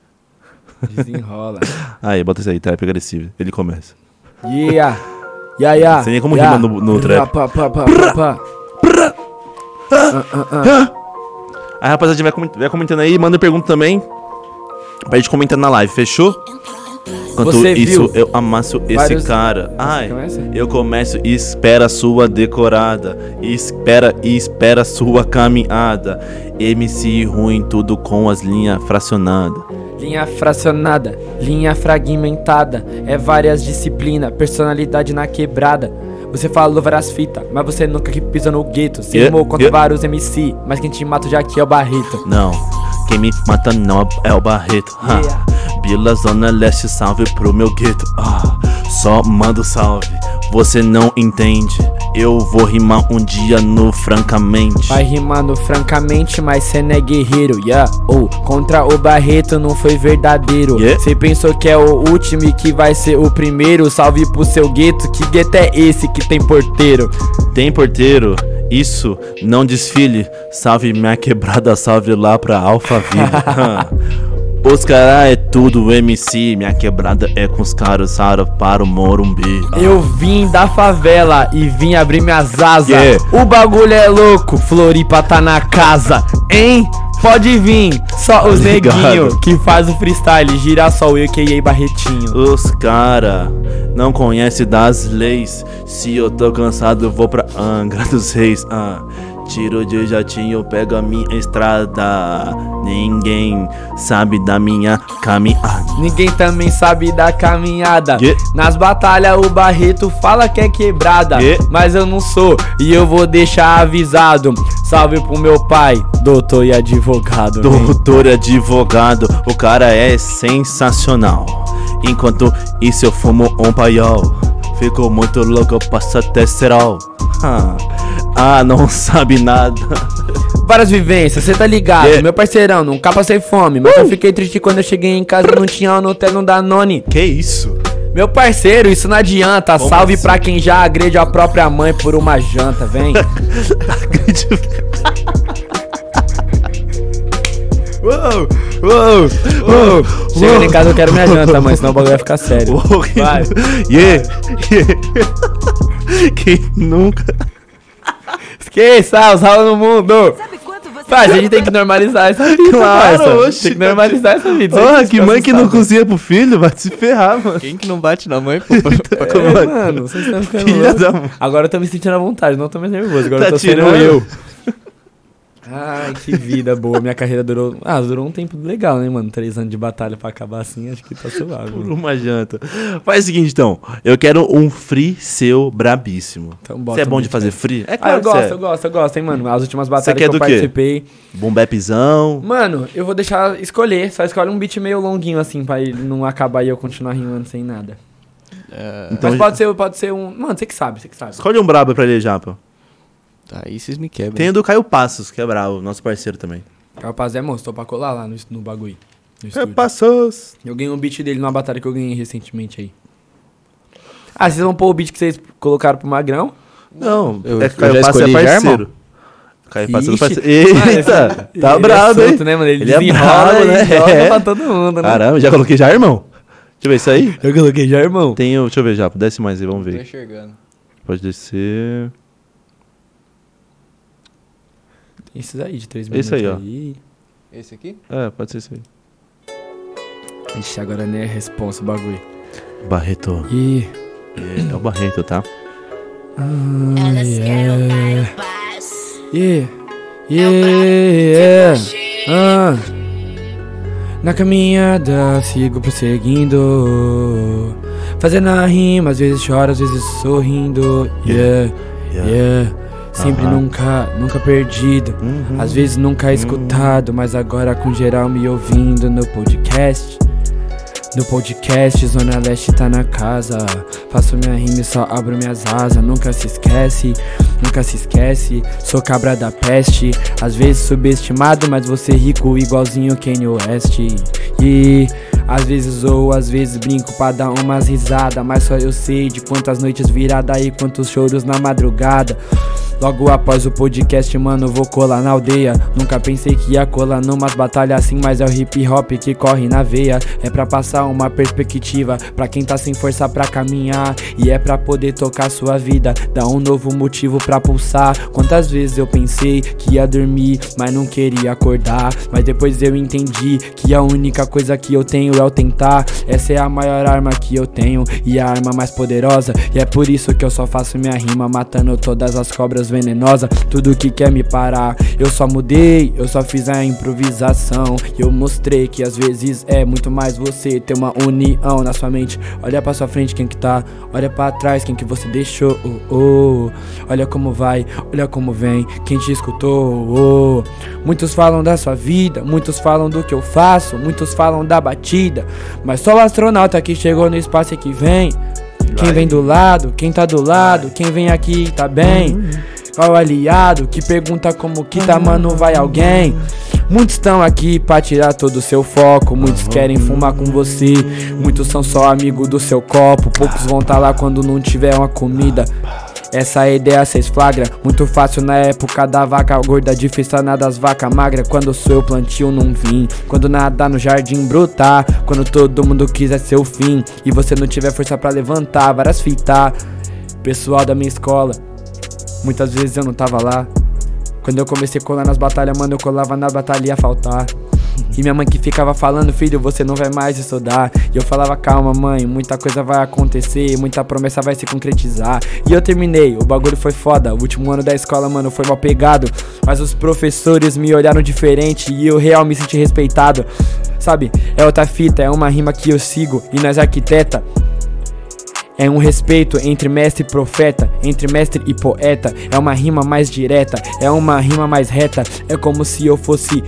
Desenrola.
Aí, bota isso aí, trap agressivo. Ele começa.
Yeah. Yeah, yeah.
Não sei nem como
yeah.
rima no- no trap.
Pá, pá, pá, pá, pá.
Aí, rapaziada, vai, comen- vai comentando aí, manda pergunta também. Pra gente comentar na live, fechou? Enquanto
Você
isso,
viu
eu amasso esse
vários-
cara. Ai,
começa?
eu começo e espera a sua decorada. E espera e espera a sua caminhada. MC ruim, tudo com as linhas fracionadas.
Linha fracionada, linha fragmentada, é várias disciplinas, personalidade na quebrada. Você falou várias fitas, mas você nunca que pisa no gueto. Se
Yeah,
rimou contra
yeah.
vários MC, mas quem te mata já aqui é o Barreto.
Não, quem me mata não é o Barreto. ha.
Yeah.
Bila Zona Leste, salve pro meu gueto. Ah, só mando salve, você não entende. Eu vou rimar um dia no Francamente.
Vai rimando francamente, mas cê não é guerreiro, yeah. Ou contra o Barreto não foi verdadeiro.
Yeah.
Cê pensou que é o último e que vai ser o primeiro. Salve pro seu gueto, que gueto é esse que tem porteiro?
Tem porteiro, isso, não desfile. Salve minha quebrada, salve lá pra Alphaville. Ah, Os cara é tudo MC, minha quebrada é com os caras, Sara para o Morumbi. Ah.
Eu vim da favela e vim abrir minhas asas.
Yeah.
O bagulho é louco, Floripa tá na casa, hein? Pode vir, só os
Obrigado.
neguinho que faz o freestyle, girassol eu que barretinho.
Os cara não conhece das leis. Se eu tô cansado, eu vou pra Angra dos Reis. Ah, tiro de jatinho, pego a minha estrada. Ninguém sabe da minha caminhada.
Ninguém também sabe da caminhada.
Yeah.
Nas batalhas o Barreto fala que é quebrada,
Yeah.
mas eu não sou e eu vou deixar avisado. Salve pro meu pai, doutor e advogado. hein?
Doutor e advogado, o cara é sensacional. Enquanto isso, eu fumo um paiol. Fico muito louco, eu passo até cerol. Ah, ah, não sabe nada.
Várias vivências, cê tá ligado?
Yeah.
Meu parceirão, nunca passei fome. Mas
Uh!
eu fiquei triste quando eu cheguei em casa e não tinha no hotel no Danone.
Que isso?
Meu parceiro, isso não adianta.
Como
Salve
assim?
pra quem já agrede a própria mãe por uma janta, vem.
Uou, uou, uou,
Chegando em casa eu quero minha janta,
mano.
mãe, senão o bagulho vai ficar sério. Vai.
Yeah, yeah. Quem nunca.
Esqueça, Ah, os ralos no mundo.
Sabe quanto você
Pá, a gente tem que normalizar essa vida,
Claro,
parça.
oxe,
Tem que normalizar essa vida. Isso
Ah,
é
que mãe que não
assustador.
cozinha pro filho vai se ferrar, mano.
Quem que não bate na mãe, pô? pra- pra-
É, mano, vocês estão ficando
Filha
loucos.
da mãe.
Agora eu tô me sentindo à vontade, não tô mais nervoso. Agora
Tá
eu tô sendo
tirando?
eu. Ai, que vida boa. Minha carreira durou. Ah, durou um tempo legal, né, mano? Três anos de batalha pra acabar assim, acho que tá suave.
Por
mano.
uma janta. Faz o seguinte, então. Eu quero um free seu brabíssimo.
Então bota
Você é bom
um
de fazer free? É
Ah,
claro
eu
que você
gosto,
é.
eu gosto, eu gosto, hein, mano. As últimas
Você
batalhas
quer
que eu
do quê?
participei.
Bom bepizão.
Mano, eu vou deixar escolher. Só escolhe um beat meio longuinho, assim, pra ele não acabar e eu continuar rimando sem nada.
Então,
Mas pode ser, pode ser um. Mano, você que sabe, você que sabe.
Escolhe um brabo pra ele, Japa.
Aí vocês me quebram.
Tem o do Caio Passos, que é brabo, nosso parceiro também.
Rapaz, é monstro, tô pra colar lá no, no bagulho.
É
No estúdio.
Passos.
Eu ganhei um beat dele numa batalha que eu ganhei recentemente aí. Ah, vocês vão pôr o beat que vocês colocaram pro Magrão?
Não,
Eu-
é
eu
que Caio
já
Passos é
escolhi já, irmão.
parceiro. Caio Passos é
Ixi.
parceiro.
Mano,
Eita,
esse-
tá
ele
brabo,
é
hein?
solto, né, mano? Ele,
Ele é
desenrola
brabo,
e
né?
joga
É.
pra todo mundo, né?
Caramba, já coloquei já, irmão? Deixa eu ver isso aí.
Eu coloquei já, irmão.
Tem o, deixa eu ver já, desce mais aí, vamos
Tô
ver.
enxergando.
Pode descer.
Tem esses aí de 3 minutos
Esse aí, ó.
Esse aqui?
É, pode ser isso aí.
ó. Ixi, agora nem é responsa o bagulho.
Barreto.
Ih,
É, é o Barreto, tá?
Elas querem dar o passo.
Yeah, yeah, é. ah. Na caminhada sigo prosseguindo Fazendo a rima, às vezes choro, às vezes sorrindo Yeah, yeah, Sempre nunca, nunca perdido
Uhum.
Às vezes nunca é escutado Mas agora com geral me ouvindo no podcast no podcast, Zona Leste tá na casa. Faço minha rima e só abro minhas asas. Nunca se esquece, nunca se esquece. Sou cabra da peste, às vezes subestimado, mas você rico igualzinho Kanye West. E às vezes ou às vezes brinco pra dar umas risadas. Mas só eu sei de quantas noites virada e quantos choros na madrugada. Logo após o podcast, mano, vou colar na aldeia. Nunca pensei que ia colar numas batalhas assim, mas é o hip hop que corre na veia. É pra passar uma perspectiva pra quem tá sem força pra caminhar. E é pra poder tocar sua vida, dar um novo motivo pra pulsar. Quantas vezes eu pensei que ia dormir, mas não queria acordar. Mas depois eu entendi que a única coisa que eu tenho é o tentar. Essa é a maior arma que eu tenho e a arma mais poderosa. E é por isso que eu só faço minha rima matando todas as cobras venenosas. Tudo que quer me parar, eu só mudei, eu só fiz a improvisação. Eu mostrei que às vezes é muito mais você ter uma união na sua mente. Olha pra sua frente quem que tá, olha pra trás quem que você deixou. Oh, oh. Olha como vai, olha como vem, quem te escutou. oh. Muitos falam da sua vida, muitos falam do que eu faço, muitos falam da batida. Mas só o astronauta que chegou no espaço é que vem. Quem vem do lado, quem tá do lado, quem vem aqui tá bem. Qual aliado que pergunta como que tá, mano, vai alguém? Muitos estão aqui pra tirar todo o seu foco. Muitos querem fumar com você. Muitos são só amigo do seu copo. Poucos vão tá lá quando não tiver uma comida. Essa ideia cês flagra, muito fácil na época da vaca gorda, difícil tá nada as vaca magra. Quando seu plantio não vim, quando nada no jardim brotar, quando todo mundo quiser seu fim e você não tiver força pra levantar, várias fitar. Pessoal da minha escola, muitas vezes eu não tava lá. Quando eu comecei a colar nas batalhas, mano, eu colava na batalha e ia faltar. E minha mãe que ficava falando, filho, você não vai mais estudar. E eu falava, calma, mãe, muita coisa vai acontecer, muita promessa vai se concretizar. E eu terminei, o bagulho foi foda. O último ano da escola, mano, foi mal pegado. Mas os professores me olharam diferente e eu real me senti respeitado. Sabe, é outra fita, é uma rima que eu sigo e nós arquiteta. É um respeito entre mestre e profeta, entre mestre e poeta. É uma rima mais direta, é uma rima mais reta. É como se eu fosse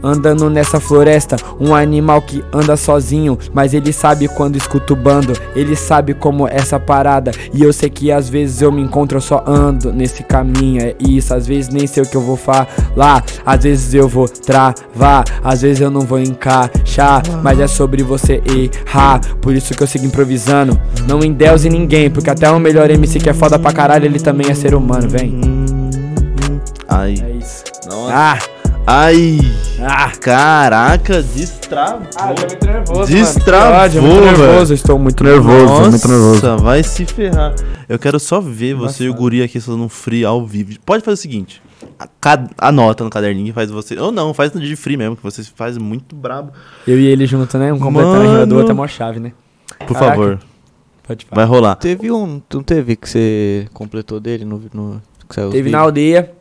Andando nessa floresta, um animal que anda sozinho, mas ele sabe quando escuta o bando, ele sabe como é essa parada. E eu sei que às vezes eu me encontro, eu só ando nesse caminho, é isso. Às vezes nem sei o que eu vou falar, às vezes eu vou travar, às vezes eu não vou encaixar, mas é sobre você errar. Por isso que eu sigo improvisando, não em Deus e ninguém, porque até o melhor MC que é foda pra caralho, ele também é ser humano, vem.
Ai.
É isso.
Nossa.
Ah,
Ai.
ah.
Caraca, destravou.
Ah,
nervoso,
Destravou, velho.
nervoso, estou muito nervoso. é
Nossa,
muito nervoso.
vai se ferrar. Eu quero só ver você e o guri aqui fazendo um free ao vivo. Pode fazer o seguinte. a- ca- Anota no caderninho e faz você. Ou não, faz no dia de free mesmo, que você faz muito brabo.
Eu e ele junto, né? Um completando a rima do
Mano.
outro é mó chave, né?
Por
Caraca. Tá
favor,
Pode falar.
vai rolar.
Teve um, não teve que você completou dele no. no que saiu os
Teve na
vídeos?
aldeia.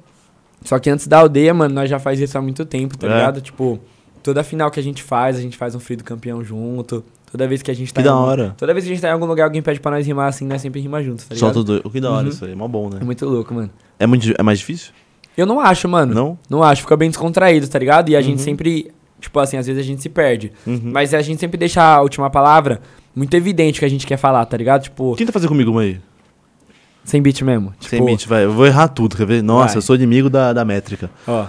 Só que antes da aldeia, mano, nós já faz isso há muito tempo, tá
É.
ligado? Tipo, toda final que a gente faz, a gente faz um free do campeão junto. Toda vez que a gente tá.
Que da
em algum-
hora.
Toda vez que a gente tá em algum lugar, alguém pede pra nós rimar assim, nós sempre rimamos juntos, tá ligado?
Solta o dois. O que da hora
Uhum.
isso aí, é mó bom,
É
né?
muito louco, mano.
É, muito, di- é mais difícil?
Eu não acho, mano.
Não?
Não acho, fica bem descontraído, tá ligado? E a gente sempre, tipo assim, às vezes a gente se perde.
Uhum.
Mas a gente sempre deixa a última palavra muito evidente o que a gente quer falar, tá ligado? Tipo,
Tenta fazer comigo uma aí.
sem beat mesmo. Tipo,
Sem beat, vai. Eu vou errar tudo, quer ver? Nossa,
Vai.
eu sou inimigo da, da métrica.
Ó.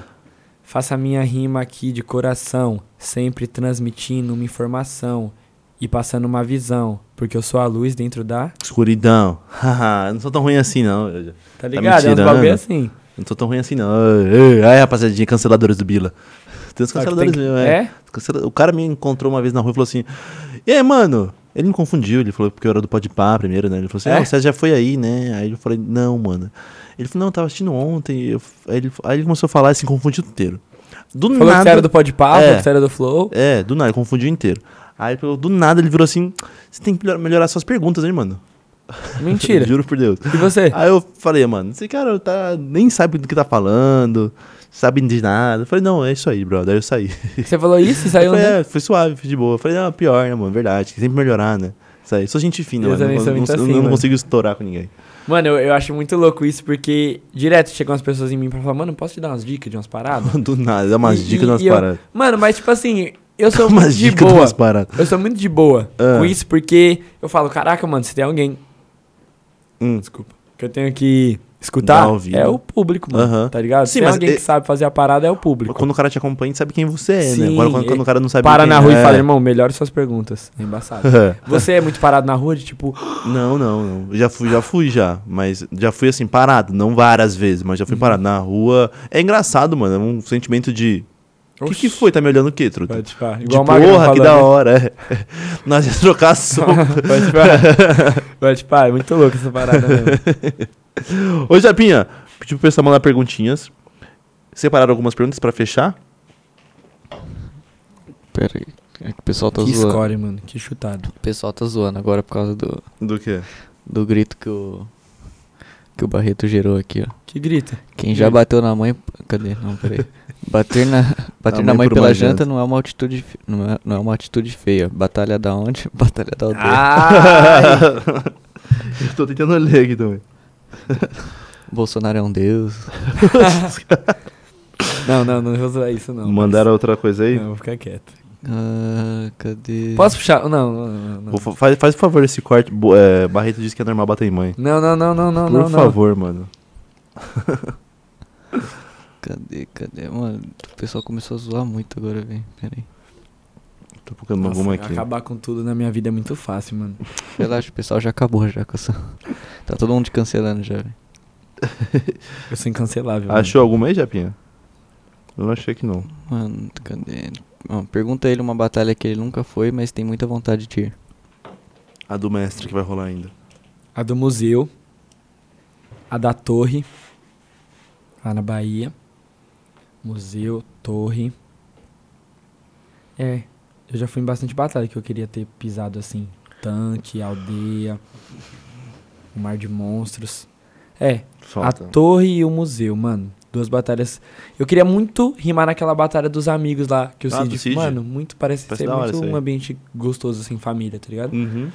Faça minha rima aqui de coração, sempre transmitindo uma informação e passando uma visão, porque eu sou a luz dentro da.
Escuridão. Haha, não sou tão ruim assim, não. Eu já-
Tá ligado? é uns
mentirando.
bagulho assim.
Não sou tão ruim assim, não. Ei, ei, Ai, rapaziadinha, canceladores do Bila. Tem os
Só que
canceladores
tem que-
mesmo, é.
é?
Cancela- O cara me encontrou uma vez na rua e falou assim: E aí, mano? Ele me confundiu, ele falou porque eu era do Pode Pá primeiro, né? Ele falou assim:
É?
Ah, você já foi aí, né? Aí eu falei: Não, mano. Ele falou: Não, eu tava assistindo ontem. Eu- Aí, ele... aí ele começou a falar e se confundiu inteiro. Do
Falou
nada.
que você era do Pode Pá,
É.
falou que você era do Flow.
É, do nada, ele confundiu inteiro. Aí ele falou, do nada ele virou assim: Você tem que melhorar suas perguntas, hein, mano?
Mentira.
Juro por Deus.
E você?
Aí eu falei, mano, esse cara tá, nem sabe do que tá falando, sabe de nada. Eu falei, não, é isso aí, brother. Aí eu saí.
Você falou isso e saiu
Foi,
andando?
é, foi suave, foi de boa. Eu Falei, ah, pior, né, mano? Verdade, que sempre melhorar, né? Isso aí. Sou gente fina,
Eu
mano.
também
não,
sou
não,
muito
não-
assim,
não
mano.
consigo estourar com ninguém.
Mano, eu, eu acho muito louco isso, porque direto chegam as pessoas em mim pra falar, mano, posso te dar umas dicas de umas paradas?
Do nada, dá umas
E-
dicas
e-
nas
e eu-
paradas.
Mano, mas tipo assim, eu sou muito
Umas
de
dicas
boa.
nas paradas.
Eu sou muito de boa
Ah.
com isso, porque eu falo, caraca, mano, se tem alguém
Hum.
desculpa, que eu tenho que escutar,
Dá ouvido.
é o público, mano,
Aham.
tá ligado?
Sim,
se tem
mas
alguém
é-
que sabe fazer a parada, é o público.
Quando o cara te acompanha, ele sabe quem você é, né?
Sim,
Agora, quando,
é-
quando o cara não sabe
Para
quem
na rua
é.
e fala, irmão, melhore suas perguntas. É embaçado. Você é muito parado na rua de tipo,
Não, não, não. Eu Já fui, já fui já, mas já fui assim parado, não várias vezes, mas já
Uhum.
fui parado na rua. É engraçado, mano, é um sentimento de o que, que foi? Tá me olhando o quê, truta?
pode pá,
De
igual o Magrão
porra, que
falando,
da
né?
hora. é. Nós ia trocar soco.
Pode pá. Pode pá, é muito louco essa parada, né? mano?
Ô, Japinha, pedi pro pessoal mandar perguntinhas. Separaram algumas perguntas pra fechar?
Pera aí. É que o pessoal tá
Que
zoando.
score, mano. Que chutado.
O pessoal tá zoando agora por causa do,
Do quê?
do grito que o. Que o Barreto gerou aqui, ó.
Que grita.
Quem já bateu na mãe. Cadê? Não, peraí. Bater na, bater
mãe
na Tá mãe
por
pela
uma
janta
janta.
não é uma atitude fe- não é, não é uma atitude feia. Batalha da onde? Batalha da aldeia.
Ah!
Eu tô tentando ler aqui também.
Bolsonaro é um deus.
Não, não, não vou usar isso, não.
Mandaram outra coisa aí?
Não, vou ficar quieto.
Ah, cadê?
Posso puxar? Não, não, não. Não,
Vou fa- Faz, faz por favor esse corte. Bo- é, Barreto disse que é normal bater em mãe.
não, não, não, não, não.
Por
não, não.
favor, mano.
Cadê, cadê? Mano, o pessoal começou a zoar muito agora, velho. Peraí.
Tô procurando
Nossa,
alguma aqui.
Acabar com tudo na minha vida é muito fácil, mano.
Relaxa, o pessoal já acabou já com essa. Tá todo mundo cancelando já, velho.
Eu sou incancelável. mano.
Achou alguma aí, Japinha? Eu não achei que não.
Mano, cadê? Ó, pergunta a ele uma batalha que ele nunca foi, mas tem muita vontade de ir.
A do mestre que vai rolar ainda.
A do museu. A da torre. Lá na Bahia. Museu, torre. É. Eu já fui em bastante batalha que eu queria ter pisado assim. Tanque, aldeia. O mar de monstros. É,
Falta.
A torre e o museu, mano. Duas batalhas. Eu queria muito rimar naquela batalha dos amigos lá, que o
Ah,
Cid,
do Cid?
Mano, muito parece,
Parece
ser
da hora
muito
isso aí.
um ambiente gostoso, assim, família, tá ligado?
Uhum.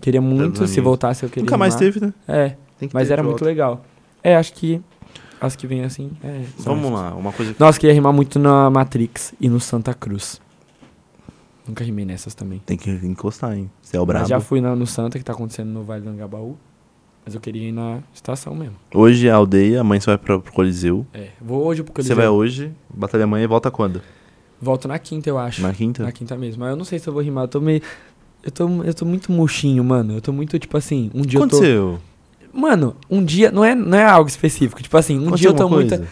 Queria muito,
dos
se
amigos.
voltasse, eu queria.
Nunca mais
rimar.
teve, né?
É,
Tem que
mas
ter
era
de
muito
volta.
legal. É, acho que. As que vem assim. É, são
Vamos
essas.
lá, uma coisa que
Nossa, queria rimar muito na Matrix e no Santa Cruz. Nunca rimei nessas também.
tem que encostar, hein? Você é o brabo.
Mas já fui na- no Santa, que tá acontecendo no Vale do Angabaú. Mas eu queria ir na estação mesmo.
Hoje é a aldeia, amanhã você vai pra, pro Coliseu.
É, vou hoje pro
Você
Coliseu.
vai hoje, batalha amanhã e volta quando?
Volto na quinta, eu acho.
Na quinta?
Na quinta mesmo. Mas eu não sei se eu vou rimar. Eu tô meio. Eu tô, eu tô muito murchinho, mano. Eu tô muito, tipo assim, um dia eu
Aconteceu.
tô. Mano, um dia. Não é, não é algo específico. Tipo assim, um dia
Aconteceu
eu tô
alguma
muito.
coisa?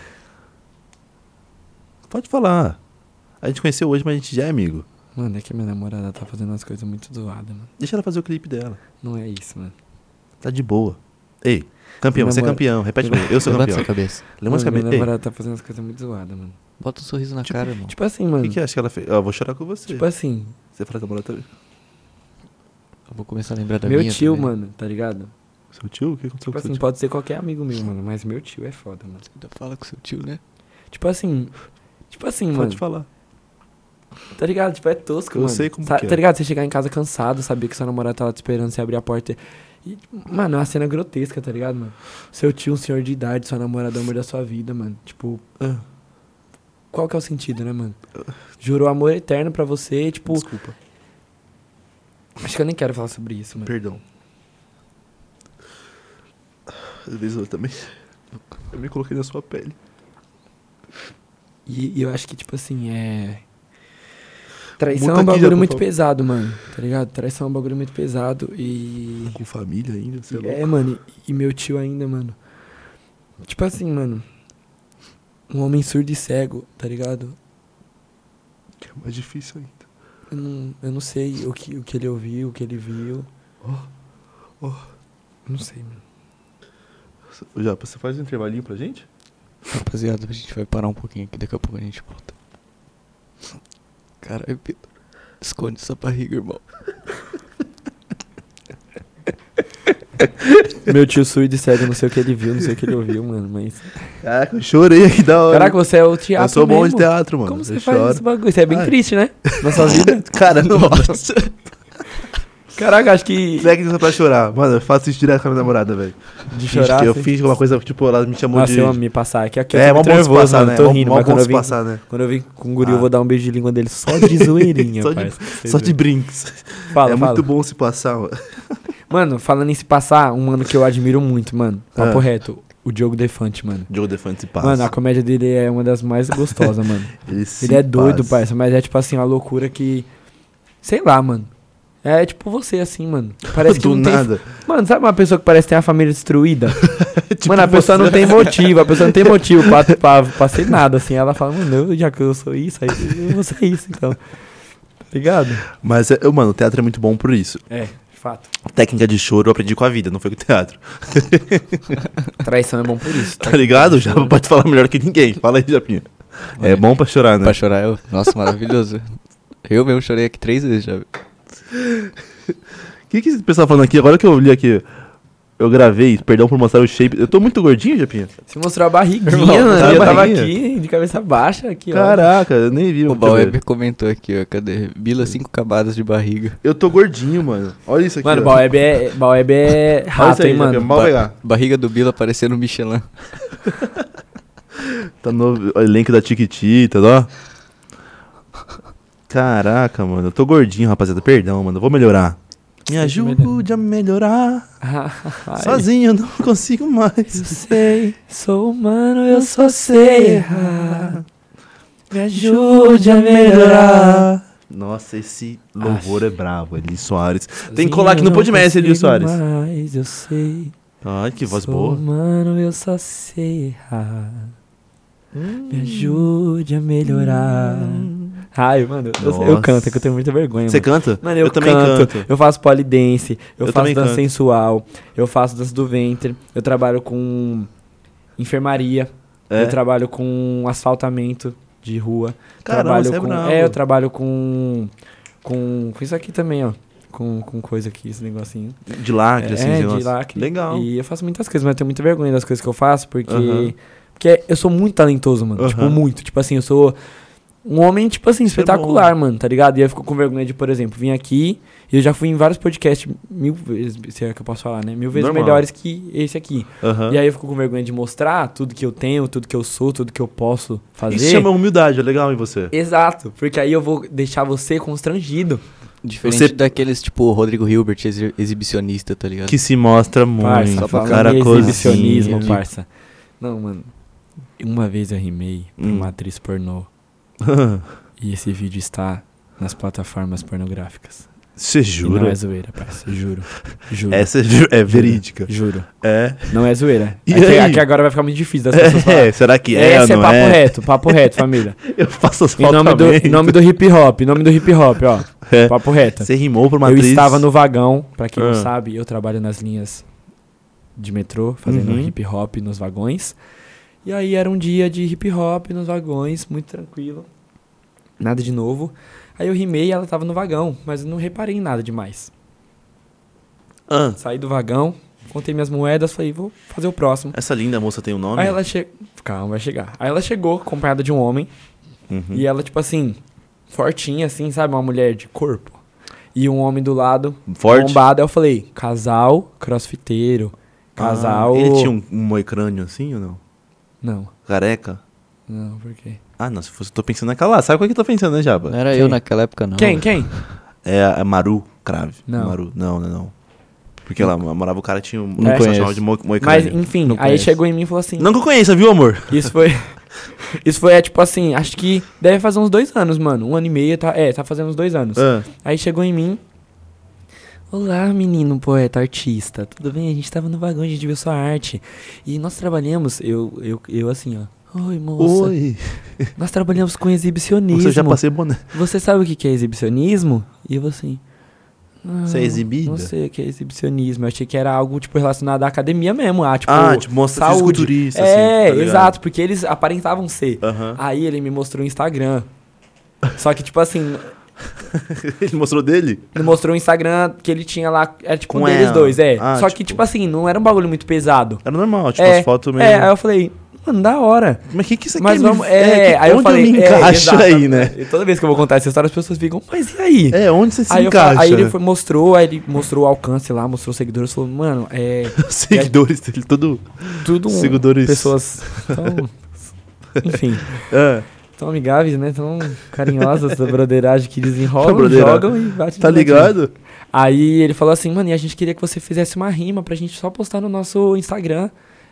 Pode falar. A gente conheceu hoje, mas a gente já é amigo.
Mano, é que minha namorada tá fazendo umas coisas muito zoadas, mano.
Deixa ela fazer o clipe dela.
Não é isso, mano.
Tá de boa. Ei, campeão, você é
Namora-
campeão. Repete comigo. Eu sou
Levanta
campeão.
sua cabeça.
Lembra essa
mano,
cabeça?
minha
Ei,
namorada tá fazendo umas coisas muito zoadas, mano.
Bota um sorriso na
Tipo,
cara, mano.
Tipo assim, mano.
o que, é? que acha que ela fez? Ó, eu vou chorar com você.
Tipo assim,
Você fala da namorada tá- também.
Eu vou começar a lembrar da
meu
minha
tio,
também.
mano, tá ligado?
Seu tio? O que aconteceu
Tipo
com seu
assim,
tio?
pode ser qualquer amigo meu, mano. Mas meu tio é foda, mano.
Ainda Fala com seu tio, né?
Tipo assim. Tipo assim, mano.
Pode falar.
Tá ligado? Tipo, é tosco,
Eu
mano.
sei como
Sa-
que é.
Tá ligado? Você chegar em casa cansado, saber que sua namorada tá lá te esperando, você abrir a porta. E, mano, é uma cena grotesca, tá ligado, mano? Seu tio, um senhor de idade, sua namorada, é o amor da sua vida, mano. Tipo. Qual que é o sentido, né, mano? Jurou amor eterno pra você, tipo.
Desculpa.
Acho que eu nem quero falar sobre isso, mano.
Perdão. Às vezes eu também. Eu me coloquei na sua pele.
E, e eu acho que, tipo assim, é. Traição
Muta
é um
aqui já,
bagulho
por
muito
favor.
pesado, mano. Tá ligado? Traição é um bagulho muito pesado e.
Com família ainda, sei lá.
É, mano, e e meu tio ainda, mano. Tipo assim, mano. Um homem surdo e cego, tá ligado?
Que é mais difícil ainda.
Eu não, eu não sei o que, o que ele ouviu, o que ele viu.
Oh,
Não sei, mano.
Já, você faz um intervalinho pra gente?
Rapaziada, a gente vai parar um pouquinho aqui, daqui a pouco a gente volta. Caralho, Pedro. Esconde essa barriga, irmão.
Meu tio Suíde cego, não sei o que ele viu, não sei o que ele ouviu, mano, mas...
Caraca, eu chorei aqui da hora.
Caraca, você é o teatro
eu sou bom de
mesmo?
teatro, mano.
Como você
eu
faz
choro.
esse bagulho? Você é bem
Ah.
triste, né? Na sua vida.
Caramba,
Caraca, acho que
Você é que pra chorar. Mano, eu faço isso direto com a minha namorada, velho. Finge
de chorar...
que Eu
assim.
fiz alguma coisa, tipo, ela me chamou
Nossa,
de.
eu amo me passar aqui. aqui eu
É,
tô
mó
muito
bom se
nervoso,
passar,
mano,
né?
Tô
Mó-
rindo,
mó
mas
bom
quando eu
se
vim
passar, né?
Quando eu vim com o guri, eu
Ah.
vou dar um beijo de língua dele só de zoeirinha,
Só de-
parça, pra você
Só
ver.
de brinks.
Fala,
é
fala.
muito bom se passar, mano.
Mano, falando em se passar, um mano que eu admiro muito, mano. Papo
Ah.
reto. O Diogo Defante, mano.
Jogo Defante se passa.
Mano, a comédia dele é uma das mais gostosas, mano.
ele se
Ele é doido,
passa.
parça, mas é tipo assim, uma loucura que. Sei lá, mano. É tipo você, assim, mano. Parece que
Do
não
nada.
tem. Mano, sabe uma pessoa que parece que tem a família destruída?
Tipo
mano, a pessoa
você.
não tem motivo, a pessoa não tem motivo pra, pra, pra ser nada, assim. Ela fala, mano, eu, já que eu sou isso, aí eu vou ser isso, então. Tá ligado?
Mas, é- eu, mano, o teatro é muito bom por isso.
É, de fato.
Técnica de choro eu aprendi com a vida, não foi com o teatro.
Traição é bom por isso.
Tá ligado? Já pode falar melhor que ninguém. Fala aí, Japinha. É bom pra chorar, né?
Pra chorar, eu... Nossa, maravilhoso. Eu mesmo chorei aqui três vezes já.
O que, que esse pessoal tá falando aqui? Agora que eu li aqui, eu gravei, perdão por mostrar o shape. Eu tô muito gordinho, Japinha?
Se mostrou a barriguinha,
Irmão,
mano.
tá a
eu tava
barriguinha?
aqui, de cabeça baixa, aqui, ó.
Caraca, eu nem vi.
O
deixa eu ver.
Bauer comentou aqui, ó. Cadê? Bila cinco cabadas de barriga.
Eu tô gordinho, mano. Olha isso aqui.
Mano,
ó.
Baueb é, Baueb é
Olha isso
rato,
aí,
hein, mano.
Japinha, mal pegar.
Barriga do Bila parecendo um Michelin.
Tá no elenco da Tiquitita, ó. Caraca, mano. Eu tô gordinho, rapaziada. Perdão, mano. Eu vou melhorar. Me ajude a melhorar.
Ai,
Sozinho eu não consigo mais.
Ah, sei, sou humano, eu só sei errar. Me ajude a melhorar.
Nossa, esse louvor é bravo, Eli Soares. Tem que colar aqui no
Sozinho eu não
Podmestre, Eli
consigo
Soares.
Mais, eu sei.
Ai, que voz
sou
boa.
humano, eu só sei errar.
Hum.
Me ajude a melhorar. Ai, mano, eu, eu
Nossa.
canto, é que eu tenho muita vergonha.
Você
mano.
canta?
Mano, eu, canto, eu faço polidense, eu,
Eu
faço
também
dança
canto.
sensual, eu faço dança do ventre, eu trabalho com enfermaria,
É?
eu trabalho com asfaltamento de rua,
Caramba,
trabalho
você é
com,
brabo.
eu trabalho com com com isso aqui também, ó, com, com coisa aqui, esse negocinho.
De lacre, assim,
é,
esse
de
negócio.
lacre.
Legal.
E eu faço muitas coisas, mas eu tenho muita vergonha das coisas que eu faço, porque
Aham.
porque eu sou muito talentoso, mano, tipo
Aham.
muito, tipo assim, eu sou um homem, tipo assim,
Isso é
espetacular, mano, tá ligado? E eu fico com vergonha de, por exemplo, vir aqui e eu já fui em vários podcasts mil vezes, se é que eu posso falar, né? Mil vezes
Normal.
melhores que esse aqui.
Aham.
E aí eu fico com vergonha de mostrar tudo que eu tenho, tudo que eu sou, tudo que eu posso fazer.
Isso chama humildade, é legal em você.
Exato, porque aí eu vou deixar você constrangido.
Diferente
Você-
daqueles, tipo, Rodrigo Hilbert, exi- exibicionista, tá ligado?
Que se mostra muito.
Parça,
só pra
o
falando
cara
em
cozinha.
exibicionismo, parça. Não, mano. Uma vez eu rimei pra
Hum.
uma atriz pornô e esse vídeo está nas plataformas pornográficas.
Você
E não
jura?
é zoeira, parça. Juro. Juro.
Essa é, ju- é verídica.
Juro.
É.
Não é zoeira.
E
aqui,
aí?
aqui agora vai ficar muito difícil das pessoas falarem.
É, será que é ou
Esse é
não
papo
é?
reto, papo reto, família.
Eu faço as
Em nome, do, em nome do hip hop, em nome do hip hop, ó.
É.
Papo reto.
Você rimou pra uma
Eu
atriz.
estava no vagão, pra quem
Ah.
não sabe, eu trabalho nas linhas de metrô, fazendo
Uhum.
hip hop nos vagões. E aí era um dia de hip hop nos vagões, muito tranquilo. Nada de novo. Aí eu rimei e ela tava no vagão, mas eu não reparei em nada demais.
Ah,
Saí do vagão, contei minhas moedas, falei, vou fazer o próximo.
essa linda moça tem um nome?
Aí ela chegou. Calma, vai chegar. Aí ela chegou acompanhada de um homem.
Uhum.
E ela, tipo assim, fortinha, assim, sabe? Uma mulher de corpo. E um homem do lado,
Forte?
bombado. Aí eu falei, casal crossfiteiro. Casal.
Ah, ele tinha um, um moicrânio assim ou não?
Não,
Careca?
não, por quê?
Ah, não, se fosse, eu tô pensando naquela lá. Sabe qual que eu tô pensando, né, Jaba?
Não era
Quem?
eu naquela época, não. né?
Quem,
velho.
quem?
É a a Maru Crave.
Não.
Maru. Não, não, não. Porque ela morava o cara tinha um
Não
um
conheço.
chamava de mo
Mas,
moicano.
enfim, aí
conheço.
chegou em mim e falou assim.
Não que eu conheça, viu, amor?
Isso foi. Isso foi, é, tipo assim, acho que deve fazer uns dois anos, mano. Um ano e meio, tá, é, tá fazendo uns dois anos.
Ah,
Aí chegou em mim. Olá, menino poeta, artista. Tudo bem? A gente tava no vagão, a gente viu sua arte. E nós trabalhamos, eu, eu, eu assim, ó. Oi, moça.
Oi.
Nós trabalhamos com exibicionismo.
Nossa, eu já passei boné.
Você sabe o que que é exibicionismo? E eu assim. "Ah,
Você é exibida?
Não sei o que é exibicionismo. Eu achei que era algo, tipo, relacionado à academia mesmo. Ah, tipo,
ah, tipo, mostra
saúde.
fisiculturista, assim.
É,
tá ligado?
exato, porque eles aparentavam ser.
Aham.
Aí ele me mostrou o Instagram. Só que, tipo assim,
Ele mostrou dele?
Ele mostrou o Instagram que ele tinha lá, era tipo um
Com
deles
ela.
dois, é.
Ah,
Só que,
tipo-
tipo assim, não era um bagulho muito pesado.
Era normal, tipo,
é,
as fotos meio...
É, aí eu falei, mano, da hora.
Mas o que, que você
Mas
quer
vamos.
me...
É,
que-
aí eu
onde
falei.
eu me
é,
encaixo
exato.
aí, né?
E toda vez que eu vou contar essa história, as pessoas ficam, mas e aí?
É, onde você se
Aí, eu
encaixa?
falo- aí ele foi- mostrou, aí ele mostrou o alcance lá, mostrou os seguidores, falou, mano, é
Os seguidores dele, tudo...
tudo um,
Seguidores.
pessoas tão, enfim,
É,
tão amigáveis, né, tão carinhosas da broderagem que
Da
desenrolam,
broderagem.
jogam e batem.
tá ligado?
Aí ele falou assim, mano, e a gente queria que você fizesse uma rima pra gente só postar no nosso Instagram,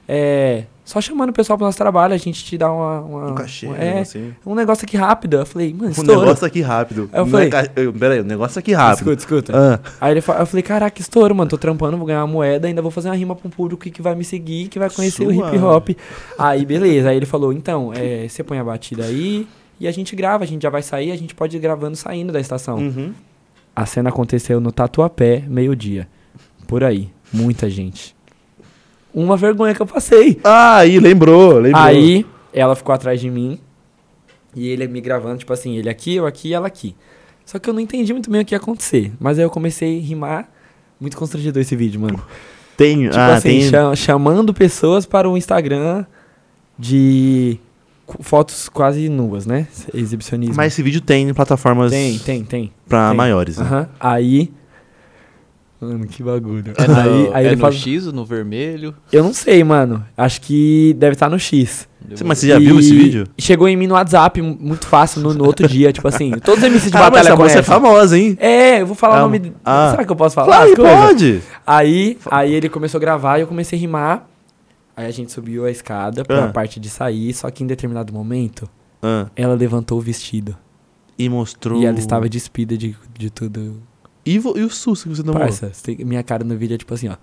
é, só chamando o pessoal pro nosso trabalho, a gente te dá uma... uma
Um cachê,
uma-
um
é,
negocinho.
um negócio aqui rápido. Eu falei, mano,
Um
estoura.
negócio aqui rápido.
Aí eu
Não
falei-
é ca- eu- Pera aí, um negócio aqui rápido.
Escuta, escuta.
Ah,
Aí ele fa- eu falei, caraca, estouro, mano, tô trampando, vou ganhar uma moeda, ainda vou fazer uma rima pra um público que vai me seguir, que vai conhecer o
Suave.
hip hop. Aí, beleza. Aí ele falou, então, é, você põe a batida aí e a gente grava, a gente já vai sair, a gente pode ir gravando saindo da estação.
uhum.
A cena aconteceu no Tatuapé, meio-dia. Por aí. Muita gente. Uma vergonha que eu passei.
Ah, aí, lembrou, lembrou.
Aí ela ficou atrás de mim e ele me gravando, tipo assim, ele aqui, eu aqui e ela aqui. Só que eu não entendi muito bem o que ia acontecer. Mas aí eu comecei a rimar. Muito constrangedor esse vídeo, mano.
Tem,
Tipo
ah,
assim,
tem...
cha- chamando pessoas para o Instagram de cu- fotos quase nuas, né? Exibicionismo.
Mas esse vídeo tem em plataformas
tem, tem, tem.
pra
tem.
maiores, né?
Aham. Aí. Mano, que bagulho.
É no,
aí aí
é
ele
no
fala.
X ou no vermelho?
Eu não sei, mano. Acho que deve estar no X.
Você- Mas você já
E
viu esse vídeo?
Chegou em mim no WhatsApp, mu- muito fácil, no, no outro dia, tipo assim. Todos os MCs de
Caramba,
batalha
essa moça é
conhecem.
famosa, hein?
É, eu vou falar
Ah,
o nome.
ah.
Será que eu posso falar?
Claro
É, as
que
coisas?
pode.
Aí, aí ele começou a gravar e eu comecei a rimar. Aí a gente subiu a escada pra
Ah.
parte de sair, só que em determinado momento,
Ah,
ela levantou o vestido.
e mostrou...
E ela estava despida de, de tudo.
E, vo- e o susto que você tomou?
Parça, você tem- minha cara no vídeo é tipo assim, ó.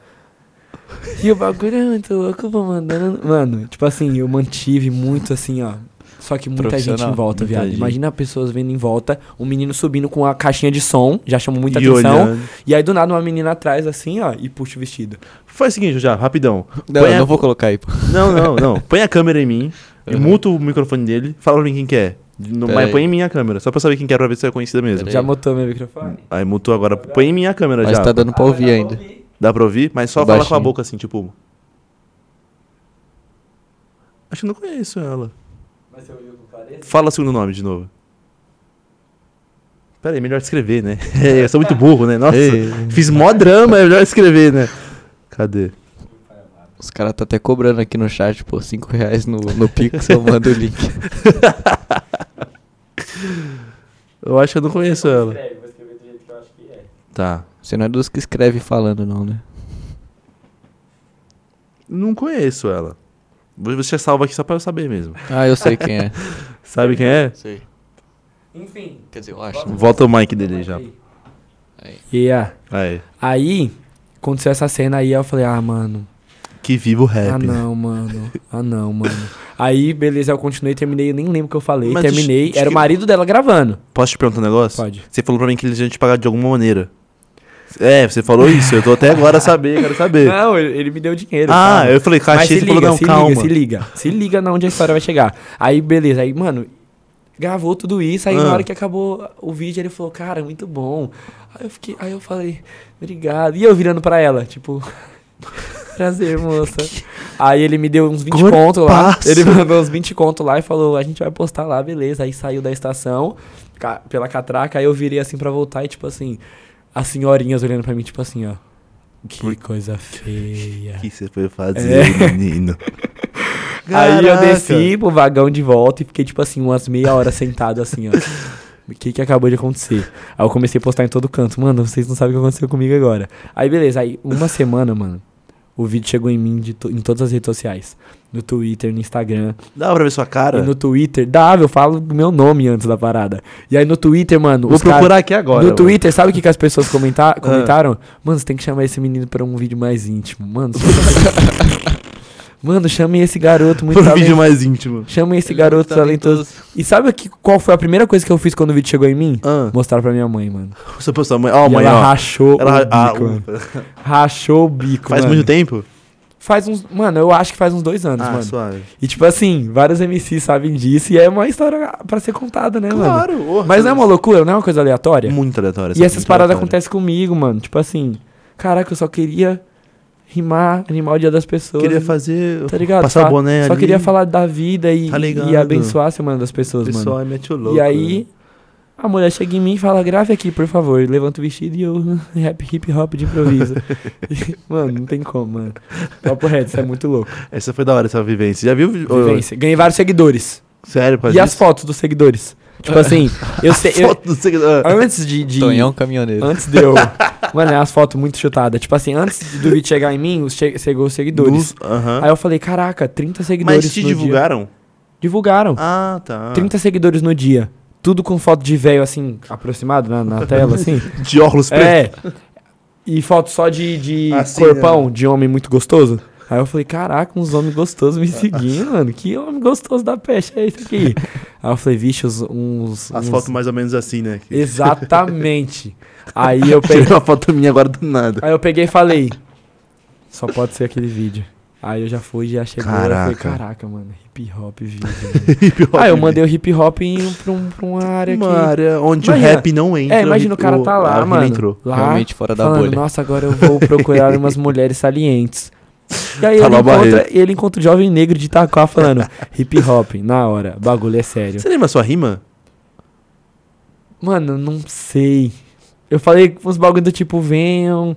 E o bagulho é muito louco, eu vou mandando. Mano, tipo assim, eu mantive muito assim, ó. Só que muita gente em
Profissional.
volta,
Muita
viado.
gente.
Imagina pessoas vendo em volta, um menino subindo com a caixinha de som, já chamou muita
E
atenção.
olhando.
E aí do nada uma menina atrás, assim, ó, e puxa o vestido.
Faz o seguinte, já, rapidão.
Não,
Põe
eu
a-
não vou colocar aí. pô.
Não, não, não. Põe a câmera em mim, e muta o microfone dele, fala pra mim quem que é. Não-
Pera
mas
aí.
põe em mim a câmera, só pra eu saber quem que é, pra ver se é conhecida mesmo.
Pera
Já botou meu microfone?
Aí mutou agora. Põe em mim a câmera
Mas
já.
tá dando pra ouvir ainda.
Dá pra ouvir? Mas só fala com a
Baixinho.
boca assim, tipo... Acho que eu não conheço ela. Fala o segundo nome de novo. Pera aí, melhor escrever, né? eu sou muito burro, né? Nossa,
Ei.
fiz mó drama, é melhor escrever, né? Cadê?
Os caras tá até cobrando aqui no chat, pô, 5 reais no, no Pix, eu mando o link.
Eu acho que eu não conheço ela. Tá.
Você não é dos que escreve falando, não, né?
Não conheço ela. Você salva aqui só pra eu saber mesmo.
Ah, eu sei quem é.
Sabe quem é?
Sei.
Enfim.
Quer dizer, eu acho.
Volta o mic dele aí Hum. já.
E ah,
Aí.
aí, aconteceu essa cena aí, eu falei, ah, mano.
Que viva o rap.
Ah,
né?
não, mano. Ah, não, mano. Aí, beleza, eu continuei, terminei, eu nem lembro o que eu falei.
Mas
terminei,
acho- acho
era o
que-
marido dela gravando.
Posso te perguntar um negócio?
Pode.
Você falou pra mim que eles iam te pagar de alguma maneira. É, você falou isso. Eu tô até agora a saber, quero saber.
Não, ele, ele me deu dinheiro.
ah,
calma.
eu falei,
Mas
cachê,
se
você
liga,
falou, não,
se
calma.
liga, se liga. Se liga na onde a história vai chegar. Aí, beleza. Aí, mano, gravou tudo isso. Aí, na
Ah.
hora que acabou o vídeo, ele falou, cara, muito bom. Aí eu fiquei, aí eu falei, obrigado. E eu virando pra ela, tipo... Prazer, moça. Aí ele me deu uns 20
Corpaço.
conto lá. Ele mandou uns 20 conto lá e falou: a gente vai postar lá, beleza. Aí saiu da estação ca- pela catraca. Aí eu virei assim pra voltar e, tipo assim, as senhorinhas olhando pra mim, tipo assim, ó. Que coisa feia.
O que você foi fazer,
É.
menino?
Aí eu
Caraca.
desci pro vagão de volta e fiquei, tipo assim, umas meia hora sentado assim, ó. O que que acabou de acontecer? Aí eu comecei a postar em todo canto. Mano, vocês não sabem o que aconteceu comigo agora. Aí beleza, aí uma semana, mano, o vídeo chegou em mim de to- em todas as redes sociais. No Twitter, no Instagram.
Dá pra ver sua cara?
E no Twitter, dá, eu falo o meu nome antes da parada. E aí no Twitter, mano,
Vou
os cara-
procurar aqui agora. Ah.
no
mano.
Twitter, sabe o que, que as pessoas comentar, comentaram? Mano, você tem que chamar esse menino pra um vídeo mais íntimo. Mano, tá mano chame esse garoto muito
Pro Um vídeo
talentoso.
mais íntimo.
Chame esse
tá
garoto talentoso. E sabe que, qual foi a primeira coisa que eu fiz quando o vídeo chegou em mim?
Ah,
Mostrar pra minha mãe, mano.
você postou a mãe. Ó,
E
mãe,
ela
ó.
rachou
Ela
o
ra- ah,
bico, mano.
ufa.
Rachou o bico,
Faz
mano.
muito tempo?
Faz uns. Mano, eu acho que faz uns dois anos,
Ah,
mano.
suave.
E tipo assim, vários MCs sabem disso e é uma história pra ser contada, né, mano?
Claro, ô,
Mas não é uma
Deus.
loucura, não é uma coisa aleatória?
Muito aleatório.
E essas
muito
paradas
aleatório.
acontecem comigo, mano. Tipo assim, caraca, eu só queria rimar, animar o dia das pessoas.
Queria fazer.
Tá ligado?
Passar
só,
o boné
Só
ali.
queria falar da vida e,
Tá ligado.
e abençoar a semana das pessoas,
Pessoal,
mano.
é mete o louco.
e aí, a mulher chega em mim e fala, grave aqui, por favor. Levanta o vestido e eu rap hip hop de improviso. E, mano, não tem como, mano. Papo reto, isso é muito louco.
né? Essa foi da hora, essa vivência. Já viu? ô,
Vivência. Ganhei vários seguidores.
Sério, pode
e as fotos dos seguidores? Tipo assim, eu sei. eu-
fotos do seguidor.
antes de. de
Tonhão é um caminhoneiro.
Antes de eu. Mano, é umas fotos muito chutadas. Tipo assim, antes do vídeo chegar em mim, os che- chegou os seguidores.
Dos- aham.
Aí eu falei, caraca, 30 seguidores.
Mas te
no dia.
divulgaram?
Divulgaram.
Ah, tá.
30 seguidores no dia. Tudo com foto de velho assim, aproximado na, na tela, assim.
De óculos pretos.
é. E foto só de, de
Assim,
corpão, de homem muito gostoso. Aí eu falei, caraca, uns homens gostosos me seguindo, mano. Que homem gostoso da peste é isso aqui? Aí eu falei, vixe, uns... uns
As
uns-
fotos mais ou menos assim, né? Que-
Exatamente. Aí eu peguei...
Tirei uma foto minha agora do nada.
Aí eu peguei e falei, só pode ser aquele vídio. Aí eu já fui, já cheguei, eu falei,
Caraca.
caraca, mano, hip hop vídeo. mano." Aí Ah, eu mandei o hip hop em- pra, um- pra uma área que...
Uma área é. onde
Imagina.
o rap não entra.
É, imagina o
hip-
cara tá
a
lá,
rima
mano.
entrou.
Lá,
Realmente fora da
falando,
bolha.
Nossa, agora eu vou procurar umas mulheres salientes. E aí
Tá lá
ele,
a
encontra,
barreira.
ele encontra o jovem negro de Itaquá falando hip hop, na hora, bagulho é sério.
Você lembra a sua rima?
Mano, não sei. Eu falei uns bagulho do tipo, venham.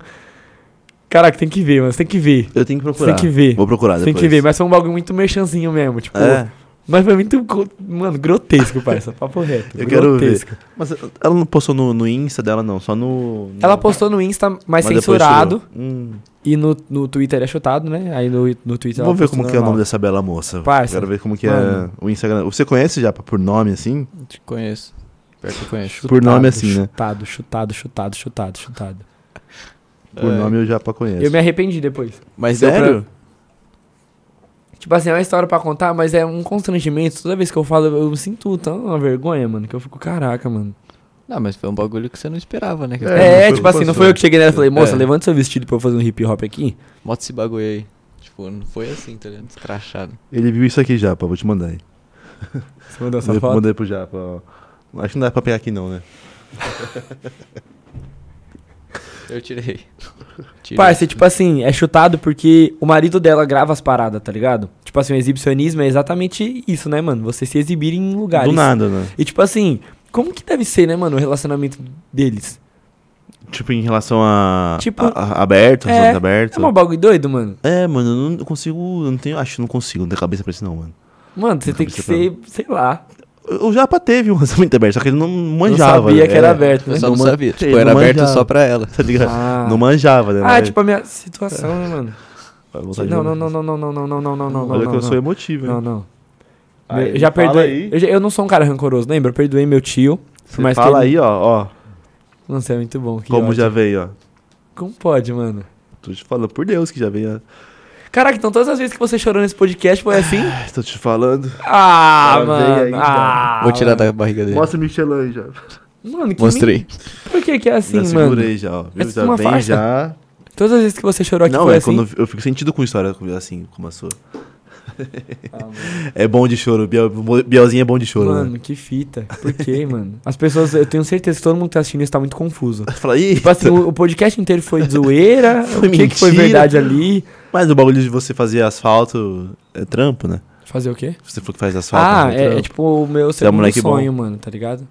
Caraca, tem que ver, mano, você tem que ver.
Eu tenho que
Você
procurar.
tem que ver.
Vou procurar
Você
depois.
tem que ver, mas foi um bagulho muito merchanzinho mesmo, tipo.
É,
Mas foi muito, co- mano, grotesco, parça. Papo reto.
eu quero ver.
grotesco.
Mas ela não postou no, no Insta dela, não. Só no... no-
Ela postou no Insta, mas,
Mas depois
censurado.
tirou. Hum,
E no, no Twitter é chutado, né? Aí no, no Twitter
vou
ela
ver
postou
como que é o nome
normal.
dessa bela moça.
Parça,
Quero ver como que
mano.
é o Instagram. Você conhece já por nome, assim?
Te conheço. Pior que eu
É
conheço.
Por nome, assim, né?
Chutado, chutado, chutado, chutado, chutado.
Por
É.
nome eu já pra conheço.
Eu me arrependi depois.
Mas deu
Sério?
pra...
Tipo assim, é uma história pra contar, mas é um constrangimento. Toda vez que eu falo, eu eu sinto tão uma vergonha, mano, que eu fico, caraca, mano.
Não, mas foi um bagulho que você não esperava, né? Que
É,
não foi
tipo assim, não foi eu que cheguei nela e falei, moça,
É.
levanta seu vestido pra eu fazer um hip hop aqui.
Mota esse bagulho aí. Tipo, não foi assim, tá ligado? Descrachado.
Ele viu isso aqui, Japa. Vou te mandar aí.
Você mandou essa
Mandei,
foto?
mandei pro Japa. ó. Acho que não dá pra pegar aqui, não, né?
Eu tirei. Tirei.
Parça, tipo assim, é chutado porque o marido dela grava as paradas, tá ligado? Tipo assim, o exibicionismo é exatamente isso, né, mano? Você se exibir em lugares.
Do nada, né?
E tipo assim, como que deve ser, né, mano, o relacionamento deles?
Tipo, em relação a...
Tipo-
a- a- aberto,
É,
relacionamento aberto.
É um bagulho doido, mano.
É, mano, eu não eu consigo. Eu não tenho. Acho que não consigo, não tenho cabeça pra isso, não, mano.
Mano, você tem que
Cabeça
ser, sei lá.
O o Japa teve um lançamento aberto, só que ele não
Eu
manjava.
sabia
né?
que era
É,
aberto, né?
Eu só
Não
não,
man-
sabia. Tipo,
ele
era
não
aberto
manjava.
só pra ela.
Tá ligado?
Ah.
Não manjava, né?
Ah,
né?
tipo a minha situação, né, mano?
Vai voltar de
Não, não,
novo.
não, não, não, não, não, não, não, não, não.
Olha que eu
não.
sou emotivo, hein?
Não, não.
Aí,
eu já
fala
perdoei.
aí.
Eu, já- eu não sou um cara rancoroso, lembra? Eu perdoei meu tio.
Você fala aí, ó, ó.
Não sei, é muito bom. que
Como
ótimo.
já veio, ó.
Como pode, mano?
Tô te falando, por Deus que já veio. ó.
Caraca, então todas as vezes que você chorou nesse podcast foi assim?
Ai, Tô te falando.
Ah,
Ah, veio aí,
mano. Ah,
Vou tirar da barriga dele.
Mostra o Michelin já.
Mano, que
Mostrei.
men- Por que que é assim,
já
mano?
segurei já, ó. Viu?
Essa é
Já
uma
vem
farsa.
já.
Todas as vezes que você chorou aqui
Não,
foi
é
assim?
quando eu fico sentido com história assim, como a sua. é bom de choro, Biel, Bielzinho é bom de choro, né?
Ah, Mano, que fita. Por quê, mano? As pessoas, eu tenho certeza que todo mundo que tá assistindo isso tá muito confuso.
Fala, ih,
Tipo assim, o, o podcast inteiro foi zoeira,
Foi
o que, que foi
mentira.
verdade ali.
Mas o bagulho de você fazer asfalto é trampo, né?
Fazer o quê?
Você falou que faz asfalto.
Ah,
né?
é,
trampo.
é tipo o meu
é
segundo
moleque bom.
sonho, mano, tá ligado?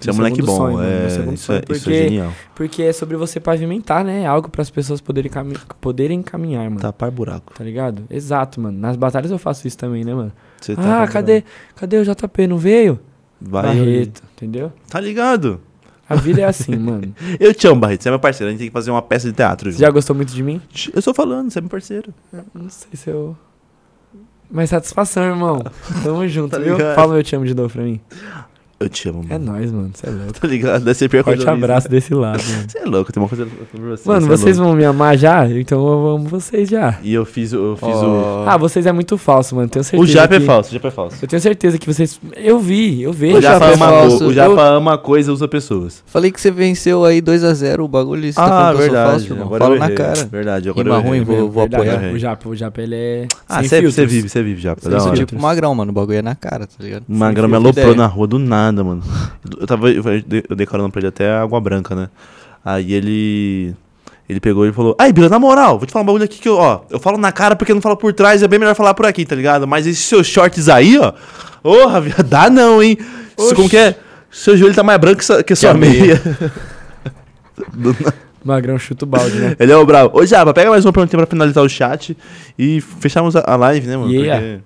Você é
meu
moleque
segundo
bom,
sonho, mano, meu
é,
segundo
isso,
sonho,
é, isso
porque-
é genial.
Porque é sobre você pavimentar, né? Algo pras pessoas poderem, cami poderem caminhar, mano. Tá.
Tapar buraco.
ligado? Exato, mano. Nas batalhas eu faço isso também, né, mano?
Você
ah,
tapa
cadê, cadê o JP? Não veio?
buraco. Vai,
Barreto, entendeu?
Tá ligado?
A vida é assim, mano.
Eu te amo, Barreto. Você é meu parceiro. A gente tem que fazer uma peça de teatro.
Você
junto.
já gostou muito de mim?
Eu tô falando, você é meu parceiro.
Não sei se eu. Mas satisfação, irmão. Tamo junto,
Tá
viu?
ligado? Uhum.
Fala, eu te amo de novo pra mim.
Eu te amo, mano.
É nóis, mano. Você é louco.
Tá ligado? Deve ser pior
Forte
coisa da minha
abraço
vida.
desse lado, mano.
Você é louco, tem uma coisa louca sobre você.
Mano,
você é
vocês
louco.
vão me amar já? Então eu amo vocês já.
E eu fiz, o- eu fiz o...
Ah, vocês é muito falso, mano. Tenho
O
certeza.
Japa é
que-
falso, o Japa é falso.
Eu tenho certeza que vocês. Eu vi, eu vejo.
O Japa,
Japa é
ama,
falso.
o Japa ama coisa, usa pessoas.
Falei que você venceu aí 2x0 o bagulho e você tá falando que eu sou falso, irmão.
Ah, Agora
Fala
eu
na
errei.
cara.
Verdade, agora
Rima
eu errei. né?
ruim, vou- vou
Verdade,
apoiar.
O Japa, o Japa, ele é.
Ah, você
sem
você
filtros.
vive, você vive, Japa.
Sem
Da
Sou
hora.
tipo magrão, mano. O bagulho é na cara, tá ligado?
O Magrão me
Sem
aloprou
ideia.
na rua do nada, mano. Eu tava eu eu decorando pra ele até Água Branca, né? Aí ele. Ele pegou e falou: Aí, Bila, na moral, vou te falar um bagulho aqui que eu, ó, eu falo na cara porque eu não falo por trás, é bem melhor falar por aqui, tá ligado? Mas esses seus shorts aí, ó. Porra, viado, dá não, hein? Isso, como que é? Seu joelho tá mais branco que sua, que sua
a meia.
meia. Do nada.
Magrão chuta o balde, né?
ele é o bravo. Ô, Japa, pega mais uma pergunta pra finalizar o chat e fecharmos a, a live, né, mano?
Yeah.
Porque-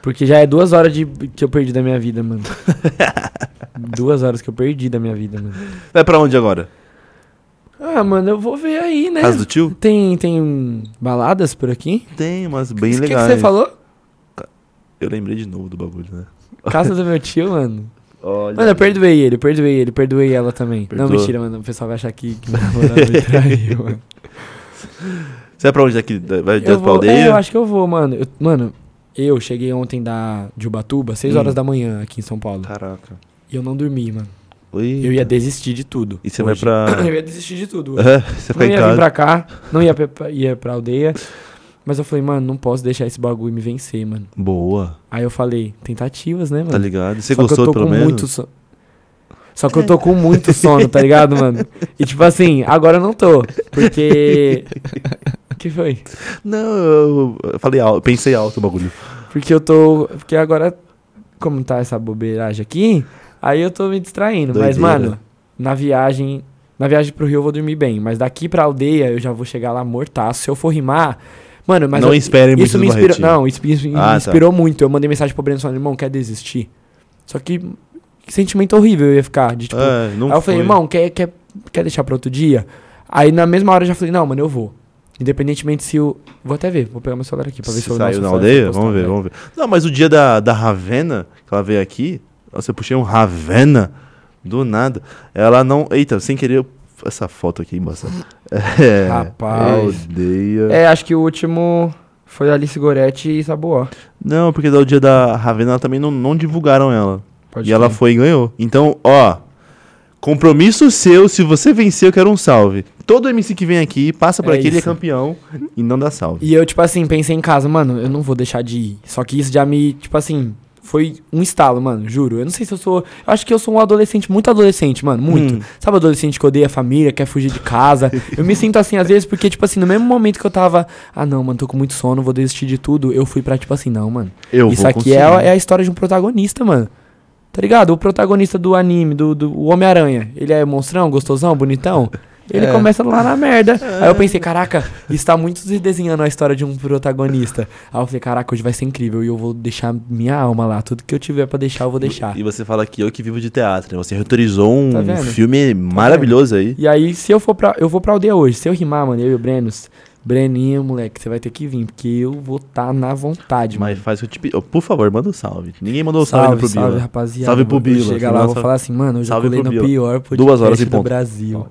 Porque já é duas horas de... que eu perdi da minha vida, mano. duas horas que eu perdi da minha vida, mano.
Vai pra onde agora?
Ah, mano, eu vou ver aí, né?
Casa do tio?
Tem, tem baladas por aqui?
Tem umas bem
O que, que
legais.
você falou?
Eu lembrei de novo do bagulho, né?
Casa do meu tio, mano.
Olha.
Mano, eu perdoei ele, perdoei ele, perdoei ela também.
Perdoa.
Não, mentira, mano. O pessoal vai achar que, que meu namorado me traiu, mano.
Você é pra onde daqui? Da- Vai
Eu
direto pra
vou, é,
aldeia?
eu acho que eu vou, mano. Eu- mano, eu cheguei ontem da, de Ubatuba, 6
Hum. Tá.
horas da manhã aqui em São Paulo.
Caraca.
E eu não dormi, mano.
Oi.
Eu ia desistir de tudo.
E você
hoje.
vai pra.
Eu ia desistir de tudo. hoje.
É, você
Não
fica em
ia vir
casa.
pra cá, não ia pra, ia pra aldeia. Mas eu falei, mano, não posso deixar esse bagulho me vencer, mano.
Boa,
Aí eu falei, tentativas, né, mano?
tá ligado? Você
Só que eu
gostou
tô
pelo
com
menos?
muito sono. Só que eu tô com muito sono, tá ligado, mano? E tipo assim, agora eu não tô. Porque. que foi?
Não, eu- eu falei alto, pensei alto o bagulho.
Porque eu tô. Porque agora, como tá essa bobeiragem aqui, aí eu tô me distraindo. Mas,
Doideira.
mano, na viagem. Na viagem pro Rio eu vou dormir bem. Mas daqui pra aldeia eu já vou chegar lá mortaço. Se eu for rimar. Mano, mas.
Não
eu-
esperem muito
isso
do
me inspirou.
Barretinho.
Não, isso, isso
Ah, tá.
me inspirou muito. Eu mandei mensagem pro Breno falando, irmão, quer desistir? Só que. Que sentimento horrível eu ia ficar. De, tipo,
é, não
aí eu falei,
foi.
irmão, quer, quer, quer deixar pra outro dia? Aí na mesma hora eu já falei, não, mano, eu vou. Independentemente se o. Vou até ver, vou pegar meu celular aqui pra ver se,
Você
eu
saiu
nossa,
na
saiu
aldeia?
postal,
Vamos ver,
né?
vamos ver. Não, mas o dia da, da Ravena, que ela veio aqui, nossa, eu puxei um Ravena do nada. Ela não. Eita, sem querer, eu- essa foto aqui embaçada. É,
Rapaz.
Aldeia.
É, acho que o último foi Alice Goretti e Sabuó.
Não, porque o dia da Ravena ela também não, não divulgaram ela.
Pode
e ela
crer.
foi e ganhou. Então, ó. Compromisso seu, se você vencer, eu quero um salve. Todo MC que vem aqui, passa por
É
aqui, ele é
isso.
campeão e não dá salve.
E eu, tipo assim, pensei em casa, mano, eu não vou deixar de ir. Só que isso já me, tipo assim, foi um estalo, mano, juro. Eu não sei se eu sou. Eu acho que eu sou um adolescente, muito adolescente, mano, muito. Sabe, adolescente que odeia a família, quer fugir de casa. eu me sinto assim, às vezes, porque, tipo assim, no mesmo momento que eu tava, ah, não, mano, tô com muito sono, vou desistir de tudo, eu fui pra, tipo assim, não, mano.
Eu
Isso
vou
aqui é,
conseguir.
é a história de um protagonista, mano. Tá ligado? O protagonista do anime, do, do o Homem-Aranha. Ele é monstrão, gostosão, bonitão. Ele
É.
começa lá na merda. Aí eu pensei, caraca, está muito se desenhando a história de um protagonista. Aí eu falei, caraca, hoje vai ser incrível. E eu vou deixar minha alma lá. Tudo que eu tiver pra deixar, eu vou deixar.
E você fala que eu que vivo de teatro, né? Você reutilizou um
Tá vendo?
filme maravilhoso aí.
E aí, se eu for pra. Eu vou pra aldeia hoje. Se eu rimar, mano, eu e o Brenos. Breninho, moleque, você vai ter que vir, porque eu vou estar na vontade, mano.
Mas faz o que eu te pedi. Ô, Por favor, manda um salve. Ninguém mandou um salve,
Salve,
pro Bila.
salve, rapaziada.
Salve pro
Mano, eu
Bila,
Chega
se
lá,
não,
vou
salve-
falar assim, mano, eu já
salve
colei
pro
no
Bila.
pior podcast
Duas horas em
do
ponto.
Brasil.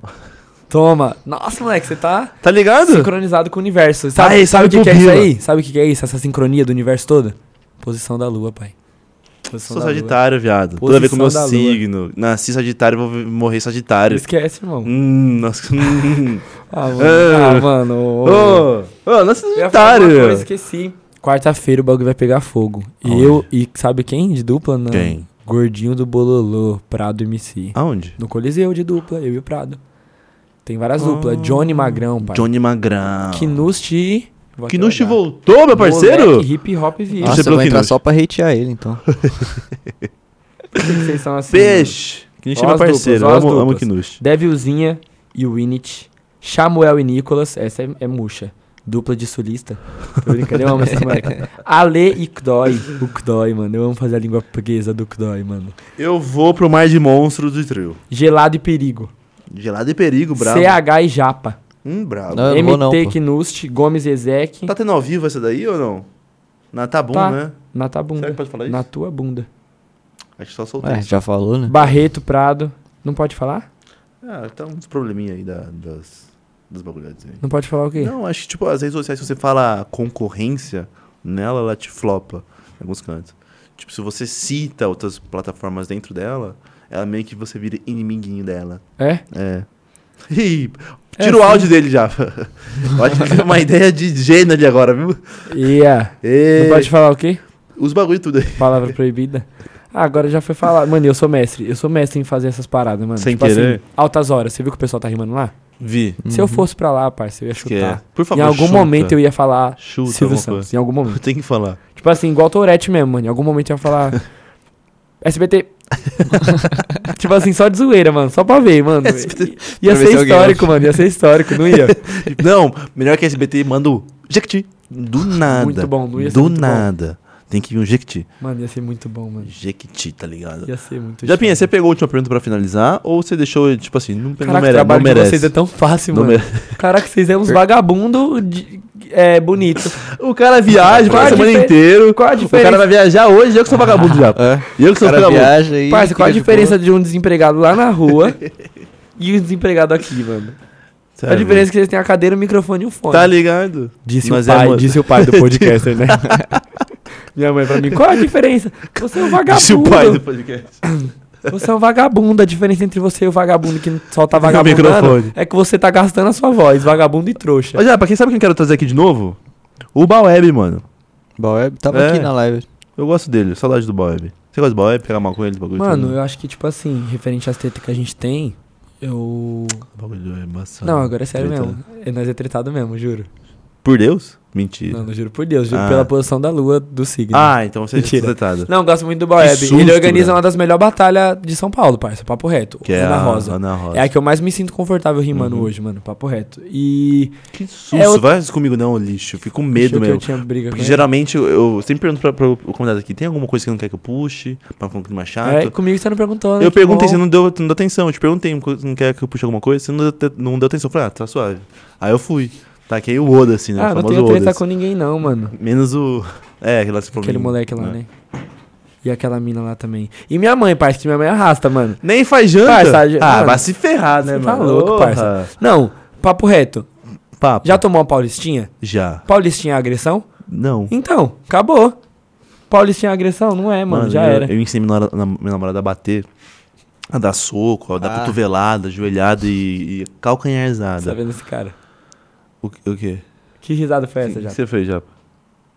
Toma. Nossa, moleque, você tá
Tá ligado?
sincronizado com o universo. Sabe,
Tá Aí,
sabe
salve
o que,
pro
que é isso
Bila.
aí? Sabe o que, que é isso? Essa sincronia do universo todo? Posição da lua, pai. Posição
Sou
da lua.
sagitário, viado. Tudo a ver com o meu
Posição da lua.
signo. Nasci sagitário, vou vi- morrer sagitário.
Esquece, irmão.
Hum, nossa. hum.
Ah, mano.
Ah.
Ah, mano. ô, ô.
Ô, ô, nossa,
Eu ia falar uma coisa,
sagitário.
esqueci. Quarta-feira o bagulho vai pegar fogo. E
Aonde?
eu e sabe quem de dupla? Não.
Quem?
Gordinho do Bololô, Prado MC.
Aonde?
No Coliseu de dupla, eu e o Prado. Tem várias
Ah.
duplas. Johnny Magrão, pai.
Johnny Magrão.
Kinusti. Vou
Que
até
Nushi
olhar.
voltou, meu parceiro?
Moleque, hip hop assim, vive.
Você
Nossa, eu
bloqueou
vou entrar
hoje.
só pra hatear ele, então.
Por que vocês são assim?
Peixe. Kinushi é
Ó
meu
as duplas,
parceiro.
ó as
amo, amo
duplas.
Kinushi.
mano? Devilzinha e o Winit. Samuel e Nicolas. Essa é, é murcha. Dupla de sulista. Tô brincando, eu amo essas moleques. Ale e Kdoi. O Kdoi, mano. Eu amo fazer a língua portuguesa do Kdoi, mano.
Eu vou pro Mar de Monstros do Trio.
Gelado e Perigo.
Gelado e perigo, brabo.
CH e Japa.
Hum, brabo.
Não, eu não vou não,
MT
pô.
Knust, Gomes e Ezek.
Tá tendo ao vivo essa daí ou não? Na, tá bom,
Tá.
né?
Na
Será
tua bunda.
que pode falar isso?
Na tua bunda.
Acho que só soltei.
É.
Ué, já falou, né?
Barreto, Prado. Não pode falar?
Ah, tá uns probleminha aí da, das, das bagulhadas aí.
Não pode falar o quê?
Não, acho que, tipo, as redes sociais, se você fala concorrência, nela ela te flopa em alguns cantos. Tipo, se você cita outras plataformas dentro dela, ela meio que você vira inimiguinho dela.
É?
É. Ih, Tira o áudio dele já. Eu acho que foi uma ideia de gênio ali agora, viu?
Ia.
E...
Não pode falar o quê?
Os bagulho tudo aí.
Palavra proibida. Ah, agora já foi falar. Mano, eu sou mestre. Eu sou mestre em fazer essas paradas, mano.
Sem querer. Uhum.
assim, altas horas. Você viu que o pessoal tá rimando lá?
Vi. é.
Se eu fosse pra lá, parceiro, eu ia chutar.
Por favor,
em algum
chuta.
momento eu ia falar
Chuta
Silvio
alguma
Santos.
coisa.
Em algum momento.
Tem que falar.
Tipo assim, igual o Tourette mesmo, mano. Em algum momento eu ia falar. SBT. tipo assim, só de zoeira, mano. Só pra ver, mano. Ia
Pra ver se
ser
alguém
histórico, mano. Ia ser histórico, não ia.
Não, melhor que SBT, manda o Jequiti. Do nada.
Muito bom, não ia ser
Do
muito bom.
nada. Tem que vir um Jequiti.
Mano, ia ser muito bom, mano.
Jequiti, tá ligado?
Ia ser muito
Japinha,
chato.
você pegou a última pergunta pra finalizar? Ou você deixou, tipo assim, não, não
Caraca, o
merece? Não
trabalho de
merece.
vocês é tão fácil,
Não
mano. Caraca, vocês é uns vagabundo de- é, bonito.
O cara viaja,
Qual a
passa a semana
difer-
inteira.
qual a
O cara
diferença?
vai viajar hoje, eu que sou vagabundo já.
É.
E eu que
O
sou
cara
vagabundo.
viaja aí.
Parça, qual a
fica de
diferença de um desempregado lá na rua e um desempregado aqui, mano?
Sabe?
A diferença é que vocês têm a cadeira, o microfone e o fone.
Tá ligado?
Disse
Nós
o pai,
é mo-
disse o pai do podcaster, né? Minha mãe pra mim, qual a diferença? Você é um vagabundo.
Disse o pai do podcast.
Você é um vagabundo. A diferença entre você e o vagabundo que só tá
o
vagabundo
microfone.
é que você tá gastando a sua voz, vagabundo e trouxa.
Mas já, pra quem sabe quem eu quero trazer aqui de novo? O Baweb, mano.
boa. Baweb tava
É.
aqui na live.
Eu gosto dele, saudade do Baweb. Você gosta do Baweb? Pegar mal com ele, bagulho?
Mano,
tudo?
eu acho que, tipo assim, referente às tretas que a gente tem, eu.
bagulho é embaçado.
Não, agora é sério
Treta. né?
mesmo. É, Nós é tretado mesmo, juro.
Por Deus? Mentira.
Não, não juro por Deus, juro
Ah.
pela posição da lua do signo.
Ah, então você
Mentira.
é tretado.
Não, gosto muito do Boeb.
Que susto,
Ele organiza
velho.
uma das melhores batalhas de São Paulo, parça. Papo reto.
Que é
Ana
a
Rosa.
Ana Rosa. Uhum.
É a que eu mais me sinto confortável rimando hoje, mano. Papo reto. E.
Que susto.
É o-
Vai comigo não, lixo. Eu Fico com medo
Achou que eu
mesmo.
tinha briga com
Porque
ele.
geralmente eu, eu sempre pergunto pra, pro convidado aqui, tem alguma coisa que não quer que eu puxe? Pra ficar um clima
É,
chato?
comigo você não perguntou, né?
Eu
Que
perguntei,
bom.
você não deu, não deu atenção. Eu te perguntei, você não quer que eu puxe alguma coisa? Você não deu, não deu atenção. Eu falei, ah, tá suave. Aí eu fui. Taquei o Oda, assim, né?
Ah,
o
não
famoso
tenho treta
Oda. assim.
com ninguém, não, mano.
Menos o... É, aquele lá que você falou pra
Aquele
mim,
moleque lá, né? E aquela mina lá também. E minha mãe, parça, que minha mãe arrasta, mano.
Nem faz janta?
Parça, a gente-
ah,
mano,
vai se ferrar, né,
Você tá
mano?
louco,
Porra.
parça. Não, papo reto.
Papo.
Já tomou uma paulistinha?
Já.
Paulistinha é agressão?
Não.
Então, acabou. Paulistinha é agressão? Não é, mano, já
eu,
era.
Eu ensinei minha, nora- na- minha namorada a bater. A dar soco, a dar
Ah.
cotovelada, joelhada e, e
Tá
calcanharzada.
vendo esse cara?
O, o quê?
Que risada foi essa
O
já?
que você fez, Japa?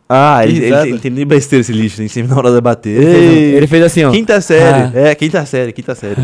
Ah, ele, ele,
risada.
ele tem nem besteira esse lixo, nem sempre na hora da bater. um- Ei,
Ele fez assim, ó.
Quinta série, é, quinta série, quinta série.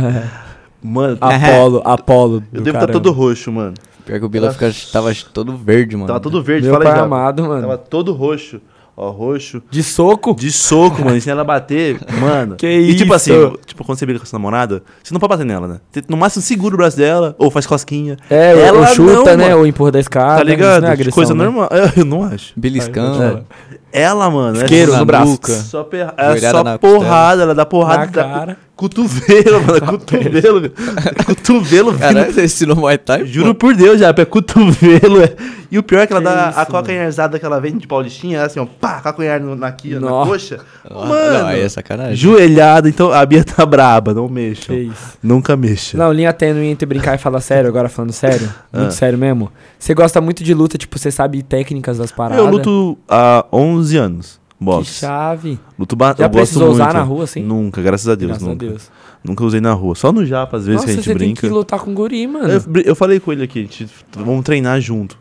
Mano,
Ah, Apolo, Apolo.
eu devo estar todo roxo, mano.
Pior que o Bila fica, tava todo verde, mano.
Tava todo verde,
Meu
fala aí,
pai
Japa.
amado, mano.
Tava todo roxo, ó, roxo.
De soco?
De soco, mano, se ela bater, mano.
Que
e tipo
isso?
assim, tipo, quando você briga com sua namorada, você não pode bater nela, né? Você, no máximo segura o braço dela, ou faz cosquinha.
É, o-
Ela
o chuta,
não,
né?
mano.
O empurra da escada.
Tá ligado?
Isso não é agressão,
Coisa
né?
normal. Eu não acho.
Beliscão.
Ela, mano,
Isqueiro
é
no braço.
Só, perra- é
Joelhada
só
na
porrada, ela dá
Na
porrada. Dá
cara.
cotovelo, mano, cotovelo. meu. cotovelo,
Caralho,
vindo-
você ensinou Muay Thai? pô?
Juro por Deus, já, é cotovelo. é. E o pior é que ela dá
isso,
a cocanharzada que ela vem de Paulistinha, ela assim, ó, pá, cocanhar no- na, aqui, ó, na
Nossa.
coxa.
Ah,
Mano,
Não, aí é sacanagem.
joelhada, então a Bia tá braba, não mexa.
Que isso.
Nunca mexa.
Não, linha tênue entre brincar e falar sério, agora falando sério.
Ah.
Muito sério mesmo. Você gosta muito de luta, tipo, você sabe técnicas das paradas.
eu luto há 11 anos.
Que
Boxe.
chave.
Luto ba-
Já
eu gosto
precisou usar
muito.
na rua, assim?
Nunca, graças a Deus,
Graças
nunca.
a Deus.
Nunca usei na rua. Só no japa, às vezes,
Nossa,
que a
você
gente brinca.
tem que lutar com guri, mano.
Eu, br- eu falei com ele aqui, a gente, vamos treinar junto.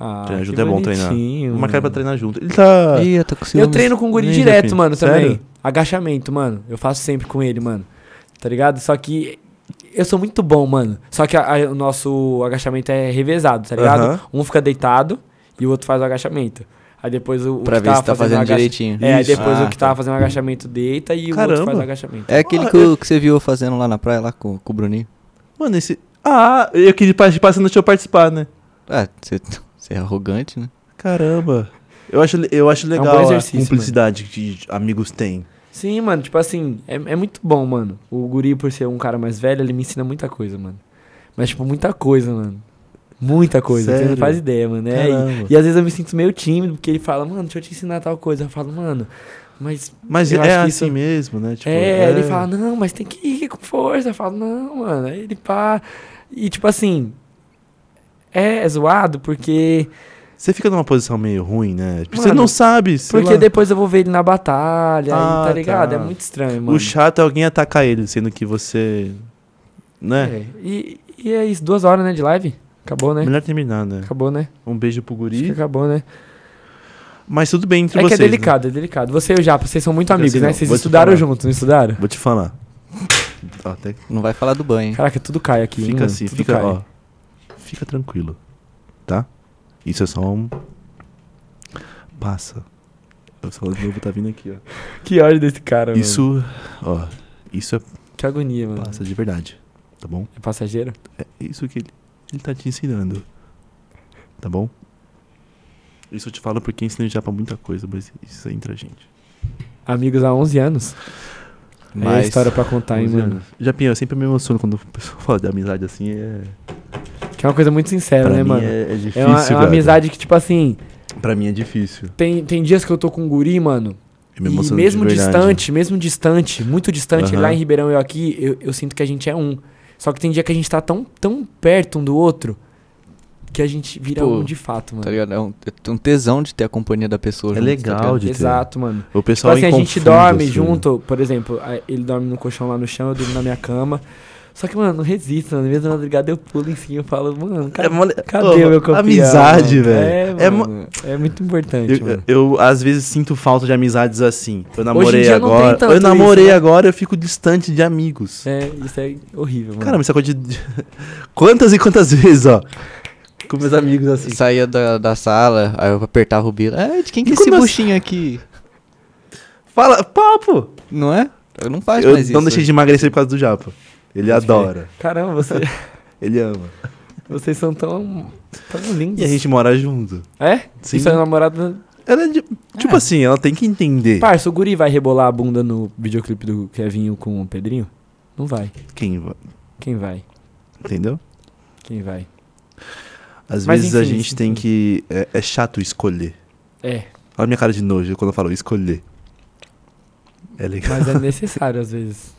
Ah,
treinar
que
junto é bom treinar.
bonitinho,
Vamos marcar
mano.
pra treinar junto. Ele tá.
Ih, eu tô com ciúmes.
Eu treino com o guri
Nem
direto,
Japinha.
mano,
Sério?
também. Agachamento, mano. Eu faço sempre com ele, mano. Tá ligado? Só que eu sou muito bom, mano. Só que a- a- o nosso agachamento é revezado, tá ligado?
Aham.
Um fica deitado e o outro faz o agachamento. Aí depois o, o
Pra
que
ver se tá fazendo
o agacha-
direitinho.
É, aí
Isso.
depois
Ah,
o que tava fazendo o agachamento deita e o outro faz
Caramba.
o agachamento.
É aquele que, o- que você viu eu fazendo lá na praia, lá com, com o Bruninho.
Mano, esse. Ah, eu queria participar, você não deixou eu participar, né?
Ah, você, você é arrogante, né?
Caramba. Eu acho, le- eu acho legal a
É um exercício,
cumplicidade que amigos têm.
Sim, mano, tipo assim, é, é muito bom, mano. O guri, por ser um cara mais velho, ele me ensina muita coisa, mano. Mas, tipo, muita coisa, mano. Muita coisa, você não
Sério?
faz ideia, mano. É,
Caramba.
e, e às vezes eu me sinto meio tímido, porque ele fala, mano, deixa eu te ensinar tal coisa. Eu falo, mano, mas.
Mas é
eu acho que
assim
isso-
mesmo, né? Tipo,
é, ele fala, não, mas tem que ir com força. Eu falo, não, mano. Aí ele pá. E tipo assim. É, é zoado, porque.
Você fica numa posição meio ruim, né? Tipo, você
Mano,
não sabe. sei
porque
lá.
depois eu vou ver ele na batalha,
Ah,
tá ligado?
tá.
É muito estranho, mano.
O chato é alguém atacar ele, sendo que você. Né?
É. E, e é isso, duas horas, né, de live? Acabou, né?
Melhor terminar, né?
Acabou, né?
Um beijo pro
Acho que
guri.
acabou, né?
Mas tudo bem entre
é que é
vocês. né?
delicado, é delicado. Você e o Japa, vocês são muito amigos,
sei
né?
não,
Vocês
vou te
estudaram
falar.
juntos, não estudaram?
Vou te falar. Ó, até que
Não vai falar do banho.
Caraca, tudo cai aqui. hein,
fica
mano?
assim,
Tudo
fica,
cai.
ó. Fica tranquilo. Tá? Isso é só um. Passa. O celular de novo tá vindo aqui, ó.
Que ódio desse cara, É, mano.
Isso. Ó. Isso é
Que agonia, mano.
passa de verdade. Tá bom?
É passageiro?
É isso que ele, ele tá te ensinando. Tá bom? Isso eu te falo porque eu ensinei já pra muita coisa, mas isso é entre a gente.
Amigos há 11 anos. É a
Mas
história pra contar, hein, mano.
é, Japinha, eu sempre me emociono quando o pessoal fala de amizade assim. É,
Que é uma coisa muito sincera,
pra
né,
mim
mano? É,
é, é difícil.
uma, é uma
brother.
amizade que, tipo assim,
Pra mim é difícil.
tem, tem dias que eu tô com um guri, mano.
Eu me
e
emociono de
mesmo
verdade.
distante, mesmo distante, muito distante,
Aham.
lá em Ribeirão e eu aqui, eu, eu sinto que a gente é um. Só que tem dia que a gente tá tão, tão perto um do outro que a gente vira
Pô,
um de fato, mano.
Tá ligado? É um, é um tesão de ter a companhia da pessoa.
É
junto, tá
legal
ligado?
de ter.
Exato, mano.
O
Tipo
pessoal
assim, a gente
confunde,
dorme
assim.
junto, por exemplo, a- ele dorme no colchão lá no chão, eu durmo na minha cama. Só que, mano, não resisto, mano. Mesmo na madrugada eu pulo em cima e falo, mano,
É
cara,
mole...
cadê
Ô,
o meu campeão?
Amizade,
mano?
velho.
É,
É mo-
mano, é muito importante,
Eu,
mano.
eu, às vezes sinto falta de amizades assim. Eu namorei
dia não tem
agora.
tanto
eu
isso,
namorei
né?
agora, eu fico distante de amigos.
É, isso é horrível, mano.
Cara, mas essa coisa de. Quantas e quantas vezes, ó. Com meus amigos assim.
Saía da, da sala, aí eu apertava o bico. É, de quem que é
E
esse
quando você-
buchinho aqui?
Fala, papo!
Não é? Eu não faço
Eu
mais
não
isso. né?
deixei de emagrecer por causa do Japa. Ele adora.
Caramba, você-
Ele ama.
vocês são tão, tão lindos.
E a gente mora junto.
É?
Sim.
Isso é namorada...
Ela é de- Tipo assim, ela tem que entender.
Parça, o guri vai rebolar a bunda no videoclipe do Kevinho com o Pedrinho? Não vai.
Quem vai.
Quem vai?
Entendeu?
Quem vai?
Às
Mas
vezes a
enfim,
gente
enfim.
tem que. É, é chato escolher.
É,
Olha a minha cara de nojo quando eu falo escolher. É legal.
mas é necessário às vezes.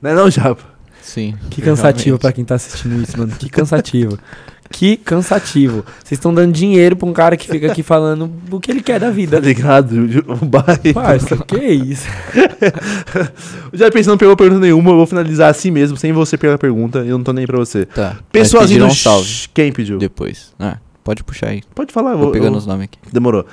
Não é não, Japa?
Sim.
Que cansativo
Realmente.
pra quem tá assistindo isso, mano. Que cansativo. que cansativo. Vocês estão dando dinheiro pra um cara que fica aqui falando o que ele quer da
Tá
vida.
ligado? O bairro.
Parça, que isso?
Já pensando, não pegou pergunta nenhuma, eu vou finalizar assim mesmo, sem você pegar a pergunta, eu não tô nem pra você.
Tá.
Pessoas
Mas pediram
indo.
um salve
Quem pediu?
depois. Ah, pode puxar aí.
Pode falar, eu
Vou
vou.
pegando
eu-
os nomes aqui.
Demorou.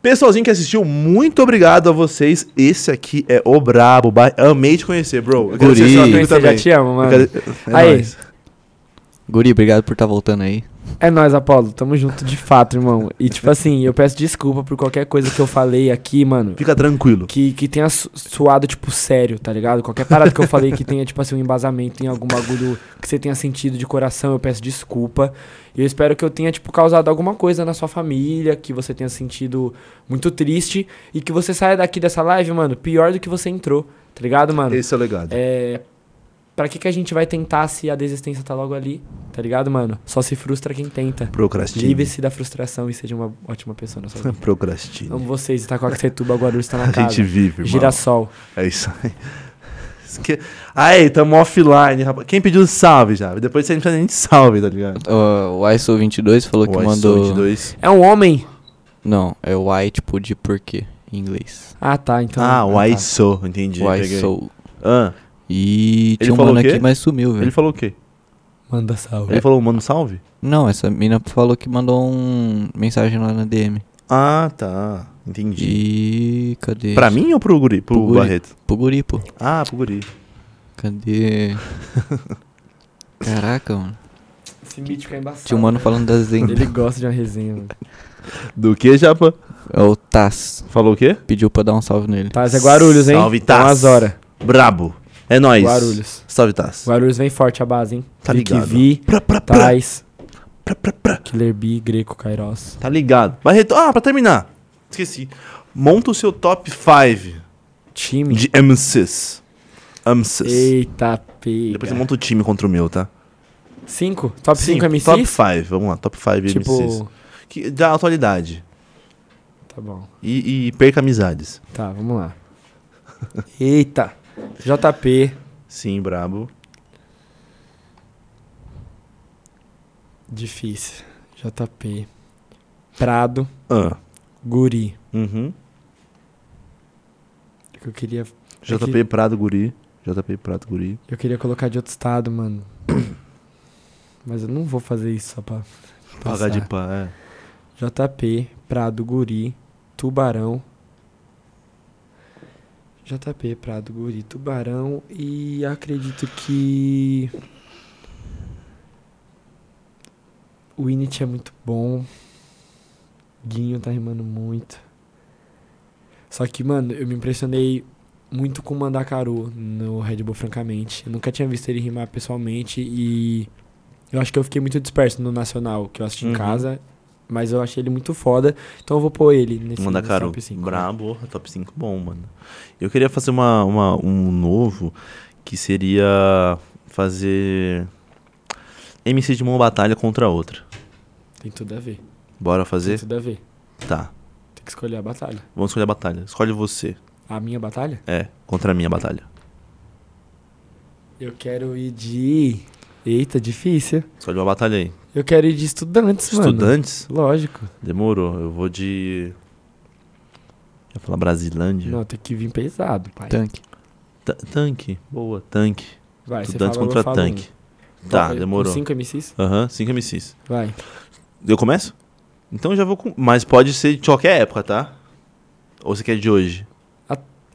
Pessoalzinho que assistiu, muito obrigado a vocês. Esse aqui é o Brabo. ba- Amei te conhecer, bro. Eu quero
Guri.
ser seu
Eu
amigo
já
também.
te amo,
Eu
mano.
quero- É
Aí.
nóis.
Guri, obrigado por estar voltando aí.
É nóis, Apolo. Tamo junto de fato, irmão. E tipo assim, eu peço desculpa por qualquer coisa que eu falei aqui, mano.
Fica tranquilo.
Que, que tenha su- suado, tipo, sério, tá ligado? Qualquer parada que eu falei que tenha, tipo assim, um embasamento em algum bagulho que você tenha sentido de coração, eu peço desculpa. E eu espero que eu tenha, tipo, causado alguma coisa na sua família, que você tenha sentido muito triste e que você saia daqui dessa live, mano, pior do que você entrou, tá ligado, mano?
Esse é o legado.
É. Pra que, que a gente vai tentar se a desistência tá logo ali, tá ligado, mano? Só se frustra quem tenta.
Procrastine.
Livre-se da frustração e seja uma ótima pessoa na sua vida.
Procrastine.
Amo vocês, Itacoaxetuba, Guarulhos tá na
A
casa.
gente vive, irmão.
Girassol.
É isso aí. Esque- Aí, tamo offline, rapaz. Quem pediu salve já? Depois você não precisa nem de salve, tá ligado?
Ó, o ISO22 falou que
O
mandou.
iSoul 22.
É um homem.
Não, é o I tipo de porquê em inglês.
Ah, tá. Então.
Ah, o
tá.
ISO, entendi.
O
peguei.
ISO.
Ah,
E
Ele
tinha um
falou
mano
o quê?
aqui, mas sumiu, velho.
ele falou o quê?
Manda salve.
Ele falou, manda um salve?
Não, essa mina falou que mandou um mensagem lá na DM.
Ah, tá. Entendi.
E cadê?
Pra mim ou pro Guri? Pro,
Pro guri.
Barreto?
Pro guri, pô.
Ah, pro Guri.
Cadê? Caraca, mano.
Esse mítico é embaçado.
Tinha um
né?
mano falando das lendas.
Ele gosta de uma resenha, mano.
Do que, Japa?
É o Taz.
Falou o quê?
Pediu pra dar um salve nele.
Tá.
Taz é Guarulhos, hein?
Salve,
Então,
Taz.
às horas.
Brabo. É nóis.
Guarulhos.
Salve, Taz.
Guarulhos vem forte a base, hein?
Tá
Vic
ligado.
Vi,
Pra, pra, pra.
Taz,
pra, pra, pra.
Killer B, Greco, Kairos.
Tá ligado. Barreto, ah, pra terminar. Esqueci. Monta o seu top 5
Time.
de MCs. MCs.
Eita, pega.
Depois você monta o time contra o meu, tá?
Cinco? Top
Sim,
5 MCs?
Top 5, vamos lá, top 5
Tipo-
MCs. Que, da atualidade.
Tá bom.
E, e perca amizades.
Tá, vamos lá. Eita. JP,
Sim, brabo.
difícil. JP. Prado,
Ah,
Guri.
uhum.
Eu queria,
JP
É que-
Prado Guri. JP Prado Guri.
eu queria colocar de outro estado, mano. Mas eu não vou fazer isso só pra.
Pagar
passar.
de pá, é.
JP, Prado, Guri, Tubarão. JP, Prado, Guri, Tubarão e acredito que. O Init é muito bom. Guinho tá rimando muito. Só que, mano, eu me impressionei muito com o Mandacaru no Red Bull, francamente. Eu nunca tinha visto ele rimar pessoalmente e. Eu acho que eu fiquei muito disperso no Nacional, que eu assisti em
Uhum.
casa. Mas eu achei ele muito foda. Então eu vou pôr ele nesse
Manda
nesse
caro.
é top cinco. né?
Brabo, é top 5 bom, mano. Eu queria fazer uma, uma- um novo que seria fazer MC de uma batalha contra outra.
Tem tudo a ver.
Bora
Tem
fazer?
tudo a ver.
Tá.
Tem que escolher a batalha.
Vamos escolher a batalha. Escolhe você.
A minha batalha?
É, contra a minha batalha.
Eu quero ir de. Eita, difícil.
Escolhe uma batalha aí.
Eu quero ir de estudantes, mano.
Estudantes?
Lógico.
Demorou. Eu vou de. Eu ia falar Brasilândia.
Não, tem que vir pesado, pai.
Tanque.
Ta- tanque. Boa, tanque.
Vai, você
Estudantes
fala, eu
contra
falo
tanque.
um.
Tá,
Com
demorou.
Cinco MCs?
Aham, 5 MCs.
Vai.
Eu começo? Então eu já vou com. Mas pode ser de qualquer época, tá? Ou você quer de hoje?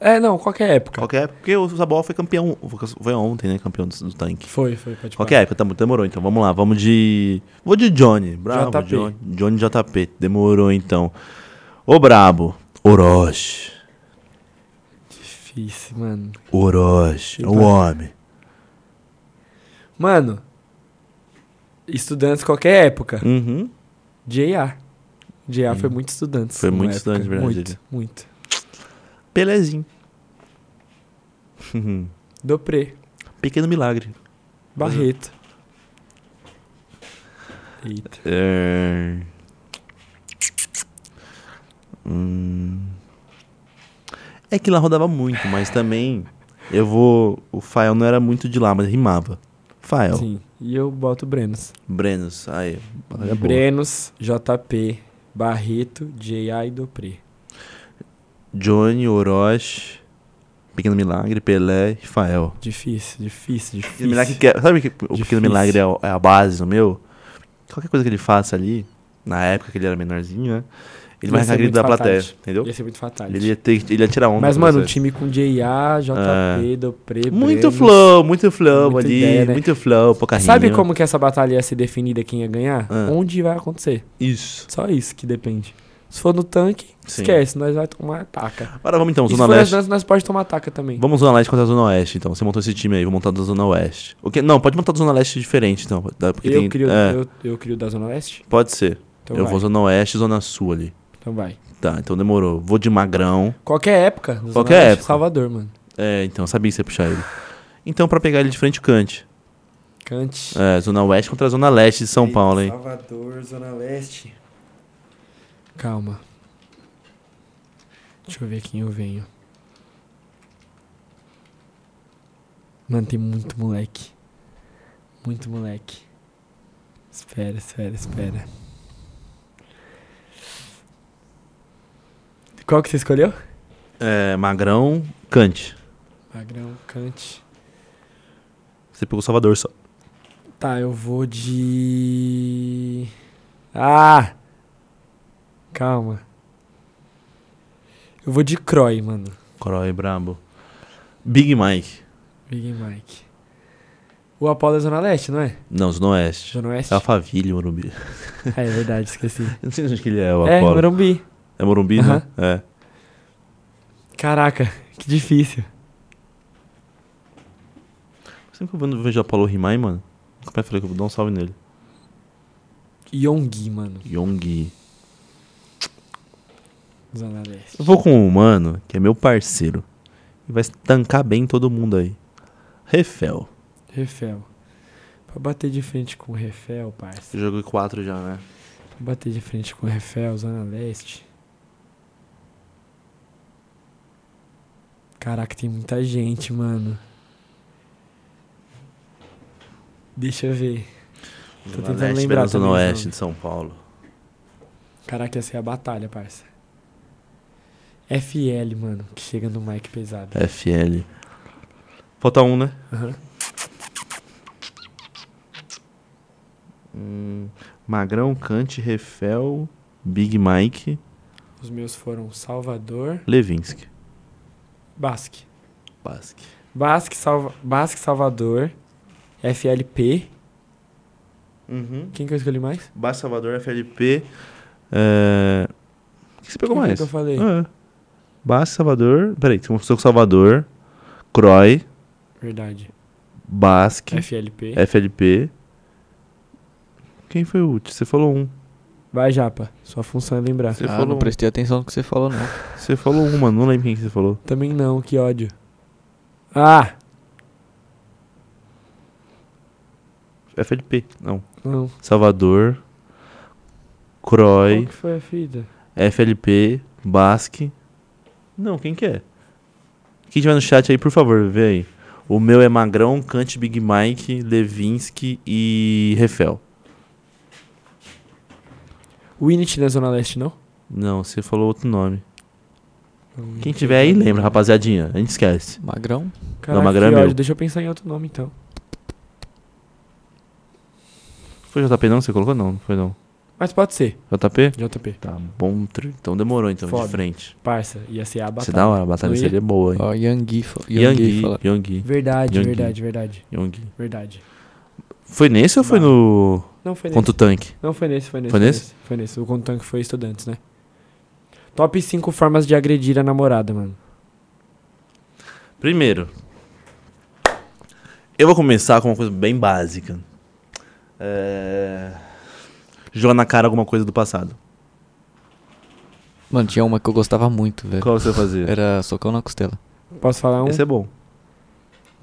É, não, qualquer época.
Qualquer época, porque o Zabol foi campeão. Foi ontem, né? Campeão do, do tanque.
Foi, foi, pode
Qualquer época, tá, bom, demorou então. Vamos lá, vamos de. Vou de Johnny. Bravo,
JP.
Johnny. Johnny JP. Demorou então. Ô Brabo. Orochi. é?
Difícil, mano.
Orochi. É
Epa.
um homem.
Mano, estudantes qualquer época.
Uhum.
J.A. J.A. foi muito estudantes.
Hum. Foi
numa
muito
época.
estudante, verdade, ele.
Muito, muito.
Pelezinho.
Dopré,
Pequeno milagre.
Barreto. Eita.
É... Hum. É que lá rodava muito, mas também eu vou. O Fael não era muito de lá, mas rimava. Fael,
Sim. E eu boto Brenos.
Brenos, aí. batalha é boa.
Brenos, JP, Barreto, J.A. e Dopré.
Johnny, Orochi, Pequeno Milagre, Pelé e Fael.
Difícil, difícil, difícil.
Pequeno Milagre que é- sabe que o
Difícil.
Pequeno Milagre é o- é a base no meu? Qualquer coisa que ele faça ali, na época que ele era menorzinho, né? Ele vai
Ia ser
arrancar grito
muito
da plateia,
fatality.
entendeu?
Ia ser é muito fatal.
Ele é ia, ter, ele ia tirar onda.
Mas,
com
mano,
você.
o time com J.A., JP, Dopré,
Ah. Muito
Brenos.
flow, muito flow
Muita
ali,
ideia, né?
muito flow, pouca rima.
Sabe como que essa batalha ia ser definida quem ia ganhar?
Ah.
Onde vai acontecer.
Isso.
Só isso que depende. Se for no tanque,
Sim.
esquece, nós vai tomar taca.
Agora vamos então,
E se
Zona
for nas
Leste.
danças, nós pode tomar taca também.
Vamos Zona Leste contra a Zona Oeste, então. Você montou esse time aí, vou montar da Zona Oeste. O quê? Não, pode montar da Zona Leste diferente, então. tá? Porque
Eu
tem-
crio,
é,
eu, eu crio da Zona Leste?
Pode ser.
Então
eu
vai.
vou Zona Oeste e Zona Sul ali.
Então vai.
Tá, então demorou. Vou de Magrão.
Qualquer época. da Zona
Qualquer
Leste,
época.
Salvador, mano.
É, então, sabia que você ia puxar ele. Então, pra pegar ele de frente, o Cante.
Cante.
É, Zona Oeste contra a Zona Leste de São Paulo, hein?
Salvador, Zona Leste. Calma. Deixa eu ver quem eu venho. Mano, tem muito moleque. Muito moleque. Espera, espera, espera. Qual que você escolheu?
É, Magrão, Cante.
Magrão, Cante.
Você pegou Salvador só.
Tá, eu vou de. Ah! Calma. Eu vou de Croy, mano.
Croy, brabo. Big Mike.
Big Mike. O Apolo é Zona Leste, não é?
Não, Zona Oeste.
Zona Oeste?
É Alphaville, Morumbi.
Ah, é verdade, esqueci.
Eu não sei onde que ele é, o
é,
Apolo.
Morumbi.
É Morumbi,
Aham.
né? É.
Caraca, que difícil.
Sempre que eu vejo o Apolo rimar, hein, mano. Como é que eu falei que eu vou dar um salve nele?
Yongi, mano.
Yongi.
Zona Leste.
Eu vou com um mano, que é meu parceiro. E vai tancar bem todo mundo aí. Refel.
Refel. Pra bater de frente com o Refel, parça.
Eu joguei 4 já, né?
Pra bater de frente com o Refel, Zona Leste. Caraca, tem muita gente, mano. Deixa eu ver. Tô tentando
Leste,
lembrar
Belo Zona
também,
Oeste
então.
de São Paulo.
Caraca, essa é a batalha, parça. FL, mano, que chega no mic pesado.
FL. Falta um, né?
Uhum. Aham.
Hum, Magrão, Kant, Refel, Big Mike,
Os meus foram Salvador,
Levinsky.
Basque.
Basque.
Basque, Salva... Basque Salvador, FLP.
Uhum.
Quem que eu escolhi mais?
Basque, Salvador, FLP. é, O que você pegou
Quem
mais?
Que eu falei?
É. Basque, Salvador. Peraí, você começou com Salvador, Croy,
Verdade.
Basque, É.
FLP.
FLP. Quem foi o último? Você falou um.
Vai, Japa. Sua função é lembrar.
Você
ah,
falou
não
um.
prestei atenção no que você falou, não.
Você falou uma, não lembro quem que você falou.
Também não, que ódio. Ah!
FLP, não.
Não.
Salvador,
Qual
Croy,
que foi a fita?
FLP, Basque. Não, quem que é? Quem tiver no chat aí, por favor, vê aí. O meu é Magrão, Kant, Big Mike, Levinsky e Refel.
O Init na Zona Leste, não?
Não, você falou outro nome. Quem tiver aí, lembra, rapaziadinha. A gente esquece.
Magrão?
Caraca,
Magrão é
que
meu.
ódio. Deixa eu pensar em outro nome, então.
Foi JP não? que Você colocou? Não, não foi não.
Mas pode ser.
JP?
JP.
Tá bom. tr- Então demorou, então,
Foda.
de frente.
Parça, ia ser a
Você
batalha.
dá um hora, a batalha
Não ia?
seria boa, hein?
Ó, Yangui. fa- Yangui
Yangui,
fala.
Yangui,
Verdade,
Yangui.
verdade, verdade.
Yangui.
Verdade.
Foi nesse ou foi no...
Não foi nesse.
Contra o tanque?
Não foi nesse, foi nesse.
Foi nesse?
Foi nesse. O Contank foi estudantes, né? Top 5 formas de agredir a namorada, mano.
Primeiro, eu vou começar com uma coisa bem básica. É... Jogar na cara alguma coisa do passado.
Mano, tinha uma que eu gostava muito, velho.
Qual é? você vai fazer?
Era socão na costela.
Posso falar É um,
Esse é bom.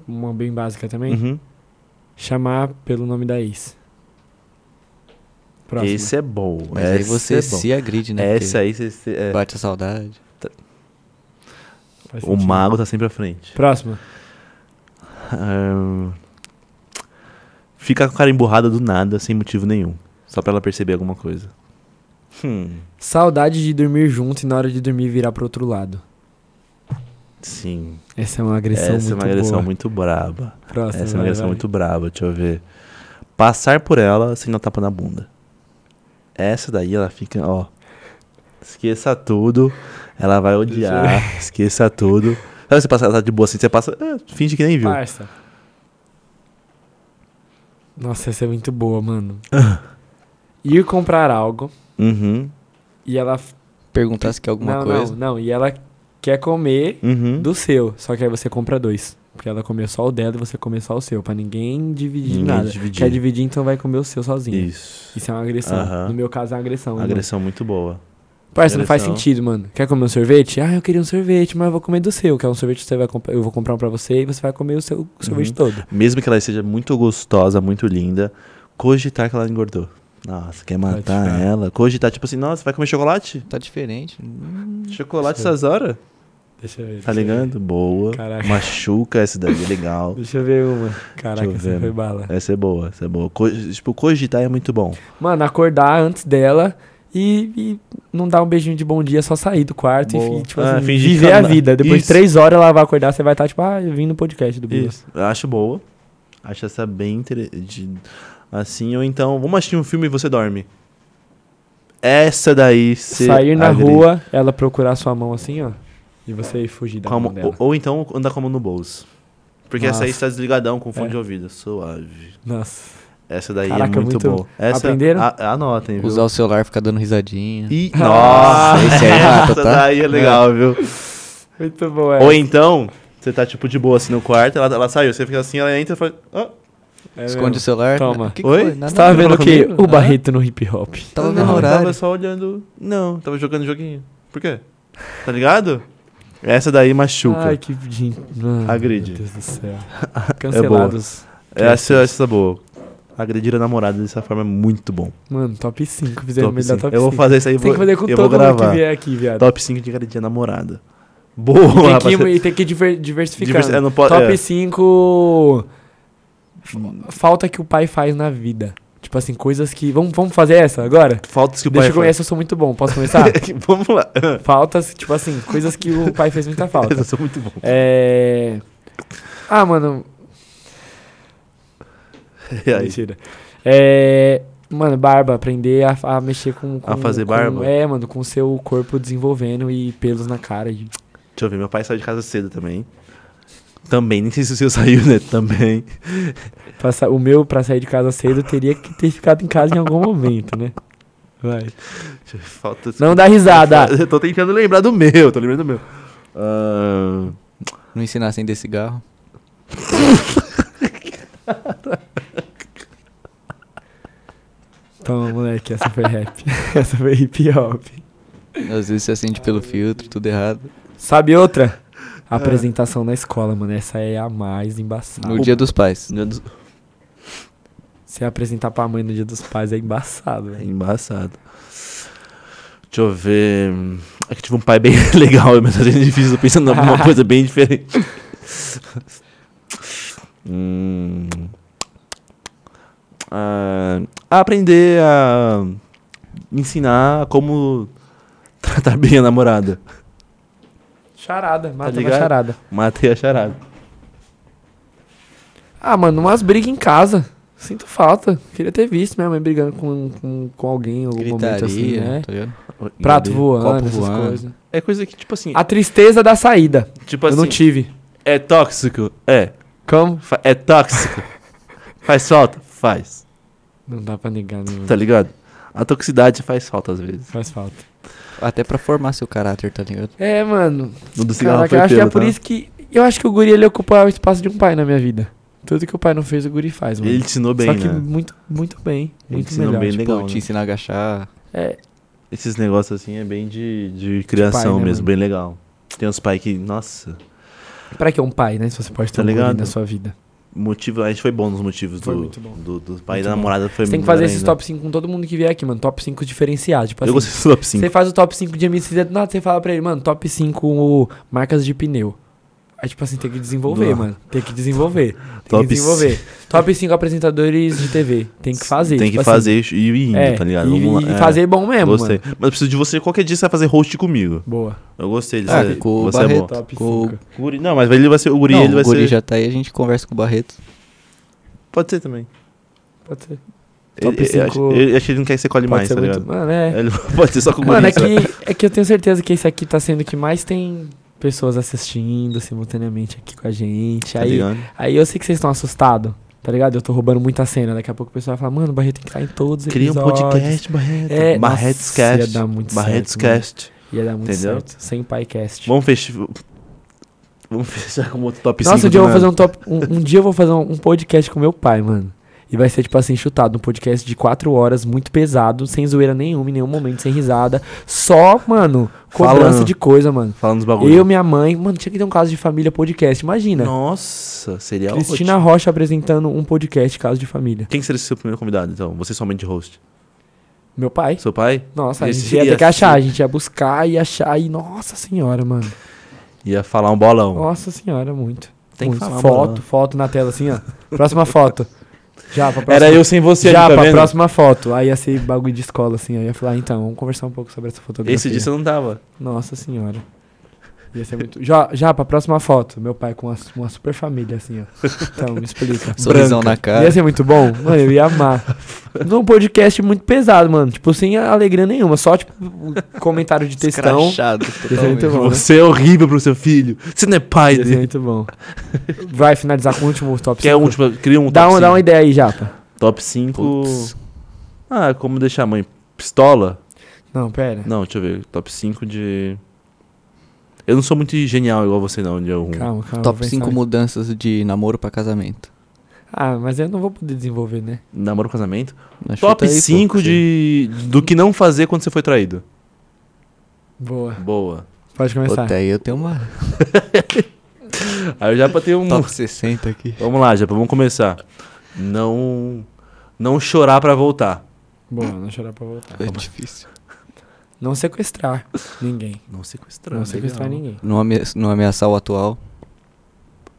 uma bem básica também?
Uhum.
Chamar pelo nome da ex. Próximo.
Esse é bom.
Mas
Esse
aí você
é bom.
se agride, né?
Essa aí você... você- é.
Porque Bate a saudade.
Faz
O
sentido.
mago tá sempre à frente.
Próximo.
Ahn, Fica com a cara emburrada do nada, sem motivo nenhum. Só pra ela perceber alguma coisa. Hum,
Saudade de dormir junto e na hora de dormir virar pro outro lado.
sim.
Essa é uma
Essa
agressão
é
muito
uma agressão
boa.
muito braba. Essa
Próximo,
é uma
vai,
agressão
vai.
muito braba, deixa eu ver. Passar por ela sem dar tapa na bunda. Essa daí ela fica, ó. Esqueça tudo. Ela vai odiar. esqueça tudo. Sabe você passa, ela tá de boa assim, você passa. ah, finge que nem viu.
Parça. Nossa, essa é muito boa, mano. Ir comprar algo
Uhum.
e ela.
Perguntasse que alguma
não,
coisa.
não, não. E ela quer comer
Uhum.
do seu. Só que aí você compra dois. Porque ela comeu só o dela e você comeu só o seu. Pra ninguém dividir
Ninguém
nada.
dividir.
Quer dividir, então vai comer o seu sozinho. Isso,
Isso.
é uma agressão.
Aham.
No meu caso é uma agressão. né,
Agressão muito boa.
mano? Parça, não faz
agressão.
sentido, mano. Quer comer um sorvete? Ah, eu queria um sorvete, mas eu vou comer do seu. Quer um sorvete, você vai comp- eu vou comprar um pra você e você vai comer o seu sorvete todo.
Mesmo que ela seja muito gostosa, muito linda, cogitar que ela engordou. Nossa, quer matar
ficar.
ela? Cogitar, tipo assim, nossa, vai comer chocolate?
Tá diferente.
Chocolate essas horas?
Deixa eu ver.
Tá ligando? Boa.
Caraca.
Machuca essa daí, é legal.
Deixa eu ver uma. Caraca,
eu ver.
essa foi bala.
Essa é boa, essa é boa. Co- tipo, cogitar é muito bom.
Mano, acordar antes dela e, e não dar um beijinho de bom dia, só sair do quarto
Boa.
e fi- tipo,
Ah,
assim,
fingir
viver
que
a
ela-
vida. Depois de
Isso.
três horas ela vai acordar, você vai estar tipo, ah, eu vim no podcast do Bilas.
Isso. Eu acho boa. Acho essa bem interessante. Assim, ou então, vamos assistir um filme e você dorme. Essa daí, você.
Sair na
agride.
rua, ela procurar sua mão assim, ó, e você fugir da
Com a
mão
mão-
dela.
ou, ou então andar com a mão no bolso. Porque essa aí
Nossa.
está desligadão com fone
É.
de ouvido. Suave.
Nossa.
Essa daí
Caraca,
é muito,
muito-
boa. Essa,
Aprenderam?
A, anotem, viu?
Usar o celular, ficar dando risadinha.
E, nossa,
esse é
essa
rato, tá?
daí é legal, viu?
Muito bom, é.
Ou então, você tá tipo de boa assim no quarto, ela, ela saiu, você fica assim, ela entra e fala. "Ah,
É
Esconde
mesmo.
o celular.
Toma.
O que que
Oi?
foi? Nada,
Você tava
nada.
vendo o quê?
comigo?
O Barreto no hip hop.
Tava
não,
vendo o
eu
horário.
Tava só olhando. Não, tava jogando joguinho. Por quê? Tá ligado? Essa daí machuca.
Ai, que. gente- Mano,
Agride.
Meu Deus do céu. É
boa.
Cancelados.
essa, essa é boa. Agredir a namorada dessa forma é muito bom.
Mano, top 5. Fizeram
Top
melhor
cinco.
top 5.
eu vou fazer isso aí.
Tem
vou,
que fazer com
eu
todo
vou
mundo
gravar.
que vier aqui, viado.
Top 5 de agredir a namorada. Boa,
E tem que,
rapaziada.
e tem que diver- diversificar.
Diversi-
né?
é, não pode-
Top
é. Hum.
5. Falta que o pai faz na vida. Tipo assim, coisas que. Vamos, vamos fazer essa agora?
Faltas que o
Deixa eu
pai
conhecer, eu sou muito bom. Posso começar?
faz. Vamos lá.
Faltas, tipo assim, coisas que o pai fez muita falta.
Eu sou muito bom.
É. Ah, mano.
E aí?
Mentira. É. Mano, barba, aprender a, a mexer com, com-
fazer
com-
barba?
É, mano, com o seu corpo desenvolvendo e pelos na cara. E...
Deixa eu ver, meu pai saiu de casa cedo também. Também, nem sei se o seu saiu, né? Também.
Pra sa- O meu, pra sair de casa cedo, teria que ter ficado em casa em algum momento, né? Vai.
Deixa eu ver, Faltas.
Não dá risada.
Eu tô tentando lembrar do meu, tô lembrando do meu. Ah,
Não assim ensinar a acender cigarro.
Toma, Então, moleque, essa foi rap. essa foi hip hop.
Às vezes você acende pelo filtro, tudo errado.
Sabe outra?
É.
Apresentação na escola, mano. Essa é a mais embaçada.
Ah, No dia dos pais.
meu Deus,
Se apresentar pra mãe no dia dos pais é embaçado,
é
velho.
embaçado. Deixa eu ver. É que tive um pai bem legal, mas às vezes é difícil, tô pensando em alguma coisa bem diferente. Hum. Ah, aprender a ensinar como tratar bem a namorada.
Charada, mata uma
ligado?
charada.
Matei a charada.
Ah, mano, umas brigas em casa. Sinto falta. Queria ter visto minha mãe brigando com, com, com alguém em algum momento assim,
Gritaria,
né?
tá ligado?
Prato voando,
Copo
essas
voando.
coisas.
É coisa que, tipo assim,
A tristeza da saída.
tipo
eu não
assim
tive.
é tóxico? É.
Como?
Fa- É tóxico. faz falta? Faz.
Não dá pra negar, né? mano?
Tá ligado? A toxicidade faz falta às vezes.
Faz falta.
Até pra formar seu caráter, tá ligado?
É, mano.
No do cigarro
Caraca,
foi
eu acho que é
pelo,
por
tá?
isso que. Eu acho que o guri ele ocupa o espaço de um pai na minha vida. Tudo que o pai não fez, o guri faz, mano.
Ele te ensinou bem,
Só que
né?
muito, muito bem.
Ele
Muito
ensinou
melhor.
bem,
tipo,
Legal,
Pô, te
né?
ensinar a agachar.
é,
Esses negócios assim é bem de, de criação
pai, né,
mesmo,
mano?
bem legal. Tem uns pais que, nossa,
pra que um pai, né? Se você pode ter
Tá
um guri
ligado?
na sua vida.
motivo. A gente foi bom nos motivos
Foi
do,
muito bom.
do, do pai e
Muito
da
bom.
namorada. Foi
Você tem que
melhor
fazer esses
ainda.
top 5 com todo mundo que vier aqui, mano. Top 5 diferenciado. Tipo
né? Eu
assim,
gostei do top 5.
Você faz o top 5 de MC do nada, você fala pra ele, mano, top 5 o- marcas de pneu. Aí, tipo assim, tem que desenvolver,
Boa.
mano. Tem que desenvolver. Tem
Top
que desenvolver. Top 5 apresentadores de TV. Tem que fazer.
Tem que
tipo assim.
fazer e ir indo,
É,
tá ligado?
E,
Vamos lá.
e
É,
fazer bom mesmo,
Gostei.
mano.
Mas eu preciso de você, qualquer dia você vai fazer host comigo.
Boa.
Eu gostei disso.
Ah,
aí.
ficou o
você é bom.
Barreto.
Top
Ficou-
5.
Guri- não, mas ele vai ser o Guri,
não,
ele vai
o guri
ser.
já tá aí, a gente conversa com o Barreto.
Pode ser também.
Pode ser.
Ele,
Top
ele,
cinco-
acho- ele, acho que ele não quer que você colhe
Pode
mais,
ser
tá
muito.
ligado?
Mano, é.
Ele pode ser só com o
Mano, é
Guri, tá sabe?
que, é que eu tenho certeza que esse aqui tá sendo o que mais tem pessoas assistindo simultaneamente aqui com a gente.
Tá
aí,
ligado?
aí eu sei que vocês estão assustados. Tá ligado? Eu tô roubando muita cena. Daqui a pouco o pessoal vai falar, mano, o Barreto tem que estar em todos os
Cria um
episódios.
podcast, Barreto.
É,
Barretos
nossa,
Cast.
ia dar muito
Barretos
certo, mano.
Cast.
Ia dar muito
Entendeu?
certo. Sem podcast.
Vamos fechar. Vamos fechar com outro top 5.
Nossa, um dia eu vou fazer um top. Um, um dia eu vou fazer um, um podcast com meu pai, mano. E vai ser, tipo assim, chutado. Um podcast de quatro horas, muito pesado, sem zoeira nenhuma, em nenhum momento, sem risada. Só, mano, cobrança
Falando.
de coisa, mano.
Falando dos bagulhos.
Eu, minha mãe, mano, tinha que ter um caso de família podcast, imagina.
Nossa, seria
Cristina
é ótimo.
Rocha apresentando um podcast caso de família.
Quem seria o seu primeiro convidado, então? Você somente host.
Meu pai.
Seu pai?
Nossa, a
Esse
gente ia ter
ia
que achar,
ser-
a gente ia buscar e achar e nossa senhora, mano.
Ia falar um bolão.
Nossa senhora, muito.
Tem que
muito.
falar, um
foto,
mano.
foto na tela assim, ó. Próxima foto. Já pra próxima.
Era eu sem você
Já
ali, tá
pra
vendo?
próxima foto. Aí ia ser bagulho de escola assim, aí ia falar, ah, então, vamos conversar um pouco sobre essa fotografia.
Esse dia você não tava.
Nossa senhora. Ia ser muito. Já, já pra próxima foto, meu pai com uma, su- uma super família assim, ó. Então, me explica.
Sorrisão na cara.
Ia ser muito bom? Mano, eu ia amar. Num podcast muito pesado, mano. Tipo, sem alegria nenhuma. Só, tipo, um comentário de textão.
Escrachado,
Ia ser muito
totalmente.
bom. né?
Você é horrível pro seu filho. Você não é pai
Ia ser
dele.
muito bom. Vai finalizar com o último top 5.
Quer um, tipo, cria um
dá,
top
um,
5.
dá uma ideia aí, Japa.
Top 5.
Putz.
Ah, como deixar a mãe pistola?
Não, pera.
Não, deixa eu ver. Top 5 de. Eu não sou muito genial igual você, não, de algum.
Calma, calma. vou
Top
pensar
5
aqui.
mudanças de namoro pra casamento.
Ah, mas eu não vou poder desenvolver, né?
Namoro casamento.
Mas chuta
Top
aí, pô,
5
você-
de. do que não fazer quando você foi traído.
Boa.
Boa.
Pode
Pô,
começar.
Até aí eu tenho uma
Aí eu já botei um.
top 60 aqui.
Vamos lá, já vamos começar. Não.
Não chorar pra voltar.
Boa, não chorar pra voltar. Tá
É difícil.
Não sequestrar ninguém.
Não
Ah,
sequestrar.
Não sequestrar
legal.
ninguém.
Não, ame não ameaçar o atual.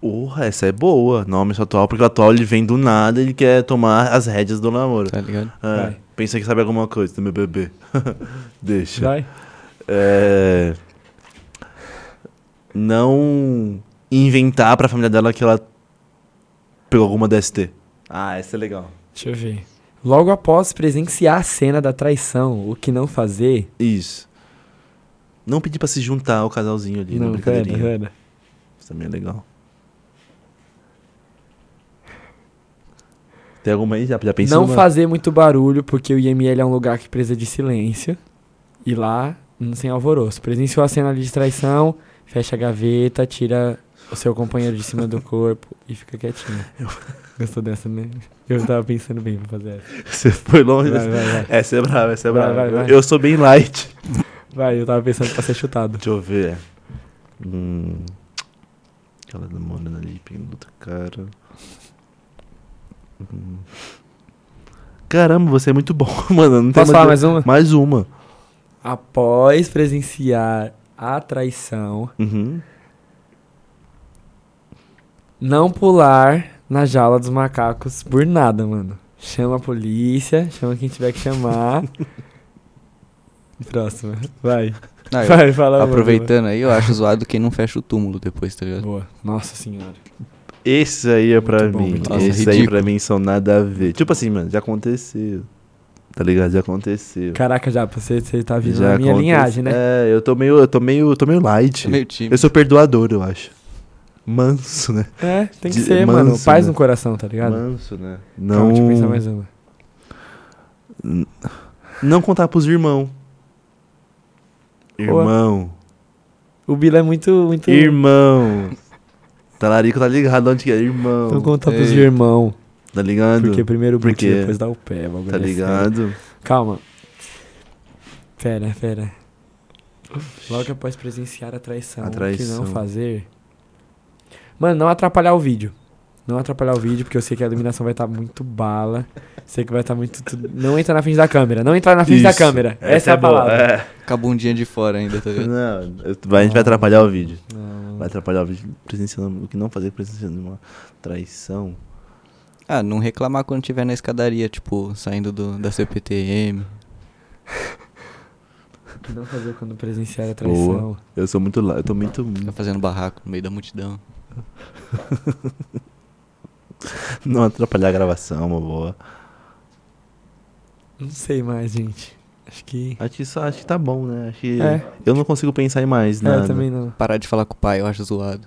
Porra, essa é boa. Não ameaça o atual, porque o atual ele vem do nada ele quer tomar as rédeas do namoro.
Tá ligado?
É,
Vai.
pensa que sabe alguma coisa do meu bebê. Deixa.
Vai.
É, Não inventar pra família dela que ela pegou alguma DST. Ah, essa é legal.
Deixa eu ver. Logo após presenciar a cena da traição, o que não fazer.
Isso. Não pedir pra se juntar ao casalzinho ali na
não, pera,
brincadeirinha.
pera.
Isso também é legal. Tem alguma aí? Já, já pensou?
Não
numa?
fazer muito barulho, porque o IML é um lugar que precisa de silêncio. E lá, não sem alvoroço. Presenciou a cena ali de traição, fecha a gaveta, tira o seu companheiro de cima do corpo e fica quietinho. Gostou dessa, né? Eu tava pensando bem pra fazer essa.
Você foi longe.
Vai, vai, vai.
Essa é brava, essa é
Vai,
brava.
vai, vai.
Eu sou bem light.
Vai, eu tava pensando pra ser chutado.
Deixa eu ver. Hum. Aquela demora ali, pinta, cara. Hum. Caramba, você é muito bom, mano. Não tem
Posso falar mais uma?
Mais uma.
Após presenciar a traição,
Uhum.
Não pular na jaula dos macacos por nada, mano. Chama a polícia, chama quem tiver que chamar. Próxima. Vai.
Ah, eu-
Vai, fala. mano.
aproveitando aí, eu acho zoado quem não fecha o túmulo depois, tá ligado?
Boa. Nossa senhora.
Esse aí é pra
bom,
mim.
muito
bom.
Esses
Nossa,
aí
ridículo.
pra mim são nada a ver. Tipo assim, mano, já aconteceu. Tá ligado? Já aconteceu.
Caraca, já, você, você tá vindo
já
na minha
aconte-
linhagem, né?
É, eu tô meio, eu tô meio, tô meio light.
É meio time.
Eu sou perdoador, eu acho. Manso, né?
É, tem que
De-
ser,
manso,
mano. Paz
né?
no coração, tá ligado?
Manso, né?
Calma,
Não,
deixa eu pensar mais uma.
não contar pros irmãos.
Boa.
Irmão.
O Bila é muito. muito...
Irmão. Talarico tá ligado onde que é? Irmão.
Não Então conta pros
Ei.
irmãos.
Tá ligado?
Porque primeiro o boot,
É. Porque-
depois dá o pé. bagulho
Tá
é sério.
ligado?
Calma. Pera, pera. Logo após presenciar a traição,
A
o
traição.
que não fazer? Mano, não atrapalhar o vídeo. Não atrapalhar o vídeo, porque eu sei que a iluminação vai estar muito bala. Sei que vai estar muito. tudo- Não entra na frente da câmera. Não entrar na frente da
Isso.
câmera. Essa, é a
boa,
palavra.
é.
Com a bundinha de fora ainda, tá ligado?
Não, eu- vai- a gente vai atrapalhar o vídeo. Vai atrapalhar o vídeo presenciando. O que não fazer presenciando uma traição.
Ah, não reclamar quando tiver na escadaria, tipo, saindo do, da CPTM.
O que não fazer quando presenciar a traição?
é. Boa. Eu sou muito lá, eu tô muito.
Ficar fazendo barraco no meio da multidão.
Não atrapalhar a gravação, uma boa.
Não sei mais, gente. Acho que.
Acho que, só, acho que tá bom, né? Acho que
É.
eu não consigo pensar em mais
É,
nada.
eu também não.
Parar de falar com o pai, eu acho zoado.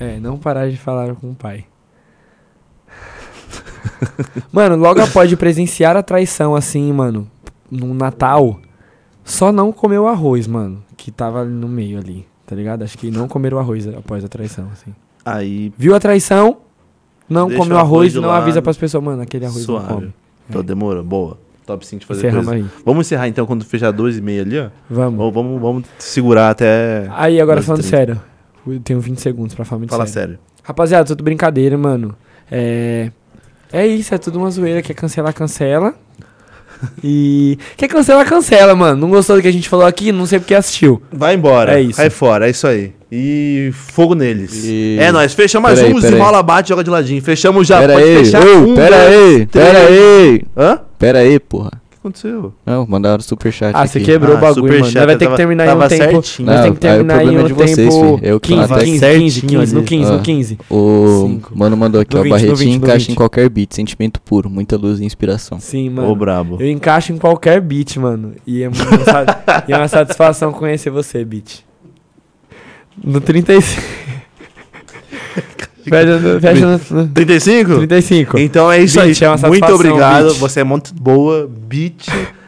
É, não parar de falar com o pai. mano, logo após de presenciar a traição, assim, mano, no Natal, só não comeu o arroz, mano, que tava ali no meio ali, tá ligado? Acho que não comer o arroz após a traição, assim.
Aí,
Viu a traição, não
Deixa
come o
o arroz
arroz,
de
não
lado.
avisa pras pessoas, mano, aquele arroz
suave.
não come. É.
Então demorou, boa. Top 5 de fazer
Encerramos
coisa.
aí.
Vamos encerrar então quando fechar 2,5 ali, ó.
Vamos.
Ou vamos, vamos segurar até.
Aí, agora
Dois,
falando
três.
sério. Eu tenho 20 segundos pra falar muito
Fala
sério.
sério.
Rapaziada, tudo brincadeira, mano. É. É isso, é tudo uma zoeira. Quer cancelar, cancela. E. Quer cancelar, cancela, mano. Não gostou do que a gente falou aqui? Não sei porque assistiu.
Vai embora.
É isso.
Sai fora, é isso aí. E fogo neles.
E-
É nóis. Fechamos mais
Pera aí,
um,
pera
desenrola, bate, joga de ladinho. Fechamos já. um,
pera aí, ô, pera
dois,
aí,
né? três.
pera aí,
Hã? O
pera aí, porra.
que aconteceu?
Não, mandaram superchat
Ah,
aqui.
você quebrou
Ah,
o bagulho, mano.
superchat,
Nós vai ter que
tava-
terminar em um
tava
tempo.
certinho.
Nós
Não,
tem que
aí o
terminar em
problema é
um
de vocês,
tempo.
filho. Eu que
15,
tava
15, 15,
certinho
15, no
ali.
15, no
Ah.
15.
O
Cinco.
mano mandou aqui,
No
ó.
20, no
Barretinho
20, no
encaixa
20.
em qualquer beat, sentimento puro, muita luz e inspiração.
Sim,
Ô,
mano.
brabo.
Eu encaixo em qualquer beat, mano. E é, muito uma, sa- e é uma satisfação conhecer você, beat. No 35. fecha no, fecha no, no
35?
35.
Então é isso
Beat,
aí.
é uma
muito
satisfação,
obrigado.
beat.
Você é muito boa, beat.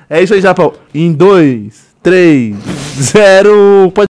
É isso aí, Japão. Em 2, 3, 0.